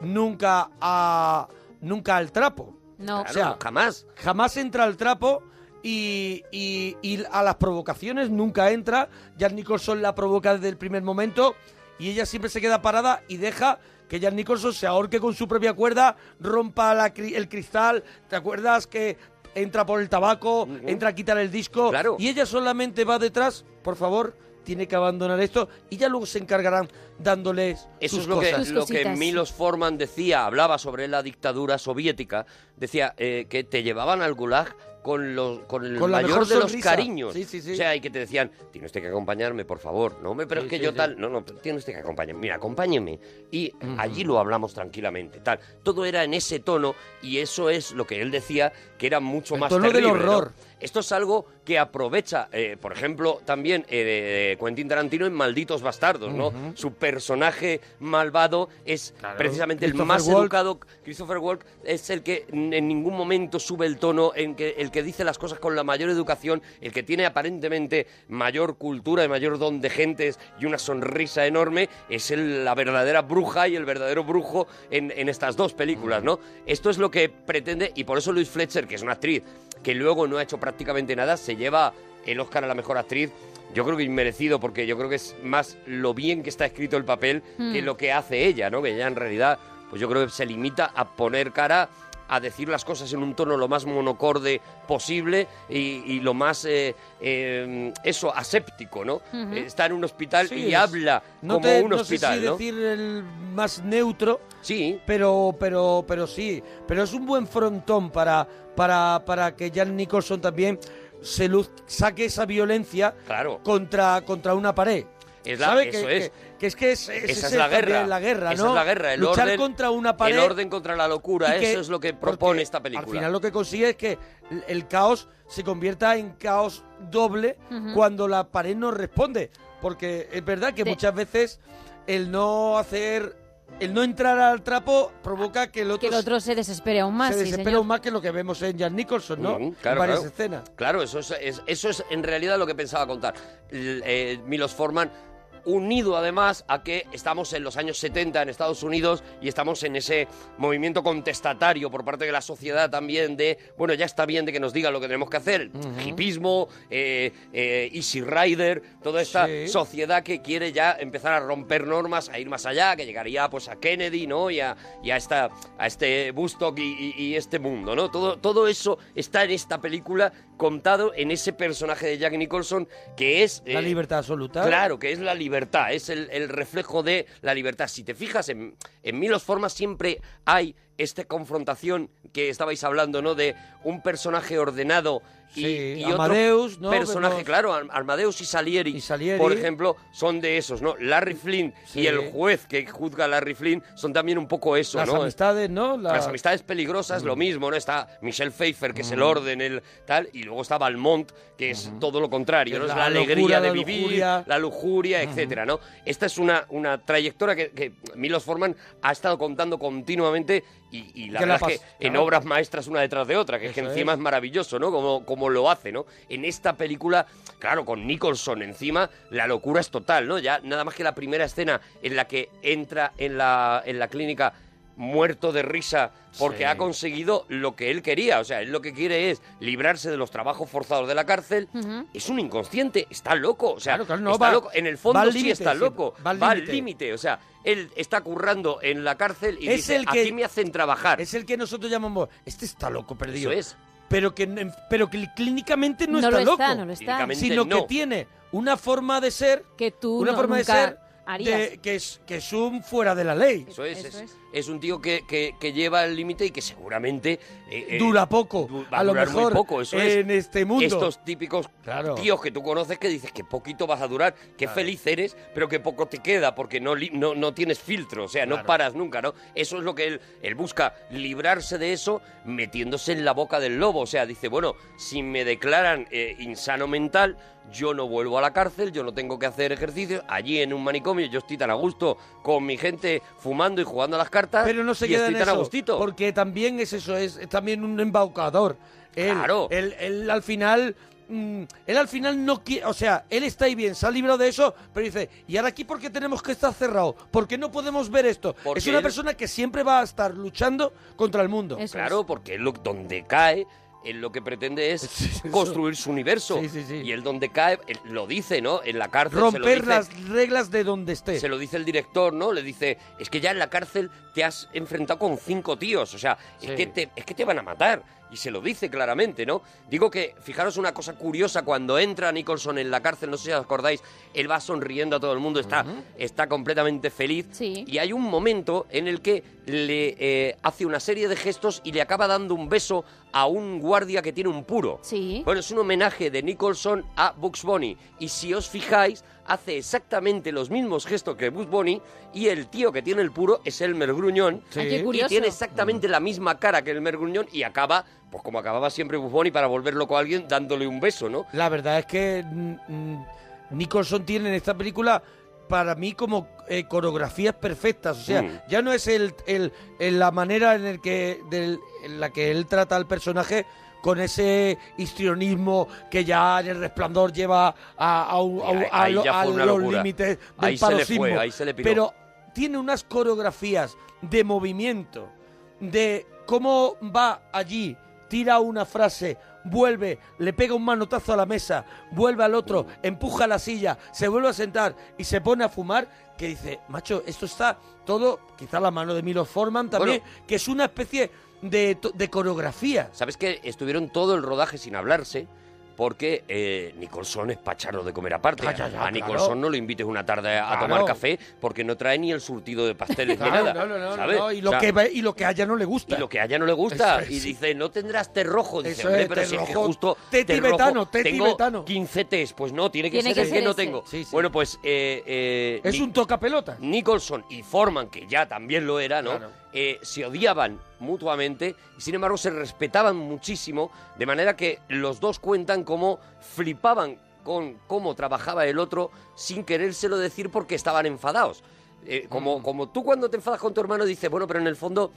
nunca a nunca al trapo. No. O sea, Claro, jamás. Jamás entra al trapo y, y- y a las provocaciones nunca entra. Jan Nicholson la provoca desde el primer momento y ella siempre se queda parada y deja que Jan Nicholson se ahorque con su propia cuerda, rompa la cri- el cristal. ¿Te acuerdas que entra por el tabaco, entra a quitar el disco? Y ella solamente va detrás, por favor. Tiene que abandonar esto y ya luego se encargarán dándoles Eso sus es lo que, cosas. lo que Milos Forman decía, hablaba sobre la dictadura soviética, decía eh, que te llevaban al gulag con, los, con el Con la mayor mejor de los sonrisa. cariños. Sí, sí, sí. O sea, y que te decían, tienes usted que acompañarme, por favor. No, hombre, pero Sí, es que sí, yo sí. tal... No, no, pero tiene usted que acompañarme. Mira, acompáñeme. Y allí lo hablamos tranquilamente, tal. Todo era en ese tono y eso es lo que él decía que era mucho más tono del terrible, ¿no? horror. Esto es algo que aprovecha, eh, por ejemplo, también eh, Quentin Tarantino en Malditos Bastardos, ¿no? Ujú. Su personaje malvado es precisamente el Christopher más Walken. educado. Christopher Walk es el que n- en ningún momento sube el tono, en que, el que dice las cosas con la mayor educación, el que tiene aparentemente mayor cultura y mayor don de gentes y una sonrisa enorme, es el- la verdadera bruja y el verdadero brujo en, en estas dos películas, ¿no? Esto es lo que pretende, y por eso Luis Fletcher, que es una actriz que luego no ha hecho prácticamente nada, se lleva el Oscar a la mejor actriz. Yo creo que inmerecido, porque yo creo que es más lo bien que está escrito el papel Mm. que lo que hace ella, ¿no? Que ella en realidad, pues yo creo que se limita a poner cara, a decir las cosas en un tono lo más monocorde posible y, y lo más, eh, eh, eso, aséptico, ¿no? Ujú. Eh, Está en un hospital Sí, y es- habla no como te- un hospital, no ¿no? sé si decir el más neutro. Sí. Pero, pero, pero sí. Pero es un buen frontón para, para, para que Jan Nicholson también se luz- saque esa violencia contra, contra una pared. Es la- ¿Sabe? eso que, es. Que, que es que es, es- Esa es ese la también guerra. la guerra, Esa ¿no? es la guerra. El Luchar orden, contra una pared. El orden contra la locura. y que- eso es lo que porque propone esta Al película. final lo que consigue es que el- el caos se convierta en caos doble Ujú. cuando la pared no responde. Porque es verdad que muchas veces el no hacer, el no entrar al trapo provoca que el otro, Que el otro se desespere aún más. se sí, desespera señor. aún más que lo que vemos en Jan Nicholson, ¿no? Ujú, en claro, varias claro. escenas. Claro, eso es, es- eso es en realidad lo que pensaba contar. L- eh, Milos Forman, unido además a que estamos en los años 70 en Estados Unidos y estamos en ese movimiento contestatario por parte de la sociedad también de, bueno, ya está bien de que nos digan lo que tenemos que hacer. Hipismo, eh, eh, Easy Rider, toda esta Sí. sociedad que quiere ya empezar a romper normas, a ir más allá, que llegaría pues a Kennedy, ¿no? Y a, y a esta, a este Bustock y, y- y este mundo, ¿no? Todo, todo eso está en esta película contado en ese personaje de Jack Nicholson que es... La eh, libertad absoluta. Claro, que es la libertad, es el, el reflejo de la libertad. Si te fijas, en, en Milos Formas siempre hay esta confrontación que estabais hablando, ¿no? De un personaje ordenado y, Sí, y otro Amadeus, ¿no? personaje, Vemos- claro, Ar- Amadeus y Salieri, por ejemplo, son de esos, ¿no? Larry Flynn Sí. y el juez que juzga a Larry Flynn son también un poco eso, Las ¿no? eh. amistades, ¿no? La- Las amistades peligrosas, lo mismo, ¿no? Está Michelle Pfeiffer, que es el Mm. orden, el tal, y luego está Valmont, que es todo lo contrario, Es ¿no? Es la la, locura, alegría de la vivir, lujuria. la lujuria, etcétera, ¿no? Esta es una, una trayectoria que, que Milos Forman ha estado contando continuamente y, y la Que la verdad es pas- que en claro. obras maestras una detrás de otra, que es que Eso encima es. es maravilloso, ¿no? Como, como lo hace, ¿no? En esta película, claro, con Nicholson encima, la locura es total, ¿no? Ya nada más que la primera escena en la que entra en la, en la clínica muerto de risa porque Sí. ha conseguido lo que él quería, o sea, él lo que quiere es librarse de los trabajos forzados de la cárcel. Ujú. Es un inconsciente, está loco, o sea, no, está va- loco. En el va fondo al sí límite está siempre, loco, va al va al límite. límite, o sea, él está currando en la cárcel y Es dice, el que- aquí me hacen trabajar. Es el que nosotros llamamos, este está loco perdido. Eso es. Pero que, en- pero que clínicamente no, No está lo loco. está, no lo está. Clínicamente Sino que no. tiene una forma de ser. Que tú Una no- forma de nunca ser. harías. de- que, es, que es un fuera de la ley. Eso es, es, es un tío que, que- que lleva el límite y que seguramente... eh, eh, Dura poco. du- va a lo durar muy mejor. poco, eso es. en este mundo. Estos típicos Claro. tíos que tú conoces que dices que poquito vas a durar, que Claro. feliz eres, pero que poco te queda porque no, li- no, no tienes filtro, o sea, no Claro. paras nunca, ¿no? Eso es lo que él, él busca, librarse de eso metiéndose en la boca del lobo, o sea, dice, bueno, si me declaran eh, insano mental, yo no vuelvo a la cárcel, yo no tengo que hacer ejercicio, allí en un manicomio yo estoy tan a gusto con mi gente fumando y jugando a las cartas, Pero no se y queda estoy en tan a eso, gustito. Porque también es eso, es, es también un embaucador. Él, Claro. Él, él al final... mm, Él al final no quiere, o sea, él está ahí bien, se ha librado de eso, pero dice, ¿y ahora aquí por qué tenemos que estar cerrado? ¿Por qué no podemos ver esto? Porque es una él- persona que siempre va a estar luchando contra el mundo. claro, porque él lo- donde cae, él lo que pretende es construir su universo. Y él donde cae, él lo dice, ¿no? En la cárcel. se lo Romper dice- las reglas de donde esté. se lo dice el director, ¿no? Le dice, es que ya en la cárcel te has enfrentado con cinco tíos, o sea, Sí. es, que te, es que te van a matar. Y se lo dice claramente, ¿no? Digo que, fijaros una cosa curiosa, cuando entra Nicholson en la cárcel, no sé si os acordáis, él va sonriendo a todo el mundo, está, está completamente feliz. Y hay un momento en el que le eh, hace una serie de gestos y le acaba dando un beso a un guardia que tiene un puro. Sí. Bueno, es un homenaje de Nicholson a Bugs Bunny. Y si os fijáis, hace exactamente los mismos gestos que Bugs Bunny y el tío que tiene el puro es el mergruñón. Sí. Ah, qué Y curioso. tiene exactamente la misma cara que el mergruñón y acaba, pues como acababa siempre Bugs Bunny para volver loco a alguien dándole un beso, ¿no? La verdad es que mm, mm, Nicholson tiene en esta película para mí como eh, coreografías perfectas, o sea, Mm. ya no es el, el- el- la manera en, el que, del- en la que él trata al personaje con ese histrionismo que ya en el resplandor lleva a, a- a- ahí- a ahí lo- ya a fue una los locura. límites del Ahí se le fue, paroxismo. ahí se le piró. Pero tiene unas coreografías de movimiento, de cómo va allí, tira una frase, vuelve, le pega un manotazo a la mesa, vuelve al Uh. otro, empuja la silla, se vuelve a sentar y se pone a fumar, que dice, macho, esto está todo, quizá la mano de Milo Forman también, que es una especie de, to- de coreografía. ¿Sabes que estuvieron todo el rodaje sin hablarse? porque eh, Nicholson es pacharro de comer aparte. Ah, Ya, ya, ya, claro. a Nicholson no lo invites una tarde a Claro. tomar café porque no trae ni el surtido de pasteles ni Claro, nada. no, no, no, ¿sabes? no, y, O lo sea, que, ve- y lo que a ella no le gusta. y lo que a ella no le gusta. Eso es. Y dice, no tendrás té rojo. Dice, Eso hombre, es, pero té si es que rojo, justo. té tibetano, té tengo tibetano. 15 tés. Pues no, tiene que Tiene ser que el ser que no ese. tengo. Bueno, pues. eh, eh, Es Ni- un tocapelota. Nicholson y Forman, que ya también lo era, ¿no? Claro. Eh, se odiaban mutuamente y sin embargo se respetaban muchísimo, de manera que los dos cuentan cómo flipaban con cómo trabajaba el otro sin querérselo decir porque estaban enfadados. Eh, Mm. como, como tú cuando te enfadas con tu hermano dices, bueno, pero en el fondo,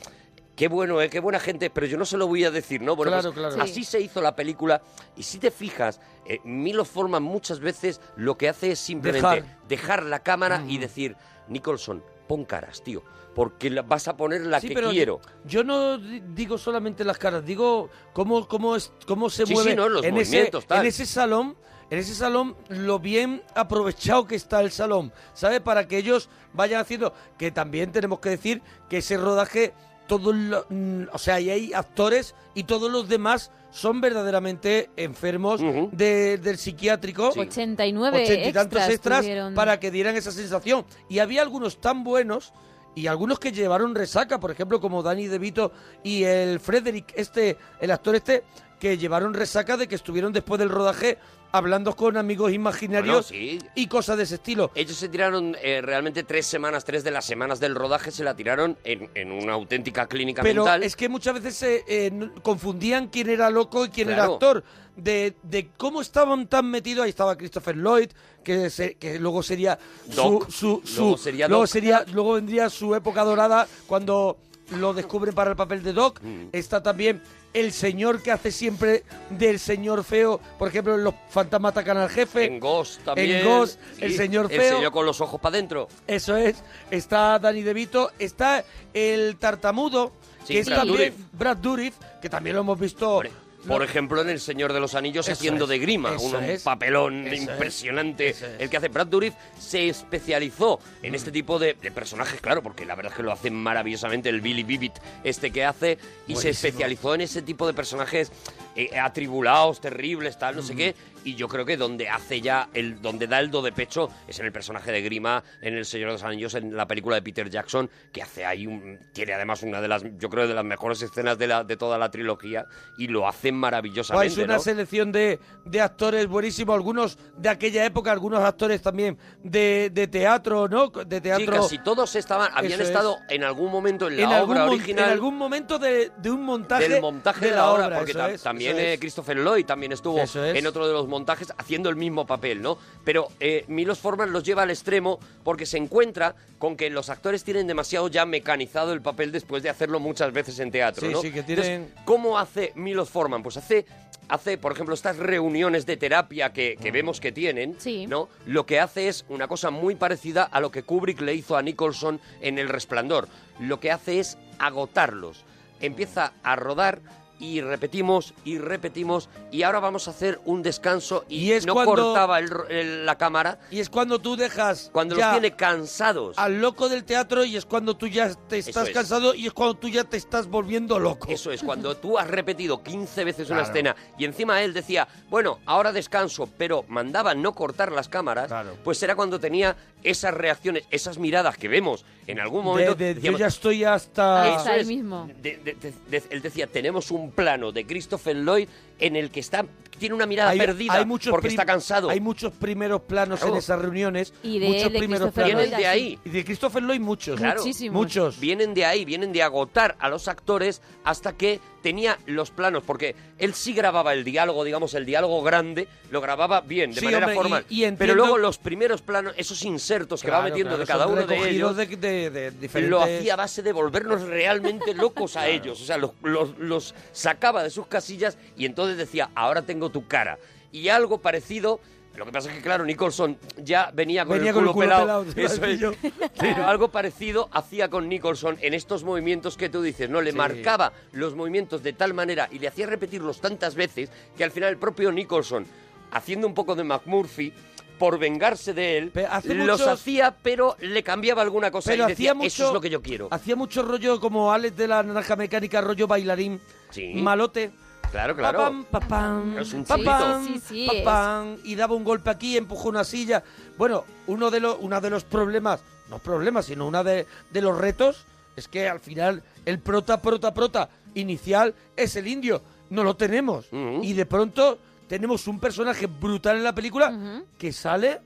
qué bueno, eh, qué buena gente, pero yo no se lo voy a decir, ¿no? Bueno, Claro, pues, claro. así se hizo la película y si te fijas, eh, Milo Forman muchas veces lo que hace es simplemente Dejar. Mm. dejar la cámara y decir, Nicholson, pon caras, tío, porque la- vas a poner la Sí, que pero quiero. Yo no di- digo solamente las caras, digo cómo, cómo, es, cómo se Sí, mueve sí, no, los en, ese, movimientos, tal. en ese salón. En ese salón, lo bien aprovechado que está el salón, ¿sabes? Para que ellos vayan haciendo. Que también tenemos que decir que ese rodaje, todo lo- mm, o sea, ahí hay actores y todos los demás son verdaderamente enfermos de- del psiquiátrico. Pues 89 ochenta y tantos extras extras tuvieron. para que dieran esa sensación. Y había algunos tan buenos y algunos que llevaron resaca, por ejemplo, como Danny DeVito y el Frederick, este, el actor este, que llevaron resaca de que estuvieron después del rodaje hablando con amigos imaginarios Bueno, sí. y cosas de ese estilo. Ellos se tiraron eh, realmente tres semanas, tres de las semanas del rodaje se la tiraron en, en una auténtica clínica Pero mental. es que muchas veces se eh, n- confundían quién era loco y quién era Claro. actor. De, de cómo estaban tan metidos. Ahí estaba Christopher Lloyd, que, se- que luego sería Doc. su, su, su- Luego sería luego Doc. sería- luego vendría su época dorada cuando lo descubren para el papel de Doc. Mm. Está también el señor que hace siempre del señor feo, por ejemplo, en Los Fantasmas atacan al jefe. En Ghost también. En Ghost, el Sí, señor El feo. señor con los ojos para adentro. Eso es. Está Danny DeVito. Está el tartamudo. Sí, que es Brad también Dourif. Brad Dourif, que también lo hemos visto. Por ejemplo, en El Señor de los Anillos Eso haciendo es, de grima, eso un es, papelón eso es, impresionante. eso es. Mm. El que hace Brad Dourif se especializó en este tipo de, de personajes, claro, porque la verdad es que lo hacen maravillosamente el Billy Bibbit este que hace, y se Buenísimo. especializó en ese tipo de personajes eh, atribulados, terribles, tal, no sé qué. Y yo creo que donde hace ya, el donde da el do de pecho es en el personaje de Grima, en El Señor de los Anillos, en la película de Peter Jackson, que hace ahí un. Tiene además una de las, yo creo, de las mejores escenas de, la, de toda la trilogía y lo hace maravillosamente. es una ¿no? selección de, de actores buenísimos, algunos de aquella época, algunos actores también de, de teatro, ¿no? De Sí, teatro. casi todos estaban, habían Eso es. estado en algún momento en la algún, obra mon- original. en algún momento de, de un montaje. del montaje de la, obra, porque eso tam- es, también eso es. eh, Christopher Lloyd también estuvo Eso es. en otro de los montajes haciendo el mismo papel, ¿no? Pero eh, Milos Forman los lleva al extremo porque se encuentra con que los actores tienen demasiado ya mecanizado el papel después de hacerlo muchas veces en teatro, Sí, ¿no? sí, que Entonces, tienen- ¿Cómo hace Milos Forman? Pues hace, hace, por ejemplo, estas reuniones de terapia que, que vemos que tienen, ¿no? Lo que hace es una cosa muy parecida a lo que Kubrick le hizo a Nicholson en El Resplandor. Lo que hace es agotarlos. Empieza a rodar y repetimos y repetimos y ahora vamos a hacer un descanso y, Y es no cuando- cortaba el ro- el- la cámara. Y es cuando tú dejas. Cuando ya los tiene cansados. Al loco del teatro y es cuando tú ya te estás es. cansado y es cuando tú ya te estás volviendo loco. Eso es, cuando tú has repetido 15 veces una Claro. escena y encima él decía, bueno, ahora descanso, pero mandaba no cortar las cámaras, pues era cuando tenía esas reacciones, esas miradas que vemos en algún momento. De- de- yo decíamos, ya estoy hasta. Eso es. de- de- de- de- él decía, tenemos un plano de Christopher Lloyd en el que está tiene una mirada perdida porque prim- está cansado. Hay muchos primeros planos Claro. en esas reuniones. Y de- muchos de primeros Christopher planos. Lloyd Vienen de así. ahí. Y de Christopher Lloyd muchos. Claro, Muchos. Vienen de ahí, vienen de agotar a los actores hasta que tenía los planos, porque él sí grababa el diálogo, digamos, el diálogo grande, lo grababa bien, de Sí, manera hombre, y- formal. y entiendo- Pero luego los primeros planos, esos insertos que va Claro, metiendo de claro, cada son uno de ellos, recogidos de, de- de diferentes... lo hacía a base de volvernos realmente locos a ellos. O sea, los, los- los sacaba de sus casillas y entonces decía, ahora tengo tu cara. Y algo parecido... Lo que pasa es que, claro, Nicholson ya venía con, Venía el, culo pelado. te iba a Eso decir es. yo. Pero algo parecido hacía con Nicholson en estos movimientos que tú dices, ¿no? Le Sí. marcaba los movimientos de tal manera y le hacía repetirlos tantas veces que al final el propio Nicholson, haciendo un poco de McMurphy, por vengarse de él, hace los muchos- hacía, pero le cambiaba alguna cosa Pero y decía, hacía mucho- eso es lo que yo quiero. Hacía mucho rollo como Alex de la naranja mecánica, rollo bailarín. Sí. Malote. Claro, claro. Papam, papam, Es un papam, chulito. Sí, sí, papam, y daba un golpe aquí, empujó una silla. Bueno, uno de los, uno de los problemas, no problemas, sino uno de, de los retos, es que al final el prota, prota, prota inicial es el indio. No lo tenemos. Y de pronto tenemos un personaje brutal en la película que sale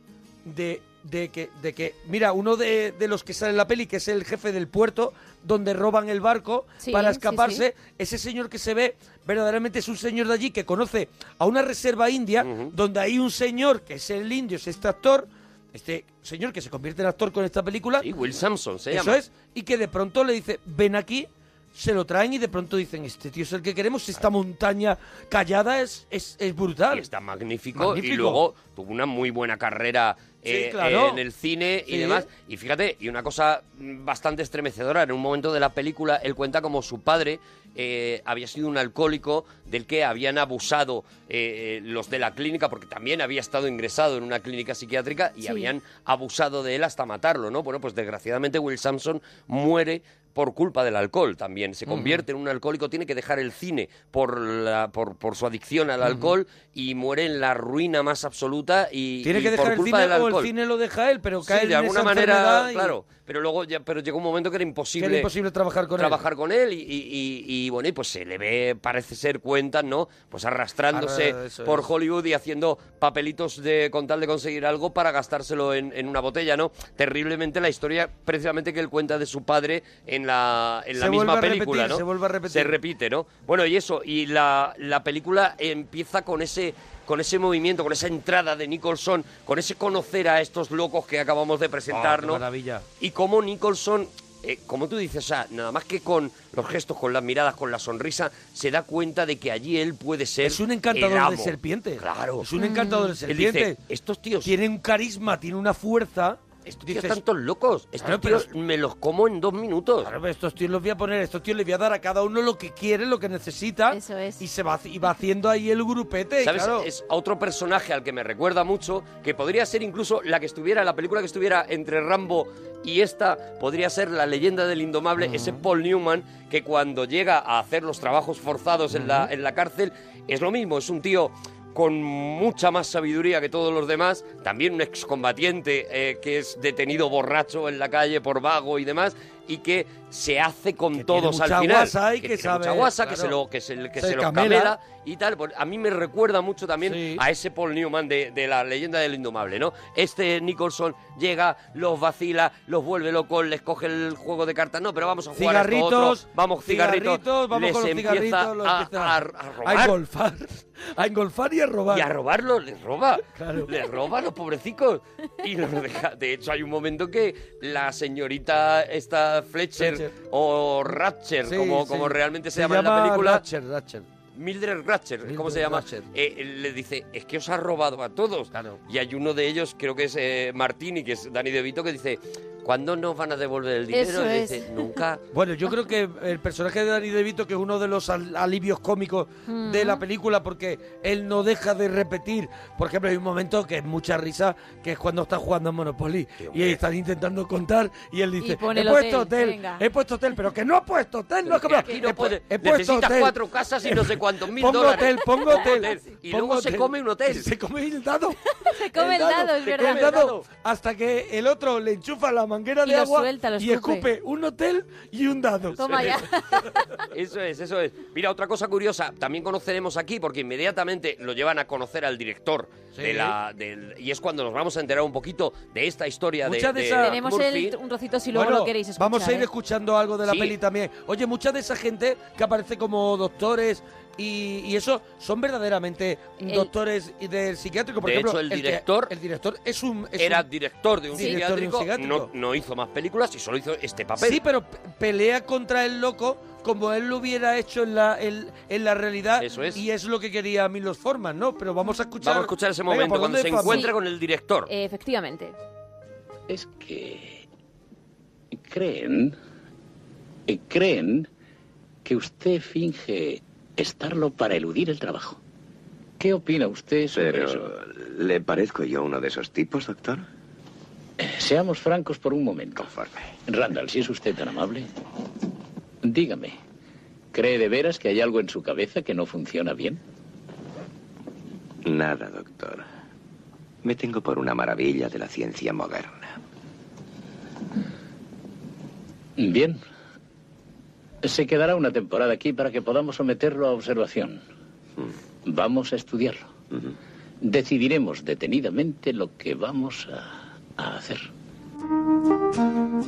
de, de que, de que, mira, uno de, de los que sale en la peli, que es el jefe del puerto, donde roban el barco Sí, para sí, escaparse, ese señor que se ve verdaderamente es un señor de allí que conoce a una reserva india, donde hay un señor que es el indio, es este actor, este señor que se convierte en actor con esta película. Y Will Samson se Eso llama. es, y que de pronto le dice, ven aquí. Se lo traen y de pronto dicen, este tío es el que queremos, esta montaña callada es, es, es brutal. Y está magnífico, Magnífico. Y luego tuvo una muy buena carrera eh, claro. en el cine y Sí. demás. Y fíjate, y una cosa mm, bastante estremecedora. En un momento de la película, él cuenta como su padre eh, había sido un alcohólico del que habían abusado eh, eh, los de la clínica, porque también había estado ingresado en una clínica psiquiátrica y Sí. habían abusado de él hasta matarlo, ¿no? Bueno, pues desgraciadamente Will Sampson muere por culpa del alcohol también. Se Ujú. convierte en un alcohólico, tiene que dejar el cine por, la, por, por su adicción al alcohol y muere en la ruina más absoluta y, Tiene y que dejar por el culpa cine del o alcohol. el cine lo deja él, pero Sí, cae de en alguna esa manera, enfermedad y- claro. Pero luego ya, pero llegó un momento que era imposible, Que era imposible trabajar con él. trabajar con él y, y- y- y, bueno, y pues se le ve, parece ser cuentas, ¿no? Pues arrastrándose Arra- eso por es. Hollywood y haciendo papelitos de con tal de conseguir algo para gastárselo en, en una botella, ¿no? Terriblemente la historia, precisamente que él cuenta de su padre en la, en la Se misma vuelve a película, repetir, ¿no? se vuelve a repetir. Se repite, ¿no? Bueno, y eso, y la, la película empieza con ese con ese movimiento, con esa entrada de Nicholson, con ese conocer a estos locos que acabamos de presentar, Oh, qué ¿no? maravilla. Y cómo Nicholson, eh, como tú dices, o sea, nada más que con los gestos, con las miradas, con la sonrisa, se da cuenta de que allí él puede ser. Es un el encantador amo. de serpientes. Claro. Mm. Es un encantador de Él dice, serpientes. estos tíos. Tienen un carisma, tienen una fuerza. Estos tíos están todos locos. Estos tíos me los como en dos minutos. Claro, pero estos tíos los voy a poner, estos tíos les voy a dar a cada uno lo que quiere, lo que necesita. Eso es. Y se va, y va haciendo ahí el grupete. y ¿Sabes? claro. Es otro personaje al que me recuerda mucho, que podría ser incluso la que estuviera, la película que estuviera entre Rambo y esta, podría ser la leyenda del indomable, ese Paul Newman, que cuando llega a hacer los trabajos forzados en, la, en la cárcel, es lo mismo, es un tío con mucha más sabiduría que todos los demás, también un excombatiente eh, que es detenido borracho en la calle por vago y demás, y que se hace con todos mucha al final. guasa y que tiene mucha sabe, guasa, que claro. se lo, que se, que Se se lo camela. camela y tal. pues, A mí me recuerda mucho también a ese Paul Newman de, de la leyenda del indomable, ¿no? Este Nicholson llega, los vacila, los vuelve locos, les coge el juego de cartas. No, pero vamos a jugar a esto Cigarritos, otro, Vamos, cigarritos. cigarritos, vamos les con los empieza cigarritos, los a, empieza a- a robar. A engolfar. A engolfar y a robar. Y a robarlo, les roba. Claro. Les roba a los pobrecicos. Y los deja. De hecho, hay un momento que la señorita esta Fletcher, Fletcher. o Ratcher, Sí, como, sí. como realmente se, Se llama, en la llama película. Ratcher, Ratcher. Mildred Ratcher, ¿cómo se llama? Eh, él le dice, es que os ha robado a todos. Y hay uno de ellos, creo que es eh, Martini, que es Dani De Vito, que dice, ¿cuándo nos van a devolver el dinero? Eso Y le es. dice, nunca. Bueno, yo creo que el personaje de Danny DeVito, que es uno de los al- alivios cómicos Mm. de la película, porque él no deja de repetir. Por ejemplo, hay un momento que es mucha risa, que es cuando están jugando a Monopoly y están intentando contar y él dice, pone he el puesto hotel, hotel, venga". he puesto hotel, pero que no ha puesto hotel, no ha comprado. Aquí no He pu- puede- he puesto necesitas hotel. cuatro casas y no sé cuántos mil Pongo dólares. hotel, pongo hotel. Y pongo luego se hotel. come un hotel. Se come el dado. Se come el dado, es se verdad. come el dado hasta que el otro le enchufa la manguera Y de lo agua suelta, lo y escupe. escupe un hotel y un dado. Toma ya. Eso es, eso es. Mira, otra cosa curiosa, también conoceremos aquí, porque inmediatamente lo llevan a conocer al director Sí. de la, del- y es cuando nos vamos a enterar un poquito de esta historia de, Muchas de de esas- Tenemos Murphy. el, un trocito si luego Ah, Bueno, lo queréis escuchar. Vamos a ir ¿eh? escuchando algo de la Sí. peli también. Oye, mucha de esa gente que aparece como doctores y, y eso son verdaderamente El- doctores y del psiquiátrico. Por de ejemplo, hecho, el que- director, el director es un es era un- director de un director de un psiquiátrico, psiquiátrico. No, no hizo más películas y solo hizo este papel. Sí, pero pe- pelea contra el loco como él lo hubiera hecho en la en, en la realidad. Eso es. Y es lo que quería Milos Forman, ¿no? Pero vamos a escuchar. Vamos a escuchar ese Venga, momento ¿por cuando dónde se vamos? encuentra con el director. Eh, efectivamente. es que creen, eh, creen que usted finge estarlo para eludir el trabajo. ¿Qué opina usted sobre eso? Pero, ¿le parezco yo uno de esos tipos, doctor? Eh, Seamos francos por un momento. Randall, si es usted tan amable, dígame, ¿Cree de veras que hay algo en su cabeza que no funciona bien? Nada, doctor. Me tengo por una maravilla de la ciencia moderna. Bien. Se quedará una temporada aquí para que podamos someterlo a observación. Mm. Vamos a estudiarlo. Decidiremos detenidamente lo que vamos a, a hacer.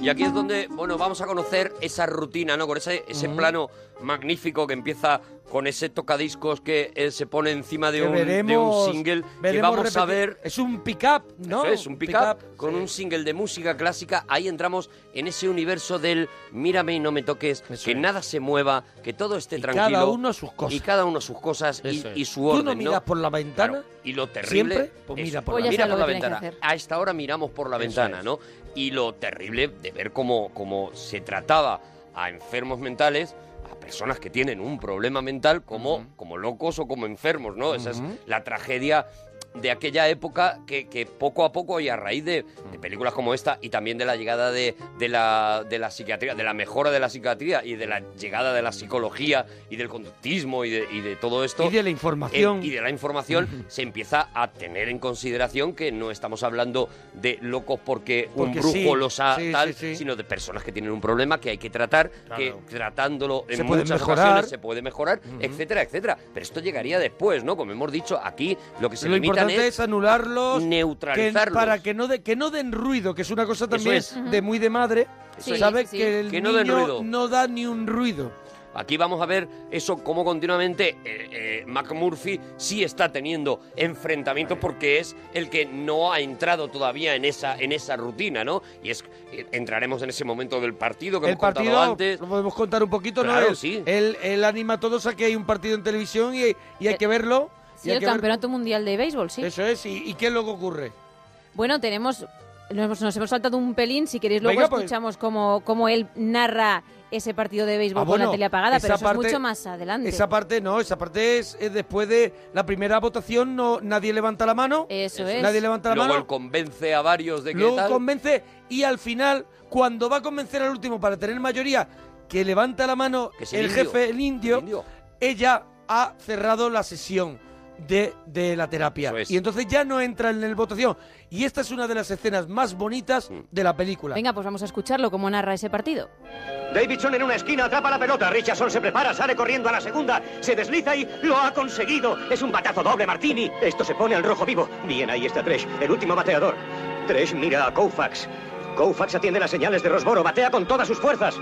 Y aquí es donde, bueno, vamos a conocer esa rutina, ¿no? Con ese, ese plano magnífico que empieza con ese tocadiscos que eh, se pone encima de, Que un, de veremos- un single. que veremos vamos a repeti- ver. Es un pick-up, ¿no? Eso es, un pick-up con sí. un single de música clásica. Ahí entramos en ese universo del mírame y no me toques, que nada se mueva, que todo esté tranquilo. cada uno sus cosas. Y cada uno sus cosas y, Eso es. y su Tú orden. no miras por la ventana. Claro, Y lo terrible. ¿Siempre? Pues es- mira por la mira ventana. por la ventana. A esta hora miramos por la ventana, ¿no? Y lo terrible de ver cómo, cómo se trataba a enfermos mentales, a personas que tienen un problema mental como, como locos o como enfermos, ¿no? Esa es Ujú. la tragedia de aquella época que, que poco a poco y a raíz de, de películas como esta y también de la llegada de, de, la, de la psiquiatría, de la mejora de la psiquiatría y de la llegada de la psicología y del conductismo y de, y de todo esto. Y de la información. Eh, y de la información se empieza a tener en consideración que no estamos hablando de locos porque, Porque un brujo sí, los ha sí, sí, tal, sí. sino de personas que tienen un problema que hay que tratar, que tratándolo en Se puede muchas mejorar. ocasiones se puede mejorar, etcétera, etcétera. Pero esto llegaría después, ¿no? Como hemos dicho, aquí lo que se Lo limitan importante es, anularlos, que, neutralizarlos. para que no, de, que no den ruido, que es una cosa también es. de muy de madre. Eso es. ¿Sabes? Sí, sí, sí. Que el Que no niño den ruido. no da ni un ruido. Aquí vamos a ver eso, cómo continuamente eh, eh, McMurphy sí está teniendo enfrentamientos porque es el que no ha entrado todavía en esa, en esa rutina, ¿no? Y es eh, entraremos en ese momento del partido que el hemos contado partido, antes. lo podemos contar un poquito, Claro, ¿no? Él, sí. él, él anima a todos a que hay un partido en televisión y, y hay que verlo. y Eh, Sí, hay el que ver- Campeonato Mundial de Béisbol, sí. Eso es, ¿y, y qué luego ocurre? Bueno, tenemos. Nos hemos, nos hemos saltado un pelín, si queréis luego Venga, pues. escuchamos cómo, cómo él narra ese partido de béisbol Ah, con la bueno, tele apagada, esa pero eso parte- es mucho más adelante. Esa parte no, esa parte es, es después de la primera votación, no nadie levanta la mano. Eso es. Nadie levanta la Luego mano. él convence a varios de que Luego tal. convence y al final, cuando va a convencer al último para tener mayoría, que levanta la mano Que es el, el indio. jefe, el indio, ella ha cerrado la sesión de, de la terapia. Y entonces ya no entra en la votación. Y esta es una de las escenas más bonitas Mm. de la película. Venga, pues vamos a escucharlo, cómo narra ese partido. Davidson en una esquina atrapa la pelota. Richardson se prepara, sale corriendo a la segunda, se desliza y lo ha conseguido. Es un batazo doble, Martini. Esto se pone al rojo vivo. Bien, ahí está Tresh, el último bateador. Tresh mira a Koufax. Koufax atiende las señales de Rosboro, batea con todas sus fuerzas.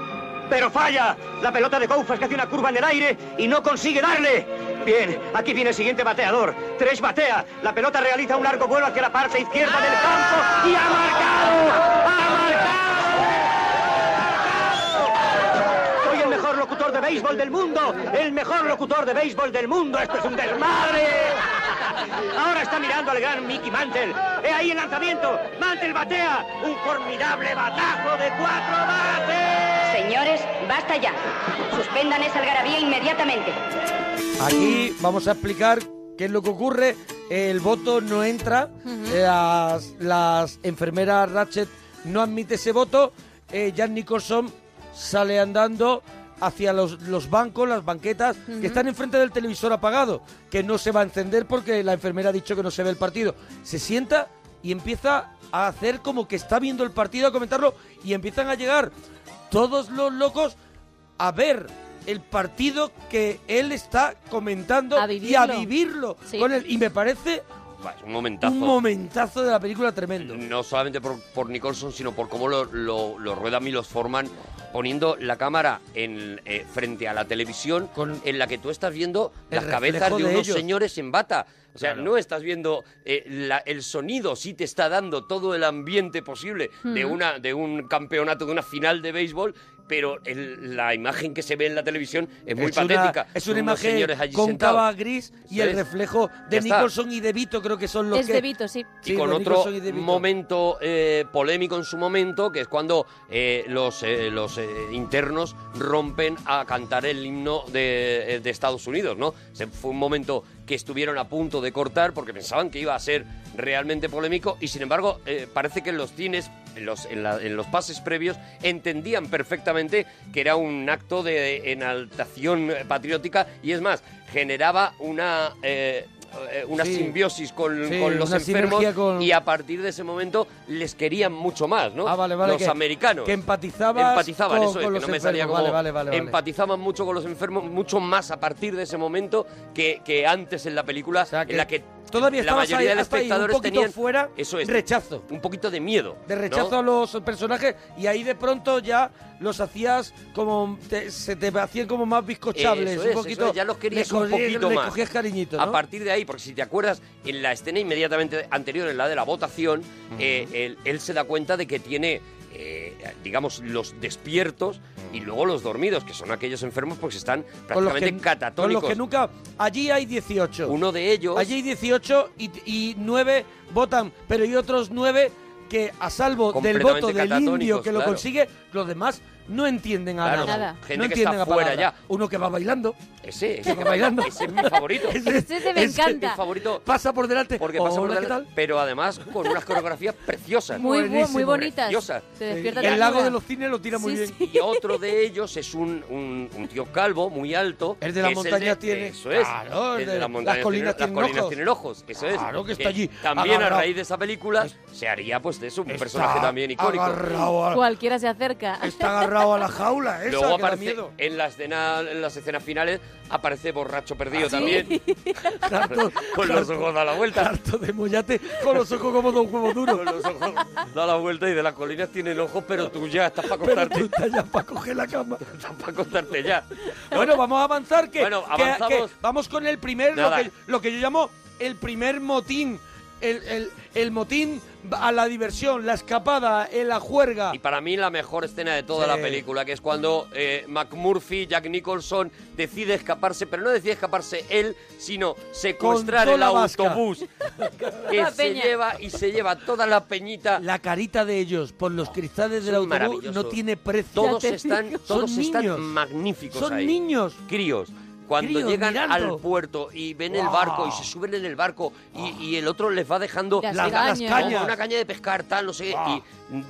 ¡Pero falla! La pelota de Koufax que hace una curva en el aire y no consigue darle. Bien, aquí viene el siguiente bateador. Tresh batea. La pelota realiza un largo vuelo hacia la parte izquierda del campo y ha marcado. ¡Ha Soy el mejor locutor de béisbol del mundo. El mejor locutor de béisbol del mundo. Esto es un desmadre. Ahora está mirando al gran Mickey Mantle. He ahí el lanzamiento. Mantle batea. Un formidable batazo de cuatro bates. Señores, basta ya. Suspendan esa algarabía inmediatamente. Aquí vamos a explicar qué es lo que ocurre. El voto no entra. las, las enfermeras Ratchet no admite ese voto. Eh, Jan Nicholson sale andando hacia los, los bancos, las banquetas, Ujú. que están enfrente del televisor apagado, que no se va a encender porque la enfermera ha dicho que no se ve el partido. Se sienta y empieza a hacer como que está viendo el partido, a comentarlo, y empiezan a llegar todos los locos a ver el partido que él está comentando y a vivirlo. vivirlo con él. Y me parece Va, es un momentazo. un momentazo de la película tremendo. no solamente por, por Nicholson, sino por cómo lo, lo, lo rueda Milos Forman, poniendo la cámara en, eh, frente a la televisión en la que tú estás viendo el las cabezas reflejo de, de unos ellos. señores en bata. O sea, no estás viendo eh, la- el sonido, sí te está dando todo el ambiente posible de, Mm. una, de un campeonato, de una final de béisbol, pero el- la imagen que se ve en la televisión es muy una- patética. es Son una unos imagen señores allí cóncava sentados. gris y Eso el es. reflejo Ya de está. Nicholson y De Vito creo que son los es que... de Vito, sí. y con de otro Nicholson y De Vito. momento eh, polémico en su momento, que es cuando eh, los, eh, los eh, internos rompen a cantar el himno de, eh, de Estados Unidos, ¿no? Se, fue un momento que estuvieron a punto de cortar porque pensaban que iba a ser realmente polémico y sin embargo eh, parece que en los cines, en los, en, la- en los pases previos, entendían perfectamente que era un acto de enaltación eh, patriótica y es más, generaba una... eh, eh, una Sí. simbiosis con, Sí, con los una enfermos sinergia con- Ah, y a partir de ese momento les querían mucho más, ¿no? vale, los que- americanos. que empatizabas Empatizaban, con- eso es, con que los no me salía enfermos, como... vale, vale, vale, vale. Empatizaban mucho con los enfermos, mucho más a partir de ese momento que, que antes en la película, en la que todavía la estabas mayoría ahí- de los hasta ahí, un espectadores poquito tenían fuera, eso es, rechazo. Un poquito de miedo. de ¿no? rechazo a los personajes y ahí de pronto ya los hacías como te- se te hacían como más bizcochables Eso un es, poquito eso es, ya los querías le un cogías- poquito le más. cogías cariñito A ¿no? partir de ahí, porque si te acuerdas, en la escena inmediatamente anterior, en la de la votación, eh, él, él se da cuenta de que tiene, eh, digamos, los despiertos y luego los dormidos, que son aquellos enfermos porque están Con los prácticamente que- Con los catatónicos. que nunca. Allí hay 18. Uno de ellos. Allí hay 18 y, y 9 votan, pero hay otros 9 que, a salvo del Completamente voto del catatónicos, indio que lo claro. consigue, los demás no entienden a Claro, nada. Nada. gente no que entienden está a fuera palabra. ya. Uno que va bailando. Ese, Sigue bailando. ese es mi favorito. Ese Ese me es mi encanta. favorito. Pasa por delante. Porque pasa por Hola, ¿qué delante, pero además con unas coreografías preciosas. Muy bu- muy Buenísimo. bonitas. Preciosas. Te despierta El ternura. lago de los cines lo tira muy bien. Y otro de ellos es un, un, un tío calvo, muy alto. El de las que es montañas tiene- Eso es. Claro, el el de, de las montañas las colinas tiene, tienen las colinas ojos. tienen ojos. Eso es. Claro, que está allí, También agarrado. a raíz de esa película se haría pues de eso un personaje también icónico. agarrado a- Cualquiera se acerca. Está agarrado a la jaula ¿eh? esa Luego que da aparece miedo. En, la escena- en las escenas finales aparece borracho perdido ¿Ah, sí? también. con los ojos a la vuelta. Harto de mollate con los ojos como dos huevos duros. da la vuelta y de las colinas tienen ojos, pero tú ya estás para acostarte. para coger la cama. estás para acostarte ya. Bueno, vamos a avanzar que, Bueno, que- que avanzamos. vamos con el primer lo Nada. que, lo que yo llamo el primer motín. El, el- el motín a la diversión, la escapada, eh, la juerga. Y para mí la mejor escena de toda Sí. la película, que es cuando eh, McMurphy, Jack Nicholson, decide escaparse, pero no decide escaparse él, sino secuestrar Con el toda la vasca. autobús que La se peña. lleva y se lleva toda la peñita. La carita de ellos por los cristales del autobús maravilloso. no tiene precio. Todos están, todos Son están niños. magníficos Son ahí. niños. Críos. Cuando Críos, llegan mirando. al puerto y ven el Guau. barco y se suben en el barco y, y el otro les va dejando Las Las- las cañas. cañas. Como una caña de pescar, tal, no sé, y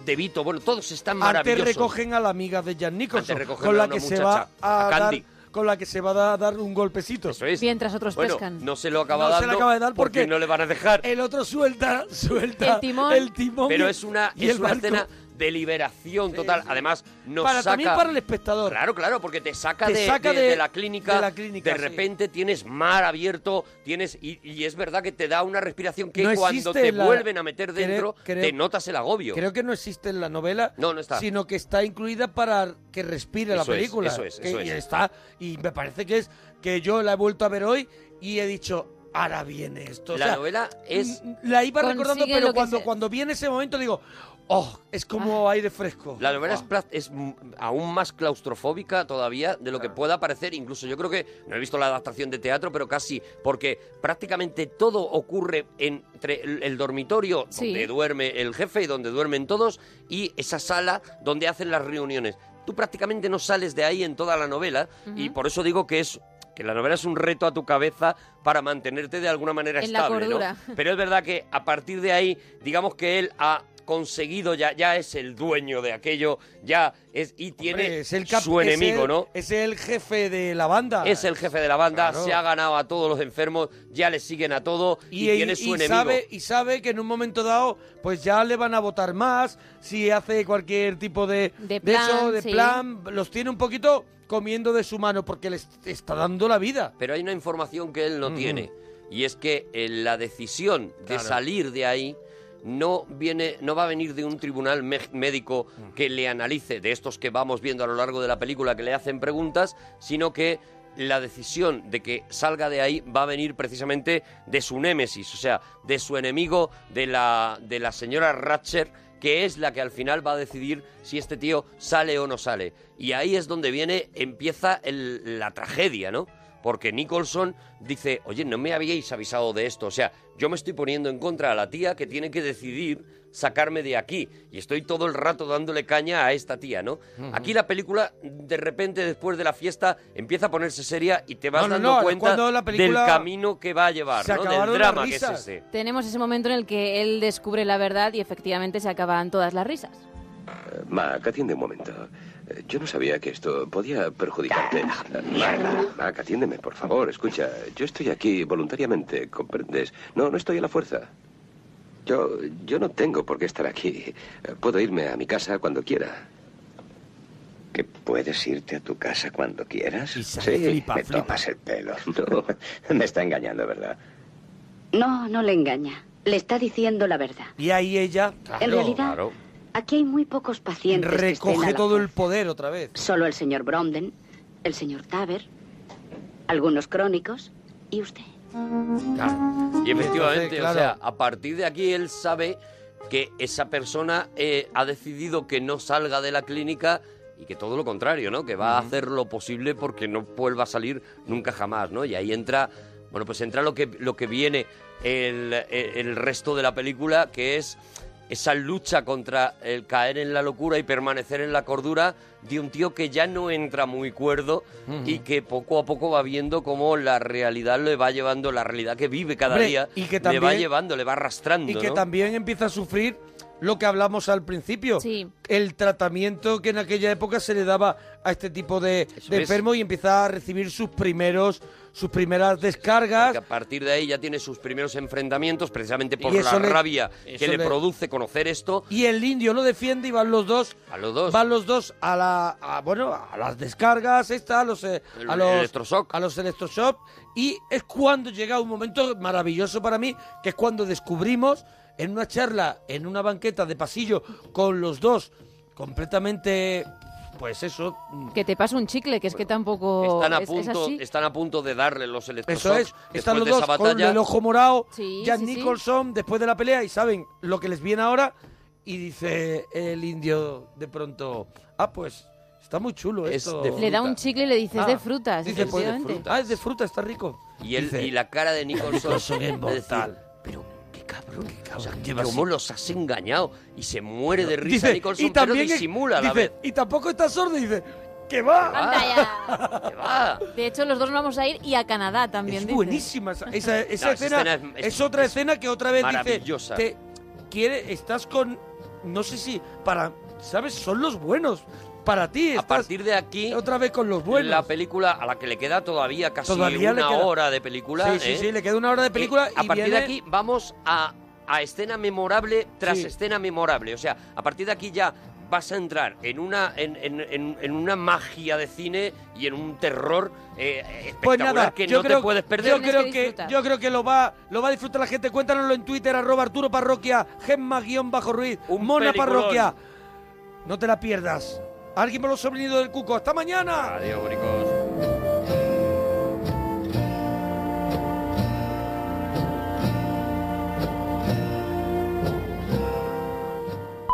de Vito, bueno, todos están Antes maravillosos. recogen a la amiga de Jan Nicholson, recogen con a la una que se va muchacha, a, a dar, Candy. con la que se va a da- dar un golpecito. Eso es. Mientras otros Bueno, pescan. no se lo acaba No se dando lo acaba de dar porque, porque no le van a dejar. El otro suelta, suelta El timón. el timón Pero y- es una, y es el una barco. escena de liberación total. Además, nos Para- saca... también para el espectador. Claro, claro, porque te saca, Te de, saca de- de- de la clínica. de la clínica, de sí. repente tienes mar abierto, tienes y, y es verdad que te da una respiración que No cuando existe te la- vuelven a meter dentro creo- creo- te notas el agobio. Creo que no existe en la novela, No, no está. sino que está incluida para que respire la Eso es, película. eso es, Que- eso y es. está y me parece que es que yo la he vuelto a ver hoy y he dicho ahora viene esto. O La sea, novela es- mm, la iba Consigue recordando, lo pero que cuando se- Ah. cuando viene ese momento digo, oh, es como aire fresco. La novela es pla- es, m- aún más claustrofóbica todavía de lo que pueda parecer. Incluso yo creo que, no he visto la adaptación de teatro, pero casi, porque prácticamente todo ocurre entre el, el dormitorio Sí. donde duerme el jefe y donde duermen todos y esa sala donde hacen las reuniones. Tú prácticamente no sales de ahí en toda la novela y Ujú. por eso digo que es que la novela es un reto a tu cabeza para mantenerte de alguna manera En la estable, ¿no? cordura. Pero es verdad que a partir de ahí, digamos que él ha conseguido ya, ya es el dueño de aquello, ya es y tiene Hombre, es el cap- su es enemigo, el- ¿no? Es el jefe de la banda. Es el jefe de la banda, Claro. se ha ganado a todos los enfermos, ya le siguen a todo y, tiene su enemigo. Sabe, y sabe que en un momento dado, pues ya le van a votar más, si hace cualquier tipo de, De eso, plan, de sí. plan, los tiene un poquito comiendo de su mano porque les está dando la vida. Pero hay una información que él no Ujú. tiene y es que eh, la decisión de Claro. salir de ahí no viene no va a venir de un tribunal mej- médico que le analice de estos que vamos viendo a lo largo de la película que le hacen preguntas, sino que la decisión de que salga de ahí va a venir precisamente de su némesis, o sea, de su enemigo, de la de la señora Ratcher que es la que al final va a decidir si este tío sale o no sale. Y ahí es donde viene, empieza el- la tragedia, ¿no? porque Nicholson dice, oye, no me habíais avisado de esto, o sea, yo me estoy poniendo en contra a la tía que tiene que decidir sacarme de aquí y estoy todo el rato dándole caña a esta tía, ¿no? Ujú. Aquí la película de repente después de la fiesta empieza a ponerse seria y te vas No, no, dando no, cuenta cuando la película- del camino que va a llevar, Se ¿no? Del acabaron las drama que es este. risas. ese. Tenemos ese momento en el que él descubre la verdad y efectivamente se acaban todas las risas. Mac, atiende un momento. Eh, Yo no sabía que esto podía perjudicarte. Eh, Mac, Mac, atiéndeme, por favor. Escucha, yo estoy aquí voluntariamente, ¿comprendes? No, no estoy a la fuerza. Yo, yo no tengo por qué estar aquí. Eh, Puedo irme a mi casa cuando quiera. ¿Que puedes irte a tu casa cuando quieras? sí, flipa, me flipa. tomas el pelo. No, me está engañando, ¿verdad? No, no le engaña. Le está diciendo la verdad. Y ahí ella, En realidad, Aquí hay muy pocos pacientes. que estén a recoge la todo el poder otra vez. Solo el señor Bromden, el señor Taver, algunos crónicos y usted. Y efectivamente, claro. o sea, a partir de aquí él sabe que esa persona eh, ha decidido que no salga de la clínica y que todo lo contrario, ¿no? Que va a hacer lo posible porque no vuelva a salir nunca jamás, ¿no? Y ahí entra, bueno, pues entra lo que, lo que viene el, eh, el resto de la película, que es esa lucha contra el caer en la locura y permanecer en la cordura de un tío que ya no entra muy cuerdo Ujú. y que poco a poco va viendo cómo la realidad le va llevando, la realidad que vive cada Hombre, día y que le va también- llevando, le va arrastrando. Y que ¿no? también empieza a sufrir lo que hablamos al principio. Sí. El tratamiento que en aquella época se le daba a este tipo de, de es. enfermos y empieza a recibir sus primeros sus primeras descargas. Que a partir de ahí ya tiene sus primeros enfrentamientos, precisamente por Y la eso le- rabia que eso le, le- produce conocer esto. Y el indio lo defiende y van los dos. A los dos. Van los dos a la a, bueno, a las descargas, esta, a los eh, a El los electroshock. a los electroshock y es cuando llega un momento maravilloso para mí, que es cuando descubrimos en una charla en una banqueta de pasillo con los dos completamente pues eso, Que te pasa un chicle, que es que tampoco Están a, es, es punto, así. están a punto de darle los Eso electroshocks es, están después los de dos esa con batalla. el ojo morado, Sí, Jack sí, sí. Nicholson, después de la pelea, y saben lo que les viene ahora, y dice el indio de pronto, ah, pues está muy chulo esto. Le da un chicle y le dices Ah, de frutas. Dice, pues de efectivamente. fruta. Ah, es de fruta, está rico. Y, él, Dice, y la cara de Nicholson Nicholson de es decir, mortal. O sea, lleva ¿Cómo así. los has engañado? Y se muere de risa Dice, Nicholson, y también pero es- disimula a la dice, vez. Y tampoco está sordo, y dice, que va. Anda ya. va. Ah, De hecho, los dos nos vamos a ir y a Canadá también. Es dice. buenísima esa, esa- esa No, esa escena. escena es- es, otra escena que otra vez maravillosa. dice. Te quiere, estás con. No sé si. Para. ¿Sabes? Son los buenos. Para ti. A partir de aquí. Otra vez con los buenos. La película a la que le queda todavía casi Todavía le una queda- hora de película. Sí, sí, ¿eh? sí, le queda una hora de película Eh, a y partir de viene- aquí vamos a, a escena memorable tras Sí. escena memorable. O sea, a partir de aquí ya vas a entrar en una, en, en- en- en una magia de cine y en un terror eh, espectacular Pues nada, que yo no creo, te puedes perder. Yo creo que, yo creo que lo va, lo va a disfrutar la gente. Cuéntanoslo en Twitter, arroba Arturo Parroquia, Gemma guión bajo Ruiz, Mona peliculón. Parroquia. No te la pierdas. Alguien por los sobrinos del Cuco. ¡Hasta mañana! Adiós, bricos.